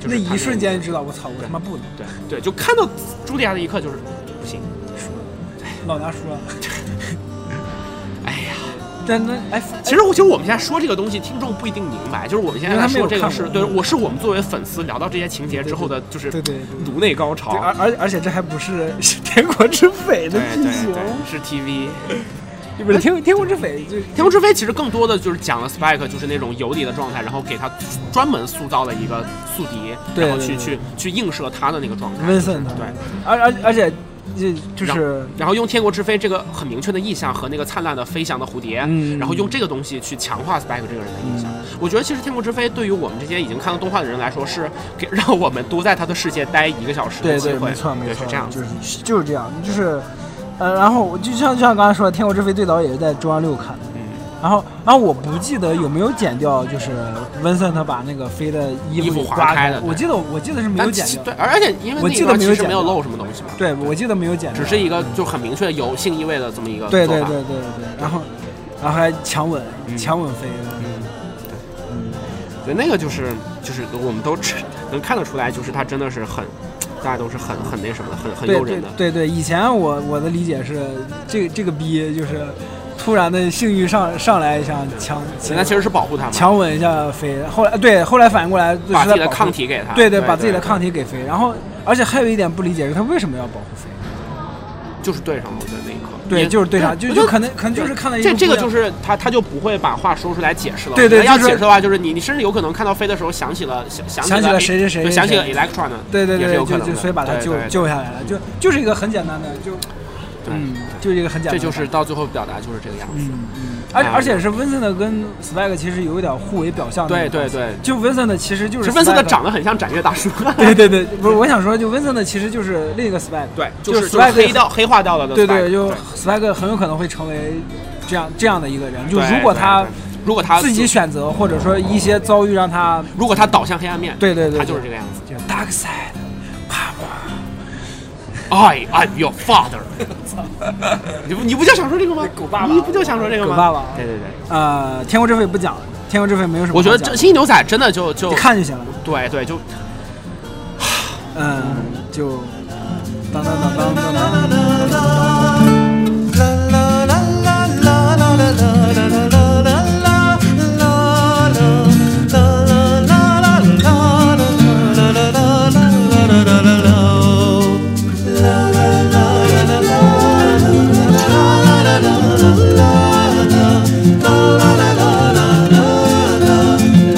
就是
那
她
一瞬
个
间就知道我操，我他妈不能，
对对，就看到朱莉亚的一刻就是不行，
老娘输了。
<laughs> 哎呀。
但那哎，
其实我觉得我们现在说这个东西，听众不一定明白。就是我们现在在说这个是
因为他没
对，
有看过
我是我们作为粉丝聊到这些情节之后的，就是
哎对对对
颅内高
对啊
潮
而。而而且这还不是 <laughs> 是天国之匪的
对
剧
对
情，
对，是 TV。
不是天天国之匪就
天空之飞其实更多的就是讲了 Spike 就是那种游离的状态，然后给他专门塑造了一个宿敌，
对
然后去
对对
去去映射他的那个状态。
Vincent
对，
而而而且就就
然
是
然后用天国之飞这个很明确的意象和那个灿烂的飞翔的蝴蝶，
嗯
然后用这个东西去强化 Spike 这个人的印象。我觉得其实天国之飞对于我们这些已经看到动画的人来说，是给让我们都在他的世界待一个小时的
对
机
对，
会，
没错没
对
错，
是这样
就
子。
是就是这样，就是，呃，然后我就像就像刚才说的，《天国之飞》最早也是在中央六看的，
嗯，
然后然后我不记得有没有剪掉，就是温森他把那个飞的衣
衣
服
服
给
划
刮
开
开
了
我
对
记得我记得是没有
但
剪
其
掉，
对，而而且因为
我
那
记
一
得
段
没
其
有
实没有
剪掉
露什么东西嘛，
对我记得没有剪掉，
只是一个就很明确有性意味的这么一个
对
做
对
法
对对对，然后然后还强吻
嗯
强吻飞，
嗯
嗯，
对，那个就是就是我们都吃能看得出来，就是他真的是很，大家都是很很那什么的，很很
对
诱
对
人的。
对对，以前我我的理解是这个这个逼就是突然的性欲上上来一下强，
人家其实是保护他嘛，
强吻一下飞，后来对，后来反应过来就是
把自己
在
的
保护
抗体给他。
对对，把自己的
对
抗体给飞。然后，而且还有一点不理解是，他为什么要保护飞？
就是对上了，我觉得那一刻。
对，
也
就是对啥，就
我
就
觉
可
得
能可能就是看到一
这
个
这个
姑娘
就是他他就不会把话说出来解释了。
对对
我觉得要
就是
解释的话，就是你你甚至有可能看到飞的时候想起了想想
想
起
起
了
了谁谁谁
对
谁
想起了
谁
Electron，
对对
也
对
是有
对，
可
就
能
就
的
所以把他
对
救
对
救下来了，就就是一个很简单的，就
对
嗯，就是一个很简单
这
的，
就是到最后表达就是这个样子。
嗯嗯，而
哎
而且是 Vincent 跟 Spike 其实有一点互为表象的那
对
种关
对
系，
对，
就 Vincent 其实就是
是温森特
Spike
长得很像斩月大叔。
<laughs> 对对对，不是我想说，就 Vincent 其实就是另一个 Spike，
<laughs> 对，
就是
就是
Spike
黑掉黑化掉了的
对
Spike。
对，就 Spike 很有可能会成为这样这样的一个人，就
对
如果
对
他
对如果他
自己选择，或者说一些遭遇让他
如果他倒向黑暗面，
对对对对
他就是这个样子。
就 dark side，啪啪，
I am your father 你不你不就想说这个吗？
狗爸爸
你不就想说这个吗？
狗爸爸
对对对，
呃，天国之肺不讲了，天国之肺没有什么
我
好
觉
讲
得
的，
这新牛仔真的就就
你看就行了，
对对就
嗯，就当当当当当当。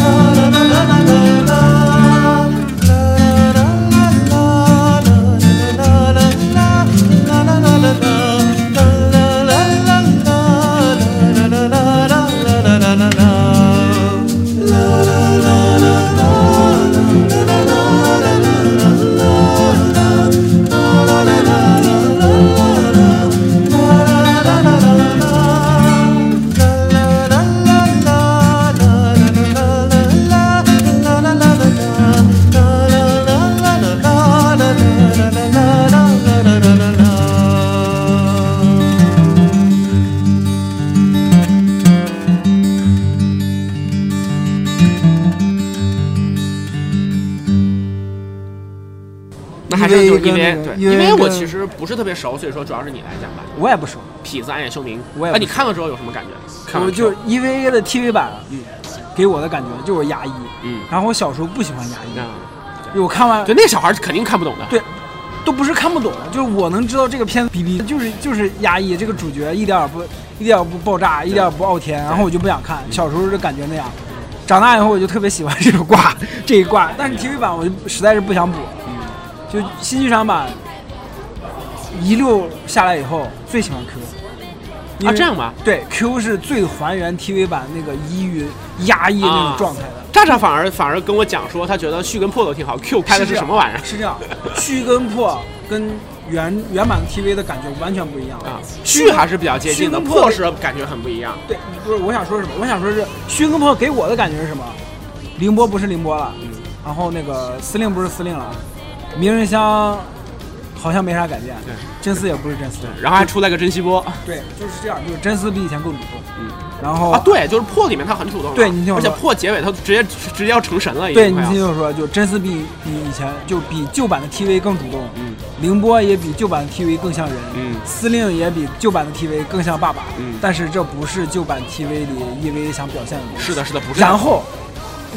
la la la la la
还是就
EVA
因
跟
为
那个
对，因为
EVA
我
跟
其实不是特别熟，所以说主要是你来讲吧。
我也不熟，
痞子暗夜秀明，
我也
哎，
不
你看了之后有什么感觉？看
我
完之
就
后
是 EVA 的 TV 版，
嗯
给我的感觉就是压抑。
嗯，
然后我小时候不喜欢压抑，
那
因为我看完
嗯对那小孩肯定看不懂的。
对都不是看不懂，就是我能知道这个片子比例就是就是压抑，这个主角一点儿也不一点儿也不爆炸，一点儿也不傲天，然后我就不想看，小时候就感觉那样。长大以后我就特别喜欢这个挂这一挂，但是 TV 版我就实在是不想补，就新剧场版一溜下来以后最喜欢 Q。因为
啊这样吧
对，Q 是最还原 TV 版那个抑郁、压抑那
啊
种状态的。
炸炸反而反而跟我讲说，他觉得续跟破都挺好，Q 拍的是什么玩意儿？
是这样，续跟破跟原原版的 TV 的感觉完全不一样
啊，续还是比较接近的，
续跟破
破是感觉很不一样。
对，不是我想说什么，我想说是虚跟破给我的感觉是什么？凌波不是凌波了，
嗯
然后那个司令不是司令了，鸣人香好像没啥改变，
对，
真丝也不是真丝，
然后还出来个真希波
对，就是这样，就是真丝比以前更主动，
嗯，
然后
啊，对，就是破里面他很主动了，
哦对你听我
而且
说
破结尾他直接直接要成神了，已
对
经
你
快要
听我说，就真丝比比以前就比旧版的 TV 更主动，
嗯
凌波也比旧版的 TV 更像人，
嗯
司令也比旧版的 TV 更像爸爸，
嗯
但是这不是旧版 TV 里 EVA 想表现的东西，
是的，是的，不是。
然后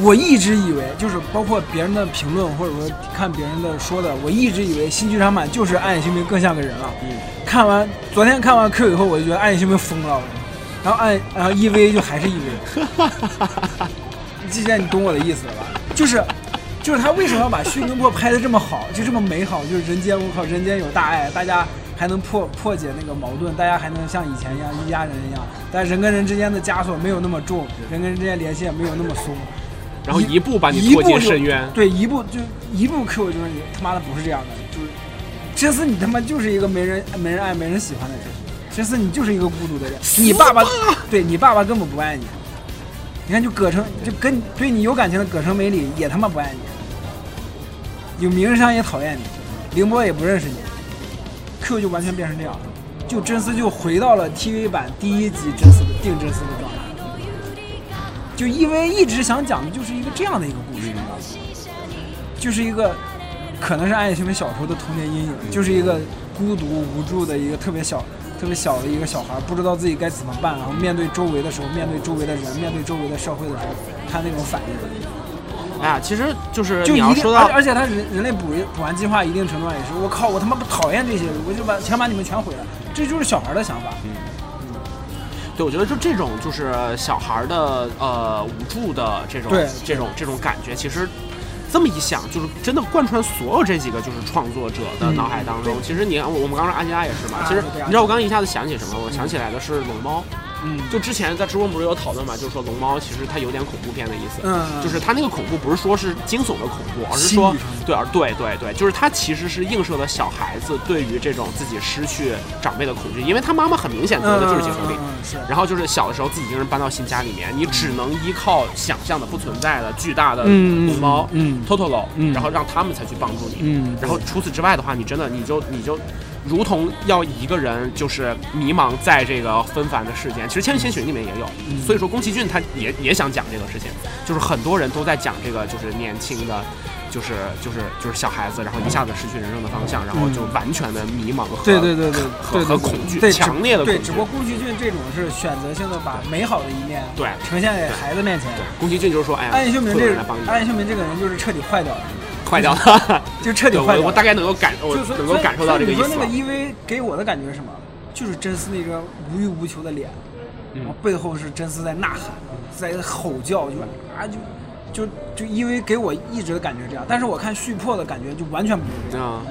我一直以为，就是包括别人的评论或者说看别人的说的，我一直以为新剧场版就是《暗夜凶明》更像个人了。
嗯
看完昨天看完 Q 以后，我就觉得《暗夜凶明》疯了，我然后暗然后 EVA 就还是 E EVA。季姐，你懂我的意思了吧？就是。就是他为什么要把《虚跟破》拍的这么好，就这么美好？就是人间，我靠，人间有大爱，大家还能破破解那个矛盾，大家还能像以前一样一家人一样，但人跟人之间的枷锁没有那么重，人跟人之间联系也没有那么松。
然后一步把你
一
拖进
步就
深渊。
对，一步就一步 Q 就是你他妈的不是这样的，就是真丝你他妈就是一个没人没人爱没人喜欢的人，真丝你就是一个孤独的人，你爸爸对你爸爸根本不爱你，你看就葛城就跟对你有感情的葛城美里也他妈不爱你，有明日香也讨厌你，凌波也不认识你，Q 就完全变成这样了，就真丝就回到了 TV 版第一集真丝的定真丝的状态。就因为一直想讲的就是一个这样的一个故事，就是一个可能是暗夜凶明小时候的童年阴
嗯
影，就是一个孤独无助的一个特别小、特别小的一个小孩，不知道自己该怎么办，然后面对周围的时候，面对周围的人，面对周围的社会的时候，他那种反应，
哎呀，其实就是
就
你要
一定，
说
而
到
且而且他人人类补一补完进化一定程度上也是，我靠，我他妈不讨厌这些，我就把想把你们全毁了，这就是小孩的想法。
对，我觉得就这种就是小孩儿的呃无助的这种
对
这种这种感觉，其实这么一想，就是真的贯穿所有这几个就是创作者的脑海当中。其实你看，我我们刚说安吉拉也是嘛，
嗯啊
其实
对对
你知道我刚刚一下子想起什么？我想起来的是龙猫。
嗯，
就之前在直播不是有讨论嘛，就是说龙猫其实它有点恐怖片的意思，
嗯
就是它那个恐怖不是说是惊悚的恐怖，而是
心理
说
上的
对，而对对对，就是它其实是映射了小孩子对于这种自己失去长辈的恐惧，因为他妈妈很明显得的就是精神病。
嗯是
然后就是小的时候自己一个人搬到新家里面，你只能依靠想象的不存在的巨大的
嗯嗯
龙猫、
嗯
Totoro，
嗯
然后让他们才去帮助你。
嗯
然后除此之外的话，你真的你就你就如同要一个人就是迷茫在这个纷繁的世间。其实《千与千寻》里面也有，
嗯
所以说宫崎骏他也也想讲这个事情，就是很多人都在讲这个，就是年轻的。就是就是就是小孩子，然后一下子失去人生的方向，然后就完全的迷茫和
嗯对对对对
和
对
和
对
恐惧，
对只
强烈的恐
对，
惧。
只不过宫崎骏这种是选择性的把美好的一面
对
呈现给孩子面前。
宫崎骏就是说，哎呀，
安野秀明
会
这
有人
个
来帮你，
安野秀明这个人就是彻底坏掉了，<laughs>
快掉了，
就彻底
对，
坏掉
我
了。
我大概能够感，我
就所以
能够感受到这个意
所以
思啊
你说
了
那个。EV 给我的感觉是什么？就是真丝那张无欲无求的脸，然后
嗯，
背后是真丝在呐喊，在吼叫，就啊就就就 EV 给我一直的感觉是这样，但是我看续破的感觉就完全不是这样。
啊，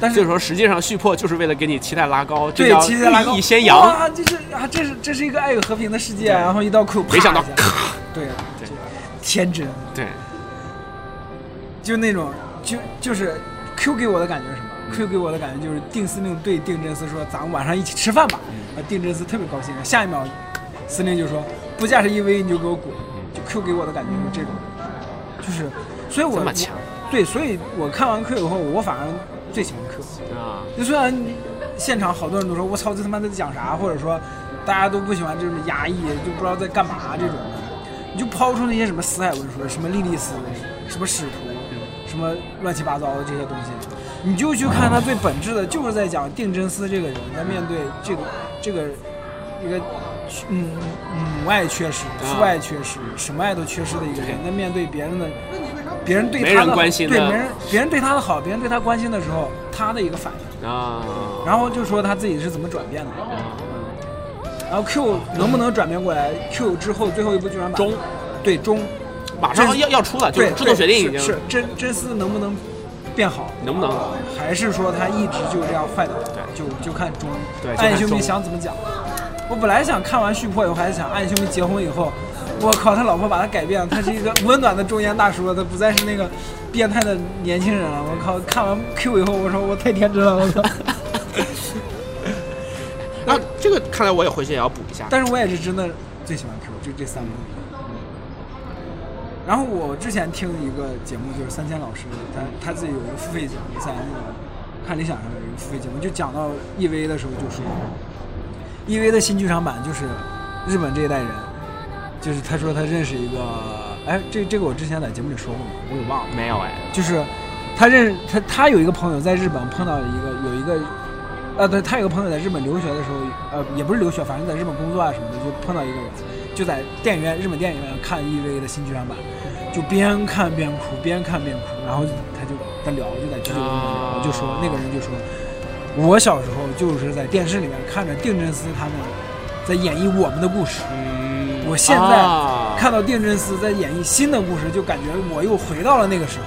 但是
所以说实际上续破就是为了给你期待拉高，这
对
叫，
骑在拉高
故意先扬。
哇，这是啊，这是这是一个爱与和平的世界，啊然后一到 Q，啪
没想到
一下
咔，
对啊，
对
就天真，
对，
就那种就就是 Q 给我的感觉是什么？Q
嗯
给我的感觉就是定司令对定真司说：“咱们晚上一起吃饭吧。”啊，
嗯
定真司特别高兴，下一秒司令就说：“不驾驶 EV 你就给我滚！”
嗯
就 Q 给我的感觉就是这种，就是，所以我
这么强
对，所以我看完 Q 以后，我反而最喜欢 Q。
啊，
就虽然现场好多人都说我操这他妈在讲啥，或者说大家都不喜欢这种压抑，就不知道在干嘛啊这种的，你就抛出那些什么
嗯
死海文书、什么莉莉丝、什么使徒、什么乱七八糟的这些东西，你就去看他最本质的，就是在讲定真司这个人在面对这个这个一个嗯母爱缺失、
啊
父爱缺失、什么爱都缺失的一个人，在面对别人的别人对他
没
的
人关心
对
的
别人别人对他的好，别人对他关心的时候，他的一个反应，
啊，
然后就说他自己是怎么转变的。然后 Q 能不能转变过来？Q 之后最后一部剧场版
中
对中
马上
真
要要出了，就
对
是制作决定已
是
经
是真真丝能不能变好？
能不能？
还是说他一直就这样坏掉？
对
就就看中。
对就看
暗夜凶
中
明想怎么讲？我本来想看完续破以后，还想暗夜凶明结婚以后，我靠，他老婆把他改变了，他是一个温暖的中年大叔了，他不再是那个变态的年轻人了。我靠，看完 Q 以后，我说我太天真了，我靠！
那这个看来我也回去也要补一下。
但是我也是真的最喜欢 Q，就这三部。然后我之前听一个节目，就是三千老师，他他自己有一个付费节目，在那个看理想上有一个付费节目，就讲到 EV 的时候就说，EV 的新剧场版就是日本这一代人，就是他说他认识一个，哎，这这个我之前在节目里说过吗？我给忘了。
没有哎，
就是他认他他有一个朋友在日本碰到了一个有一个，呃，对他有个朋友在日本留学的时候，呃，也不是留学，反正在日本工作啊什么的，就碰到一个人，就在电影院日本电影院看 EVA 的新剧场版，就边看边哭，边看边哭，然后他就在聊，就在剧里面聊，就说那个人就说，我小时候就是在电视里面看着定真司他们在演绎我们的故事，
嗯
我现在
啊
看到定真司在演绎新的故事，就感觉我又回到了那个时候。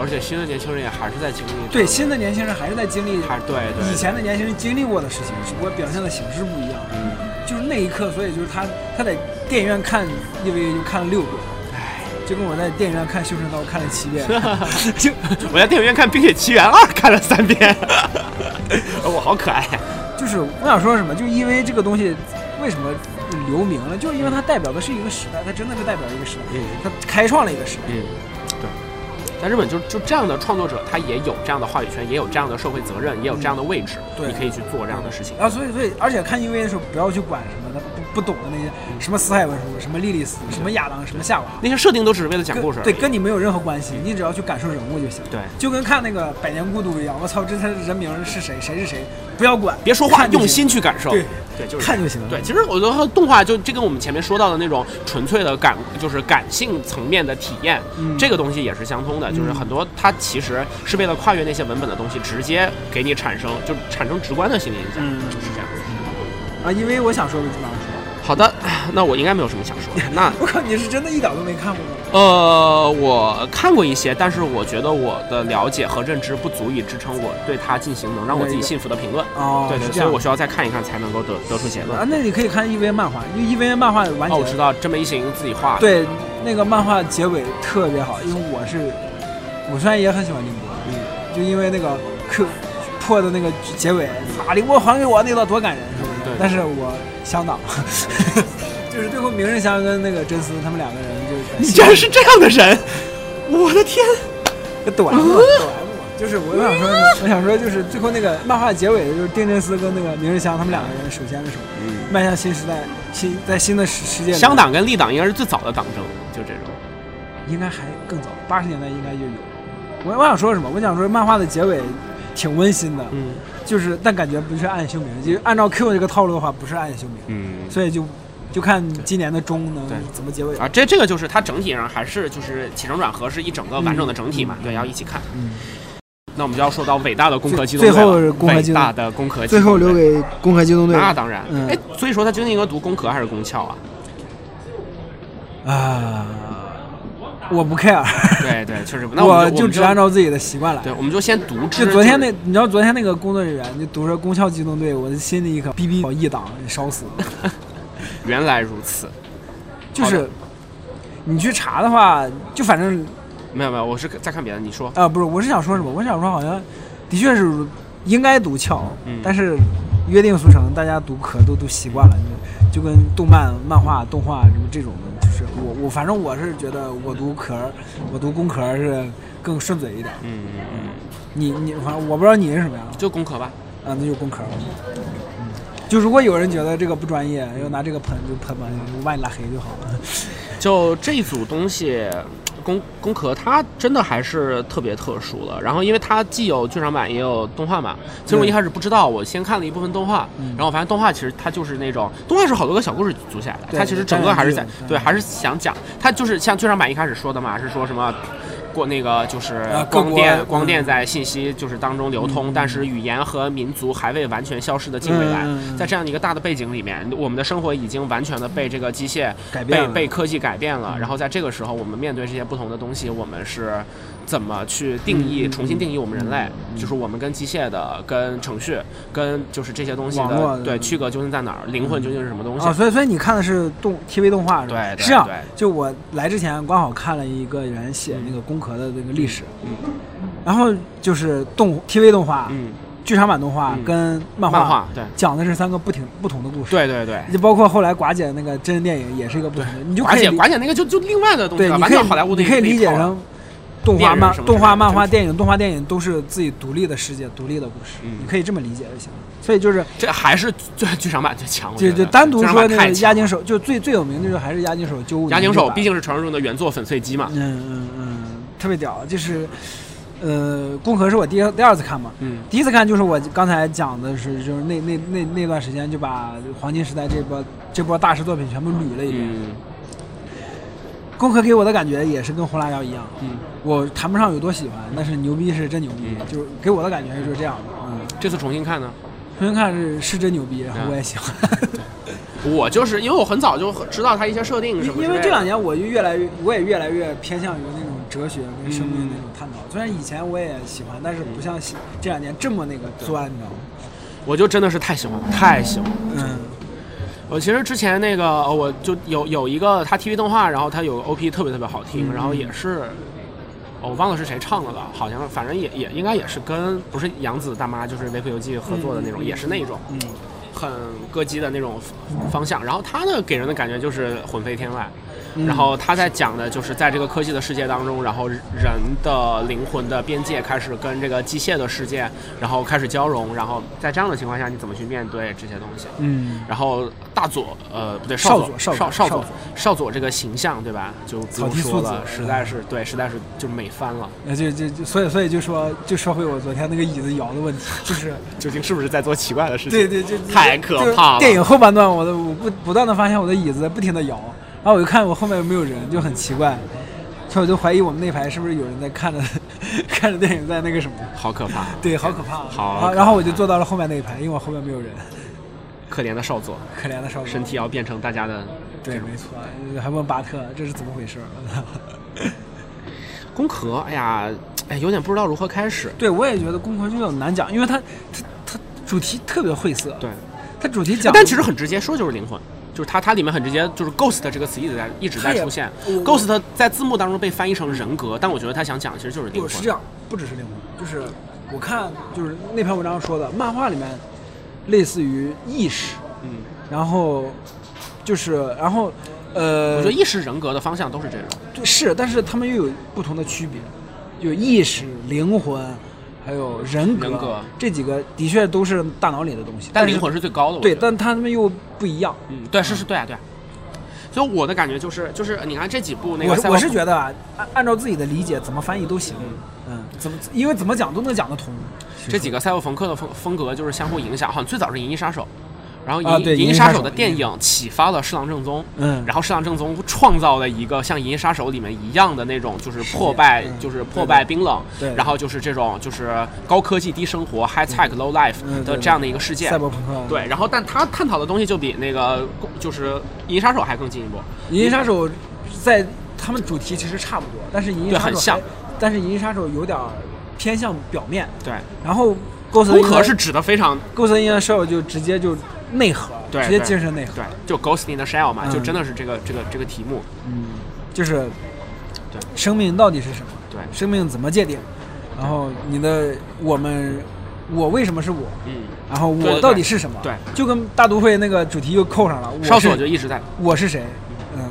而且新的年轻人也还是在经历
对，新的年轻人还是在经历
还对对
以前的年轻人经历过的事情，只不过表现的形式不一样。
嗯
就是那一刻，所以就是他他在电影院看 EVA 就看了六遍，唉，
哎
就跟我在电影院看《修神刀》看了七
<laughs>
遍。
就 <laughs> 我在电影院看《冰雪奇缘二》看了三
<laughs>
遍， <laughs> 我好可爱 <laughs> 呀！
就是我想说什么，就因为这个东西为什么留名了，就是因为它代表的是一个时代，它真的是代表一个时代，
嗯
它开创了一个时代。
嗯，对，在日本就就这样的创作者，他也有这样的话语权，也有这样的社会责任，也有这样的位置，
嗯对
你可以去做这样的事情。
啊，所以所以，而且看 EVA 的时候，不要去管什么他不不懂的那些什么死海文书、什么莉莉丝、什么亚当、什么夏娃，
嗯那些设定都只是为嗯了讲故事，
对，跟你没有任何关系，你只要去感受人物就行。
对
就跟看那个《百年孤独》一样，我操，这他人名是谁，谁是谁，不要管，
别说话，
看就行
用心。去感受。
对
对，就是
看就行了
对，其实我觉得动画就这跟我们前面说到的那种纯粹的感，就是感性层面的体验，
嗯
这个东西也是相通的。就是很多它其实是为了跨越那些文本的东西，直接给你产生就产生直观的心理影响，
嗯
就是这样。
啊，因为我想说的地方说，
好的，那我应该没有什么想
<laughs>
说的。那
我靠，你是真的一点都没看过吗？
呃，我看过一些，但是我觉得我的了解和认知不足以支撑我对它进行能让我自己信服的评论。
哦
对对，
是这
所以
样
我需要再看一看才能够得得出结论
啊。，那你可以看 EVA 漫画，因为 EVA 漫画完结。
哦，我知。道真没行自己画。 <laughs>
对，那个漫画结尾特别好，因为我是，我虽然也很喜欢宁波，嗯，就因为那个 Q 破的那个结尾，把宁波还给我那段多感人，是不是？
对
但是我香 <laughs> 党，就是最后明日香跟那个真丝他们两个人 <laughs> 就是
你竟然是这样的人，我的天！
个短嘛，短嘛，就是我想说， <laughs> 我想说就是最后那个漫画结尾，就是定真丝跟那个明日香他们两个人手牵着手，迈向新时代，新在新的世世界里，
乡党跟立党应该是最早的党争，就这种。
应该还更早，八十年代应该就有。我我想说什么？我想说漫画的结尾挺温馨的，
嗯
就是但感觉不是暗夜凶明，就是按照 Q 这个套路的话，不是暗夜凶明，
嗯。
所以就就看今年的中能
对
怎么结尾。
啊，这这个就是它整体上还是就是起承转合是一整个完整的整体嘛，对，要一起看。
嗯，
那我们就要说到伟大的攻壳机动
最
队
最后
了
是攻壳机动
伟大的攻壳机动队，
最后留给攻壳机动队。
那当然，
嗯
哎、所以说他究竟应该读工壳还是工壳啊？
啊，我不 care，
对对，确实 <laughs> 不。那我
我
们就
只按。照自己的习惯来
我们。对，我们就先读
就
之。
昨天那，你知道昨天那个工作人员就读着《宫壳机动队》，我的心里一刻，逼逼好一档烧死了。
<laughs> 原来如此，
就
好
是你去查的话，就反正
没有没有，我是在看别的。你说，
啊，不是，我是想说什么？我想说，好像的确是应该读壳，
嗯
但是约定俗成，大家读壳都读习惯了，就就跟动漫、漫画、动画什么这种的，就是我我反正我是觉得我读壳，我读工壳是更顺嘴一点。
嗯嗯嗯，
你你反正我不知道你是什么样
就工壳吧。
啊，那就工壳。嗯，就如果有人觉得这个不专业，要拿这个喷就喷吧，我把你拉黑就好了。
就这组东西，宫宫壳，它真的还是特别特殊了。然后，因为它既有剧场版也有动画版，其实我
对
一开始不知道，我先看了一部分动画，
嗯
然后我发现动画其实它就是那种动画是好多个小故事组起来的，
对
它其实整个还是在
当然有
对，还是想讲它就是像剧场版一开始说的嘛，是说什么。过那个就是
呃各
光
国
电，
嗯
光电在信息就是当中流通，但是语言和民族还未完全消失的近未来
嗯嗯，嗯
在这样的一个大的背景里面，我们的生活已经完全的被这个机械
改变了嗯
被被科技改变了。然后在这个时候，我们面对这些不同的东西，我们是怎么去定义、重新定义我们人类？
嗯
就是我们跟机械的、跟程序、跟就是这些东西
网络
的
的
对区隔究竟在哪儿？灵魂究竟是什么东西？
啊，所以所以你看的是动 TV 动画是吧？
对对
是这样
对。嗯
就我来之前刚好看了一个人写那个宫壳的那个历史，然后就是动 TV 动画、
嗯，
剧场版动画
嗯
跟漫
漫画对
讲的是三个不停不同的故事。
对对对。
就包括后来寡姐那个真人电影也是一个不同的，你就
寡
可以
姐，
理
寡姐那个就就另外的东西
对，
了，
你
完
可以
全好莱坞的
你
一
可以
那一
理解
套了
成动
猎
画
人
漫
什么
动
之类
画
的
漫画
就
电影动画电影都是自己独立的世界独立的故事，
嗯
你可以这么理解就行。所以就是
这还是最剧场版最强，我觉
就
得
就单独
剧场
说
版
那
太
个
强
押井
了
守，就最最有名的就是还是押井守九五
押井守，毕
竟
竟是传说中的原作粉碎机嘛。
嗯嗯嗯特别屌，就是呃，宫壳是我第二第二次看嘛，
嗯
第一次看就是我刚才讲的是，就是那那那那段时间就把黄金时代这波这波大师作品全部捋了一遍。
嗯
宫壳给我的感觉也是跟红辣椒一样，
嗯，
我谈不上有多喜欢，但是牛逼是真牛逼，
嗯
就是给我的感觉就是这样的。嗯，
这次重新看呢，
重新看是是真牛逼，然后我也喜欢。
嗯
<laughs>
我就是因为我很早就知道它一些设定什么之类
因
的，
为这两年我就越来越，我也越来越偏向于那种哲学跟生命那种
嗯
探讨。虽然以前我也喜欢，但是不像喜这两年这么那个钻，你知道吗？
我就真的是太喜欢了，太喜欢了。
嗯，
我其实之前那个，呃我就有有一个他 TV 动画，然后他有个 OP 特别特别好听，
嗯
然后也是。哦我忘了是谁唱的了，好像反正也也应该也是跟不是杨紫大妈，就是《维普游记》合作的那种，
嗯
也是那种，
嗯，
很歌姬的那种方向。然后他呢，给人的感觉就是魂飞天外。
嗯
然后他在讲的就是在这个科技的世界当中，然后人的灵魂的边界开始跟这个机械的世界，然后开始交融，然后在这样的情况下，你怎么去面对这些东西？
嗯，
然后大佐，呃，不对，
少
佐，
佐少佐
少少
少佐
少佐这个形象，对吧？就不用
草剃
说
素子嗯
了，实在是对，实在是就美翻了。
那呃就就就所以所以就说就说回我昨天那个椅子摇的问题，
<laughs>
就是
究竟是不是在做奇怪的事情？
对对，就
太可怕了
就电影后半段，我的我不不断的发现我的椅子在不停的摇，然后我就看我后面有没有人，就很奇怪，所以我就怀疑我们那排是不是有人在看着 <laughs> 看着电影在那个什么。
好可怕，
对，好可怕啊。
好
然后
可
然后我
怕
就坐到了后面那一排，因为我后面没有人， <laughs>
可怜的少佐，
可怜的少女。
身体要变成大家的
对，没错，呃还问巴特这是怎么回事儿？ <laughs>
宫壳，哎呀，哎，有点不知道如何开始。
对，我也觉得《宫壳剧》很难讲，因为它它它主题特别晦涩。
对，
它主题讲，
但其实很直接，说就是灵魂，就是它它里面很直接，就是 ghost 这个词一直在一直在
它也
出现
我
，ghost 在字幕当中被翻译成人格，但我觉得他想讲的其实就是灵
不
魂。
是这样，不只是灵魂，就是我看就是那篇文章说的，漫画里面类似于意识，
嗯，
然后就是然后呃，
我觉得意识人格的方向都是这种。
对，是，但是他们又有不同的区别，有意识、灵魂，还有人格，
人格
这几个的确都是大脑里的东西，
但
是
灵魂是最高的。我
对，
觉得
但他们又不一样。
嗯，对，是是，对啊，对啊。所以我的感觉就是，就是呃你看这几部那个
我是
赛博
我
朋，
是觉得啊，按按照自己的理解，怎么翻译都行，嗯，怎么因为怎么讲都能讲得通。
这几个赛博朋克的风风格就是相互影响，好像最早是《银翼杀手》，然后银《
啊对
银
银
翼
翼
杀
杀
手》
手
的电影启发了《侍郎正宗》，
嗯
然后《侍郎正宗》创造了一个像《银翼杀手》里面一样的那种，就是破败，
嗯
就是
对
破败
对
冰冷，
对
然后就是这种就是高科技低生活 （high tech low life）
嗯
的
对
这样的一个世界
赛。博朋克，
对，然后但他探讨的东西就比那个就是《银翼杀手》还更进一步。
《银翼杀手》在他们主题其实差不多，但是《银翼杀
对
手》
很像
还，但是《银翼杀手》有点儿偏向表面，
对，
然后《构思
空壳是指的非常
构成音乐社就直接就内核，
对，
直接
对
精神内核，
对，就 Ghost in the Shell 嘛，
嗯
就真的是这个这个这个题目，
就是
对
生命到底是什么？
对
生命怎么界定？然后你的我们，我为什么是我？
嗯，
然后
对对
我
对
到底是什么？
对
就跟大都会那个主题又扣上了。我
少佐
是
就一直在，
我是谁？嗯，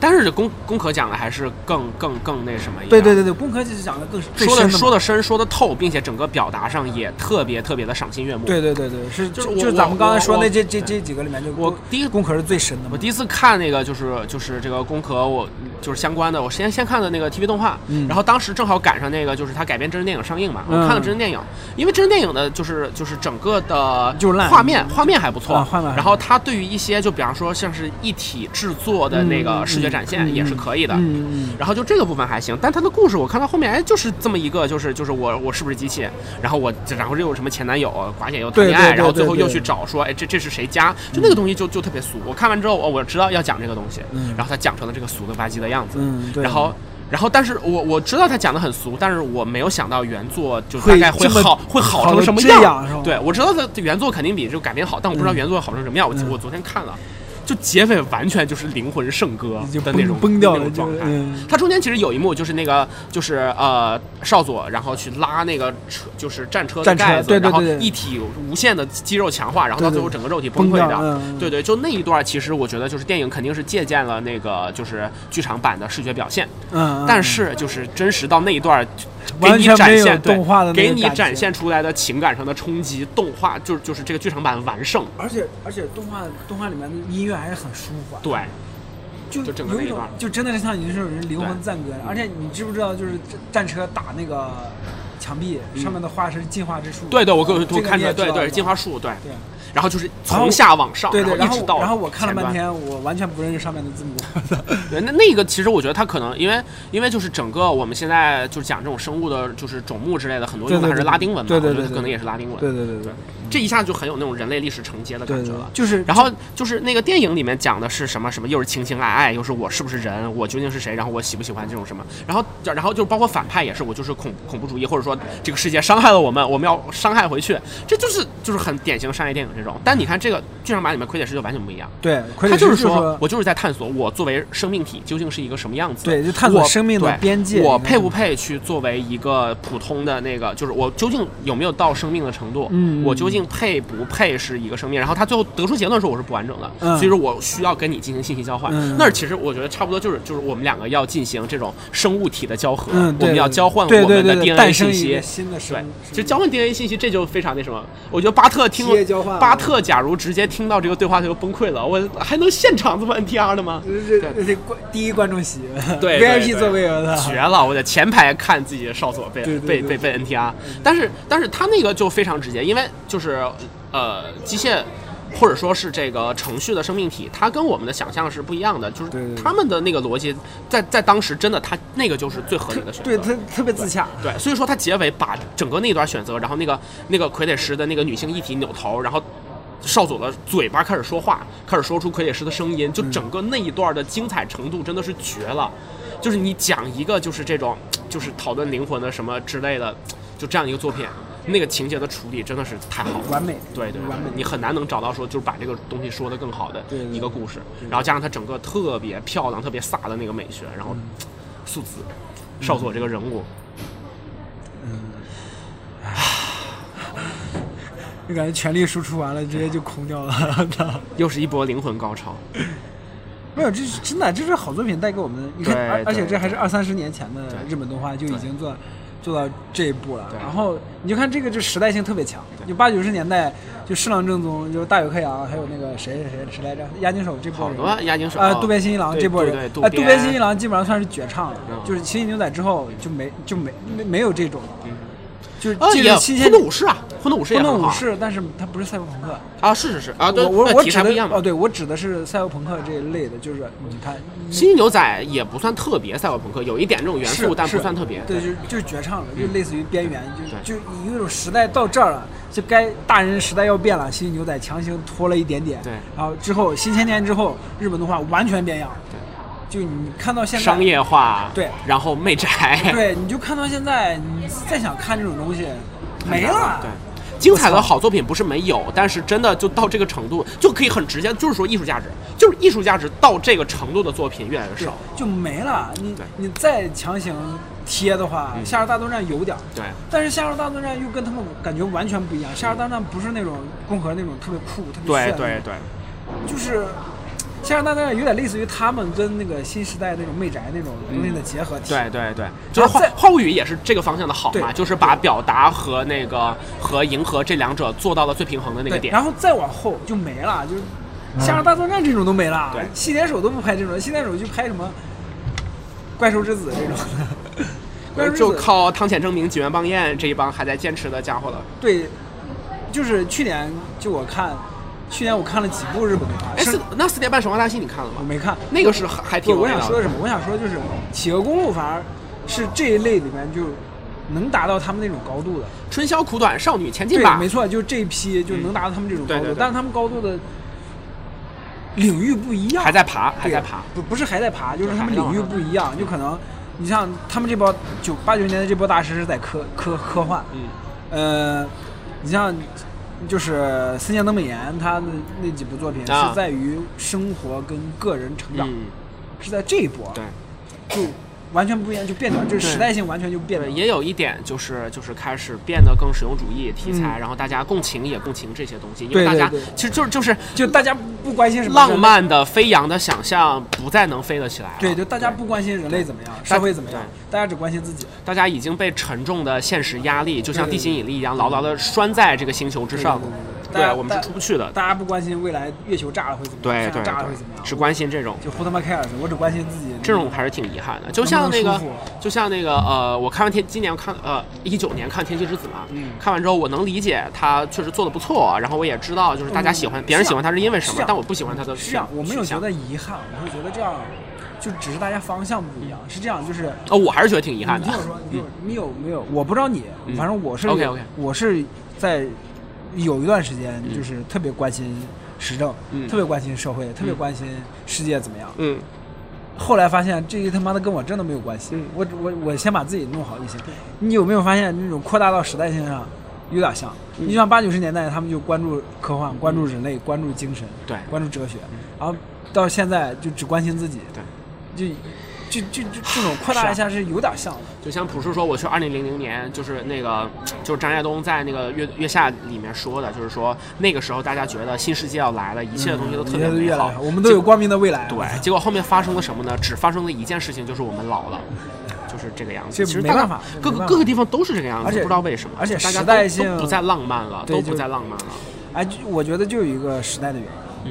但是工工可讲的还是更更更那什么一样。
对对对对，工科就是讲的更最
说
深
的
的
说
的，
的深，说的透，并且整个表达上也特别特别的赏心悦目。
对对对对，是
就
就是是
我
咱们刚才说
我
那
我
这这这几个里面就
我
工
第一
工科是最深的
我
嘛。
第一次看那个就是就是这个工壳，我就是相关的，我先先看的那个 TV 动画，
嗯
然后当时正好赶上那个就是它改编真人电影上映嘛，
嗯
我看了真人电影，因为真人电影的就是就是整个的
就是烂
画面画面还不错，
啊画面还
然后它对于一些就比方说像是一体制作的那个视觉展现也是可以的，
嗯嗯
然后就这个部分还行，但它的故事我看到后面哎就是这么一个就是就是我我是不是机器，然后我然后又有什么前男友，寡姐又谈
对
恋爱，
对对
然后最后
对对
又去找说哎这这是谁家，就那个东西就就特别俗。我看完之后哦我知道要讲这个东西，
嗯
然后他讲成了这个俗的吧唧的样子，
嗯，对。
然后。然后，但是我我知道他讲的很俗，但是我没有想到原作就
会
大概会
这么
好会
好
好
成
成什么
这样是吧
对，我知道他原作肯定比这个改编好，但我不知道
嗯
原作好成什么样。
嗯
我我昨天看了，就结尾完全就是灵魂圣歌
就
的
崩
那种
崩掉了
那种状态
就是嗯。
它中间其实有一幕就是那个就是呃少佐，然后去拉那个车就是战车的
战车
盖子，
对对
然后
对对
一体无限的肌肉强化，然后到
对对
最后整个肉体
崩
溃
掉
掉。
嗯
对对，就那一段，其实我觉得就是电影肯定是借鉴了那个就是剧场版的视觉表现，
嗯，嗯
但是就是真实到那一段儿，给
完
你
全没
展
有
现对
动画的那
给
个
你
感
展
觉
现出来的情感上的冲击，动画就是就是这个剧场版完胜，
而且而且动画动画里面的音乐还是很舒缓，
对，
就
就整个
有
那
一
一
种
段儿
就真的是像你这种人灵魂赞歌。而且你知不知道，就是战车打那个墙壁上面的花是进化之术，
嗯对对，我我
这个
我看
你也
着
知
对
道
对
吧
进化树对，
对
然后就是
然后
从下往上，
对对，
然
然
后一
后
直到
然后我看了
前
半
端
天，我完全不认识上面的字母，
对，那那个其实我觉得它可能因为因为就是整个我们现在就是讲这种生物的，就是种目之类的，很多
对
用的
对
还是
对
拉丁文嘛，
对对
我觉
对
得它
对
可能也是拉丁文。
对对对对
对，这一下就很有那种人类历史承接的
对
感
对
觉了，。
就是
然后就是那个电影里面讲的是什么什么，又是情情爱爱，又是我是不是人，我究竟是谁，然后我喜不喜欢这种什么，然后然后就是包括反派也是，我就是恐恐怖主义，或者说这个世界伤害了我们，我们要伤害回去，这就是就是很典型的商业电影这种。但你看这个剧场版里面傀儡师就完全不一样，
对，傀儡
他就
师
是
说
说，我就是在探索我作为生命体究竟是一个什么样子。
对就探索
我
生命的
对
边界你
我
看
配不配去作为一个普通的那个，就是我究竟有没有到生命的程度？
嗯嗯
我究竟配不配是一个生命？然后他最后得出结论说我是不完整的，
嗯
所以说我需要跟你进行信息交换。
嗯
那其实我觉得差不多就是就是我们两个要进行这种生物体的交合，
嗯，
我
对
们
对
要
对
交换
对
我
对
们的
对对
DNA
诞生
信
一
息
个。新的生
对
物，，
其实交换 DNA 信息这就非常那什么。我觉得巴特听
企业交换啊
巴特假如直接听到这个对话，他就崩溃了。我还能现场这么 NTR 的吗？
这这这观第一观众席，
对
VIP
对
座位啊我操
绝了！我在前排看自己的少佐被
对对
被
对嗯
被被 NTR，但是但是他那个就非常直接，因为就是呃机械。或者说是这个程序的生命体，它跟我们的想象是不一样的，就是
对对对
他们的那个逻辑，在在当时真的，它那个啊就是最合理的选择。
对，特特别自洽，
对，所以说他结尾把整个那段选择，然后那个那个傀儡师的那个女性一体扭头，然后少佐的嘴巴开始说话，开始说出傀儡师的声音，就整个那一段的精彩程度真的是绝了。就是你讲一个就是这种就是讨论灵魂的什么之类的，就这样一个作品，那个情节的处理真的是太好了，
完美
对对对
完美
你很难能找到说就是把这个东西说得更好的
对对
一个故事，然后加上它整个特别漂亮、特别飒的那个美学，然
嗯
后素子少佐这个人物。
就感觉全力输出完了，直 <laughs> 接就空掉了。
又是一波灵魂高潮。
没有，这是真的，这是好作品带给我们的。你看，
对
而而且
对
这还是二三十年前的
对
日本动画就已
对
经做做到这一步了。
对
然后你就看这个，就时代性特别强。就八九十年代，就侍郎正宗，就是大友克洋，还有那个谁谁谁谁来着，押井守这波
好
人。
多押井守哦
啊、渡边信一郎
对
这波人，
对对渡
啊，渡边
边
信一郎基本上算是绝唱了，
嗯
就是《奇异牛仔》之后就没就没没没有这种，就是
啊，
这
嗯也
个新鲜
混沌武士啊，混沌武士也
混
很
沌武
好啊
士，但是它不是赛博朋克，
啊，是是是啊，对，
我我
那
我
题
指
材不一
的
样
哦，
嘛。
对我指的是赛博朋克这一类的，就是你看
新牛仔也不算特别赛博朋克，有一点这种元
是
素，但
是
不算特别。嗯
对，就是就是绝唱了，就类似于边缘，就
对
就有一种时代到这儿了，就该大人时代要变了，新牛仔强行拖了一点点，
对
然后之后新千年之后，日本动画完全变样，
对，
就你看到现在
商。业化，
对
然后媚宅，
对，你就看到现在，你再想看这种东西，没
很难
了。
<laughs> 对。精彩的好作品不是没有，但是真的就到这个程度，就可以很直接，就是说艺术价值，就是艺术价值到这个程度的作品越来越
对
少。
就没了。你
对嗯
你再强行贴的话，夏日大作战》有点儿，
对
但是《夏日大作战》又跟他们感觉完全不一样，《夏日大作战》不是那种共和那种特别酷、特别
对
炫，
对对，
就是相声大战有点类似于他们跟那个新时代那种媚宅那种东西的结合体。
嗯对对对，就是话
在
话物语也是这个方向的好
对
嘛，就是把表达和那个和迎合这两者做到了最平衡的那个
对
点。
然后再往后就没了，就是
嗯
《相声大作战》这种都没了。
对
西点手都不拍这种，西点手就拍什么《怪兽之子》这种的。怪兽之子
就靠汤浅证明、几元邦彦这一帮还在坚持的家伙了。
对，就是去年就我看，去年我看了几部日本动画，
哎，
是
四那四点半神话大戏你看了
我
吗？
没看。
那个是还还挺
不，我
有味
想
道
说的是什么？我想说就是《企鹅公路》反而是这一类里面就能达到他们那种高度的。
春宵苦短，少女前进
对，
吧
没。错，就是这一批就能达到他们这种高
嗯
度，
对对对
但是他们高度的领域不一样，
还在爬，还
对
在爬。
不不是还在爬，就是
对
他们
还在嗯往
领域
上
不一样，就可能你像他们这波九八九年的这波大师是在科科科幻，
嗯，
呃，你像就是森见登美彦他的那几部作品
啊
是在于生活跟个人成长，
嗯，
是在这一波，
对，
就完全不一样，就变了，就是时代性完全就变了
对，，也有一点就是就是开始变得更实用主义题材，
嗯
然后大家共情也共情这些东西，因
对
为大
对
家
对
其实就是就是
就大家不关心什么
浪
人类
漫的飞扬的想象不再能飞得起来了。
对，就大家不关心人类怎么样，社会怎么样，大家只关心自己。
大家已经被沉重的现实压力，就像
对对
地心引力一样，牢牢的拴在这个星球之上
对对。对对大
对，啊
家
我们是出不去的。
大家不关心未来月球炸了会怎么
呃对
样，太
对
阳炸了会
对
怎么，样，
只关心这种。
就 who 他妈 cares？我只关心自己。
这种还是挺遗憾的，就像那
能不能
个
舒服，
就像那个，呃，我看完天，今年看，呃，一九年看《天气之子》嘛，
嗯
看完之后我能理解他确实做的不错，然后我也知道就是大家喜欢，
嗯
别人喜欢他是因为什
是这
么
样，
但我不喜欢他的
是这样，
选
我没有
取
觉
向
得遗憾，我是觉得这样，就只是大家方向不一样。是这样，就是
呃，我还是觉得挺遗憾
你
的
听。我说，你听我说你有没有？我不知道你，
嗯
反正我是
OK，OK
我是在有一段时间就是特别关心时政，
嗯
特别关心社会，特别关心世界怎么样。
嗯，
后来发现这他妈的跟我真的没有关系，
嗯
我我我先把自己弄好就行。你有没有发现那种扩大到时代性上，有点像？
嗯
你像八九十年代，他们就关注科幻，关注人类，关注精神，
对
关注哲学，然后到现在就只关心自己，对，就就就就这种扩大一下是有点像的，
就像朴树说，我去二零零零年，就是那个，就是张亚东在那个月月下里面说的，就是说那个时候大家觉得新世界要来了，一切的东西都特别
越来
美
越
好
嗯来，，我们都有光明的未来，
对，结果后面发生了什么呢？只发生了一件事情，就是我们老了，就是这个样子。
这
其实
没
大家
办法这
各
没
个
办
各
法
个地方都是这个样子，
而且
不知道为什么，
而且
大家
时代
都
性
都不再浪漫了，
对
都
就
不再浪漫了。
哎，就我觉得就有一个时代的原因，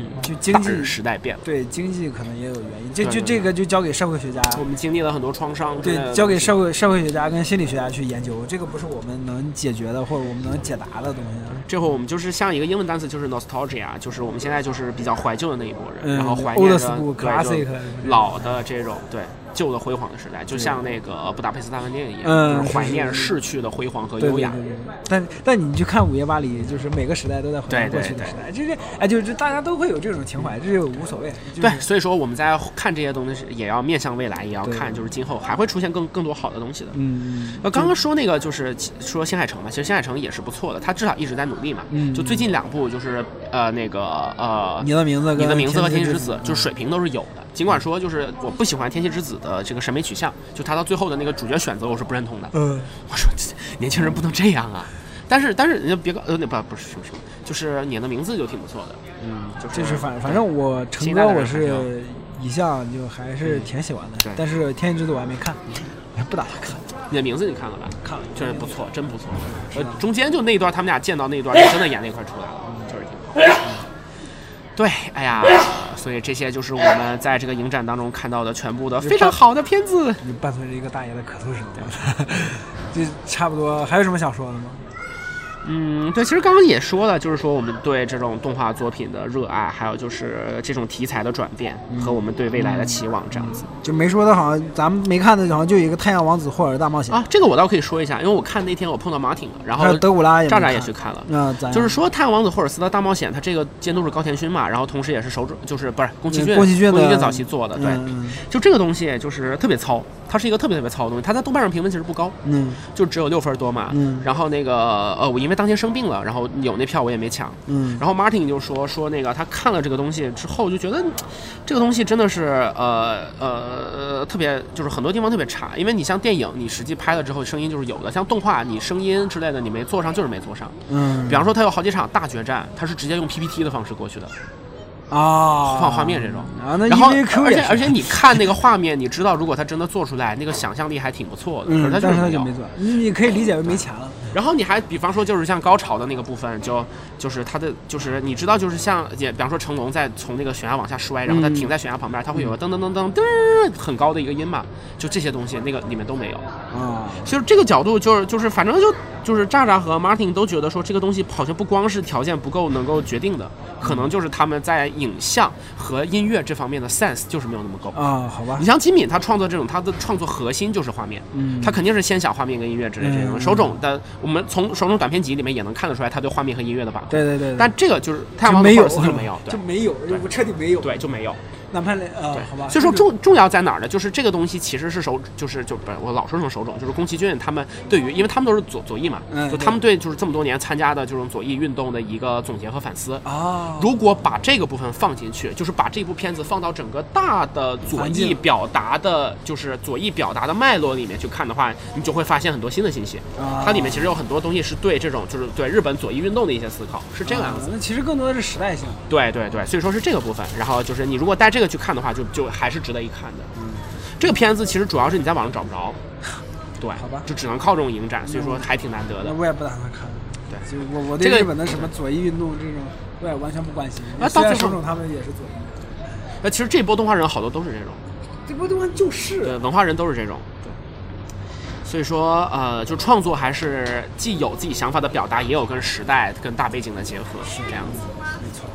嗯，
就经
大
济
日时代变了，
对经济可能也有原因，这
对
就
对
这
对
个就交给社会学家，
我们经历了很多创伤之类的东
对，
西。
交给社会社会学家跟心理学家去研究，这个不是我们能解决的或者我们能解答的东西。啊
这会儿我们就是像一个英文单词，就是 nostalgia，就是我们现在就是比较怀旧的那一波人，
嗯
然后怀念着
old school
对
classic
就老的这种对旧的辉煌的时代，就像那个布达佩斯大饭店一样，
嗯
就是怀念
是是
逝去的辉煌和
对
优
对对
雅。
对，但但你去看《午夜巴黎》，就是每个时代都在回
对
忆过
对
去的
对
时代，这这哎，就是大家都会有这种情怀，这就无所谓。就是
对，所以说我们在看这些东西时，也要面向未来，也要
对
看就是今后还会出现更更多好的东西的。
嗯，
呃，刚刚说那个就是其说新海诚嘛，其实新海诚也是不错的，他至少一直在努力嘛。
嗯
就最近两部就是呃那个呃
你的名字跟
你的名字和天气之
之
子，就是水平都是有的。尽管说就是我不喜欢天气之子的这个审美取向，就他到最后的那个主角选择我是不认同的。
嗯，
我说这年轻人不能这样啊！但是但是人家别搞呃那不不是什么什么，就是你的名字就挺不错的。嗯，就是
就是反反正我成
新
哥
代的
我
人还挺好
是一向就还是挺喜欢的
嗯对，嗯
但是《天气之子》我还没看，不打算看，
你的名字你看了吧？
看了
就是不错，真不错。
是
呃
的，
中间就那一段他们俩见到那一段，就真的演那块出来了，嗯就是挺好。对，哎呀，所以这些就是我们在这个影展当中看到的全部的非常好的片子。
就伴随着一个大爷的咳嗽声， <laughs> 就差不多。还有什么想说的吗？
嗯，对，其实刚刚也说了，就是说我们对这种动画作品的热爱，还有就是这种题材的转变
嗯
和我们对未来的期望这样子。
就没说的，好像咱们没看的，好像就有一个《太阳王子霍尔大冒险》
啊，这个我倒可以说一下，因为我看那天我碰到马挺了，然
还
后
有德古拉也没
渣渣也
看嗯
去看了。嗯
那咱
就是说，《太阳王子霍尔斯的大冒险》，它这个监督是高田勋嘛，然后同时也是手冢，就是不是宫崎骏，
嗯宫崎骏的
早期做的，对，
嗯
就这个东西就是特别糙，它是一个特别特别糙的东西，它在豆瓣上评分其实不高，
嗯
就只有六分多嘛，
嗯
然后那个呃，我因为当天生病了，然后有那票我也没抢，
嗯，
然后 Martin 就说说那个他看了这个东西之后就觉得，嗯这个东西真的是呃呃特别就是很多地方特别差，因为你像电影你实际拍了之后声音就是有的，像动画你声音之类的你没做上就是没做上。
嗯
比方说他有好几场大决战，他是直接用 PPT 的方式过去的，
啊，
换画面这种
啊，那
然后
EVQ
而
也
且
是
而且你看那个画面，你知道如果他真的做出来，那个想象力还挺不错的。可
嗯，
他
但
就是
他
有
就没做，你你可以理解为没钱了。
然后你还比方说就是像高潮的那个部分，就就是它的就是你知道就是像也比方说成龙在从那个悬崖往下摔，然后他停在悬崖旁边，他会有个噔噔噔噔噔很高的一个音嘛，就这些东西那个里面都没有。
啊，
就是这个角度就是就是反正就就是炸炸和 Martin 都觉得说这个东西好像不光是条件不够能够决定的，可能就是他们在影像和音乐这方面的 sense 就是没有那么够。
啊，好吧
你，像金敏，他创作这种，他的创作核心就是画面，
嗯
他肯定是先想画面跟音乐之类的这种。
嗯
手冢的，我们从手冢短片集里面也能看得出来，他对画面和音乐的把控。
对对对，对
但这个就是太阳
就
王的
没有
Horse 就没有，
<laughs> 就
对
没有，我彻底没有，
对，就没有。
哪怕连啊，好吧，
所以说
这
重重要在哪儿呢？就是这个东西其实是手，就是就不是我老说成手冢，就是宫崎骏他们对于，因为他们都是左左翼嘛，
嗯
就他们对就是这么多年参加的这种左翼运动的一个总结和反思。
啊，
如果把这个部分放进去，就是把这部片子放到整个大的左
环
翼
境
表达的，就是左翼表达的脉络里面去看的话，你就会发现很多新的信息。
啊
它里面其实有很多东西是对这种就是对日本左翼运动的一些思考，是这个样
啊
子。
那其实更多的是时代性。
对对对，所以说是这个部分。然后就是你如果带这个去看的话，就就还是值得一看的。嗯，这个片子其实主要是你在网上找不着，对，
好吧嗯
就只能靠这种影展，所以说还挺难得的
那。我也不打算看。
对
就我我
这
对
个
日本的什么左翼运动这种，我也完全不关心。
啊
虽然
到最后
手冢他们也是左翼，
那其实这波动画人好多都是这种，
这不他妈就是
对，呃文化人都是这种。对，所以说呃，就创作还是既有自己想法的表达，也有跟时代跟大背景的结合，是这样子。
没错。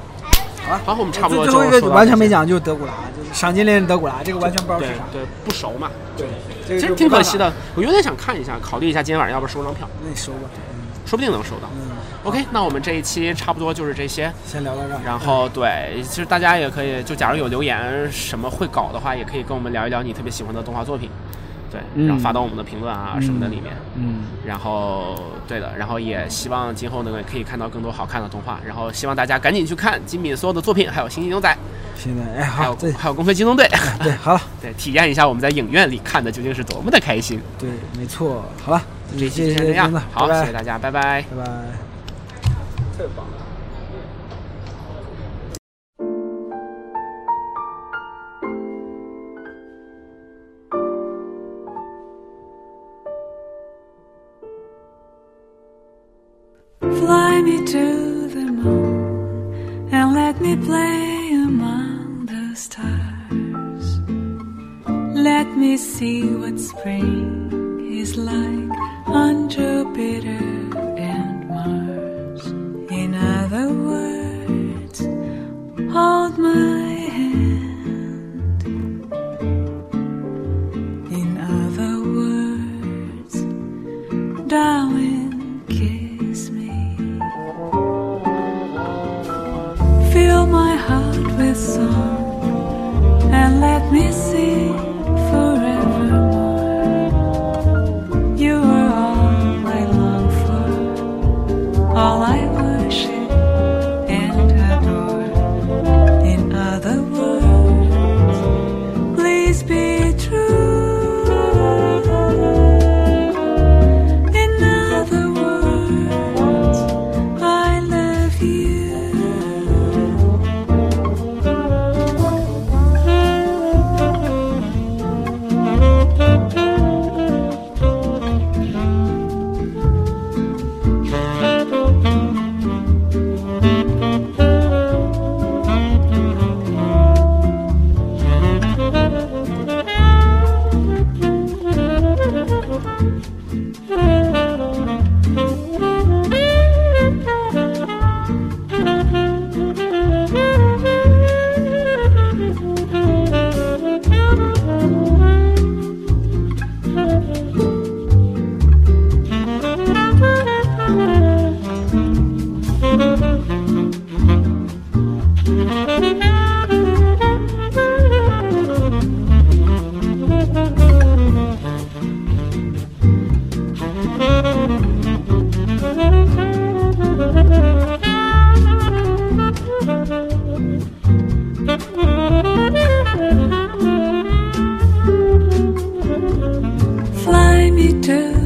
好，我们差不多
啊最
就
后一
说
个
到
完全
这
没
些。
讲，就是德古拉，就是赏金猎人德古拉，这个完全不知道
对
是啥。
对，不熟嘛，
对，这个
其实
就
挺
没办
可
法
惜。的。我有点想看一下，考虑一下今天晚上要不要收张票，
那你收吧。嗯
说不定能收到。
嗯，
OK，那我们这一期差不多就是这些。
先聊到这儿。
然后对，其实大家也可以，就假如有留言什么会搞的话，也可以跟我们聊一聊你特别喜欢的动画作品，对，然后发到我们的评论啊、什么的里面。
嗯，
然后对的，然后也希望今后能够可以看到更多好看的动画，然后希望大家赶紧去看金敏所有的作品，还有《星际牛仔》，
现在哎
还有
好，再
还有《公飞机动队》 <laughs>
对好了，
对，体验一下我们在影院里看的究竟是多么的
<laughs>
开心。
对，没错，好了，
这期就
这
先这样
真的，，
好，
拜拜
谢谢大家，拜拜。
拜拜。
Fly me to the moon and let me play among the stars. Let me see what spring is like on Jupiter and Mars. In other words, hold my hand. In other words, Darling, kiss me. Fill my heart with song and let me sing forevermore. You are all I long for, all I worship and adore. In other words, please be true. In other words, I love you. Fly me to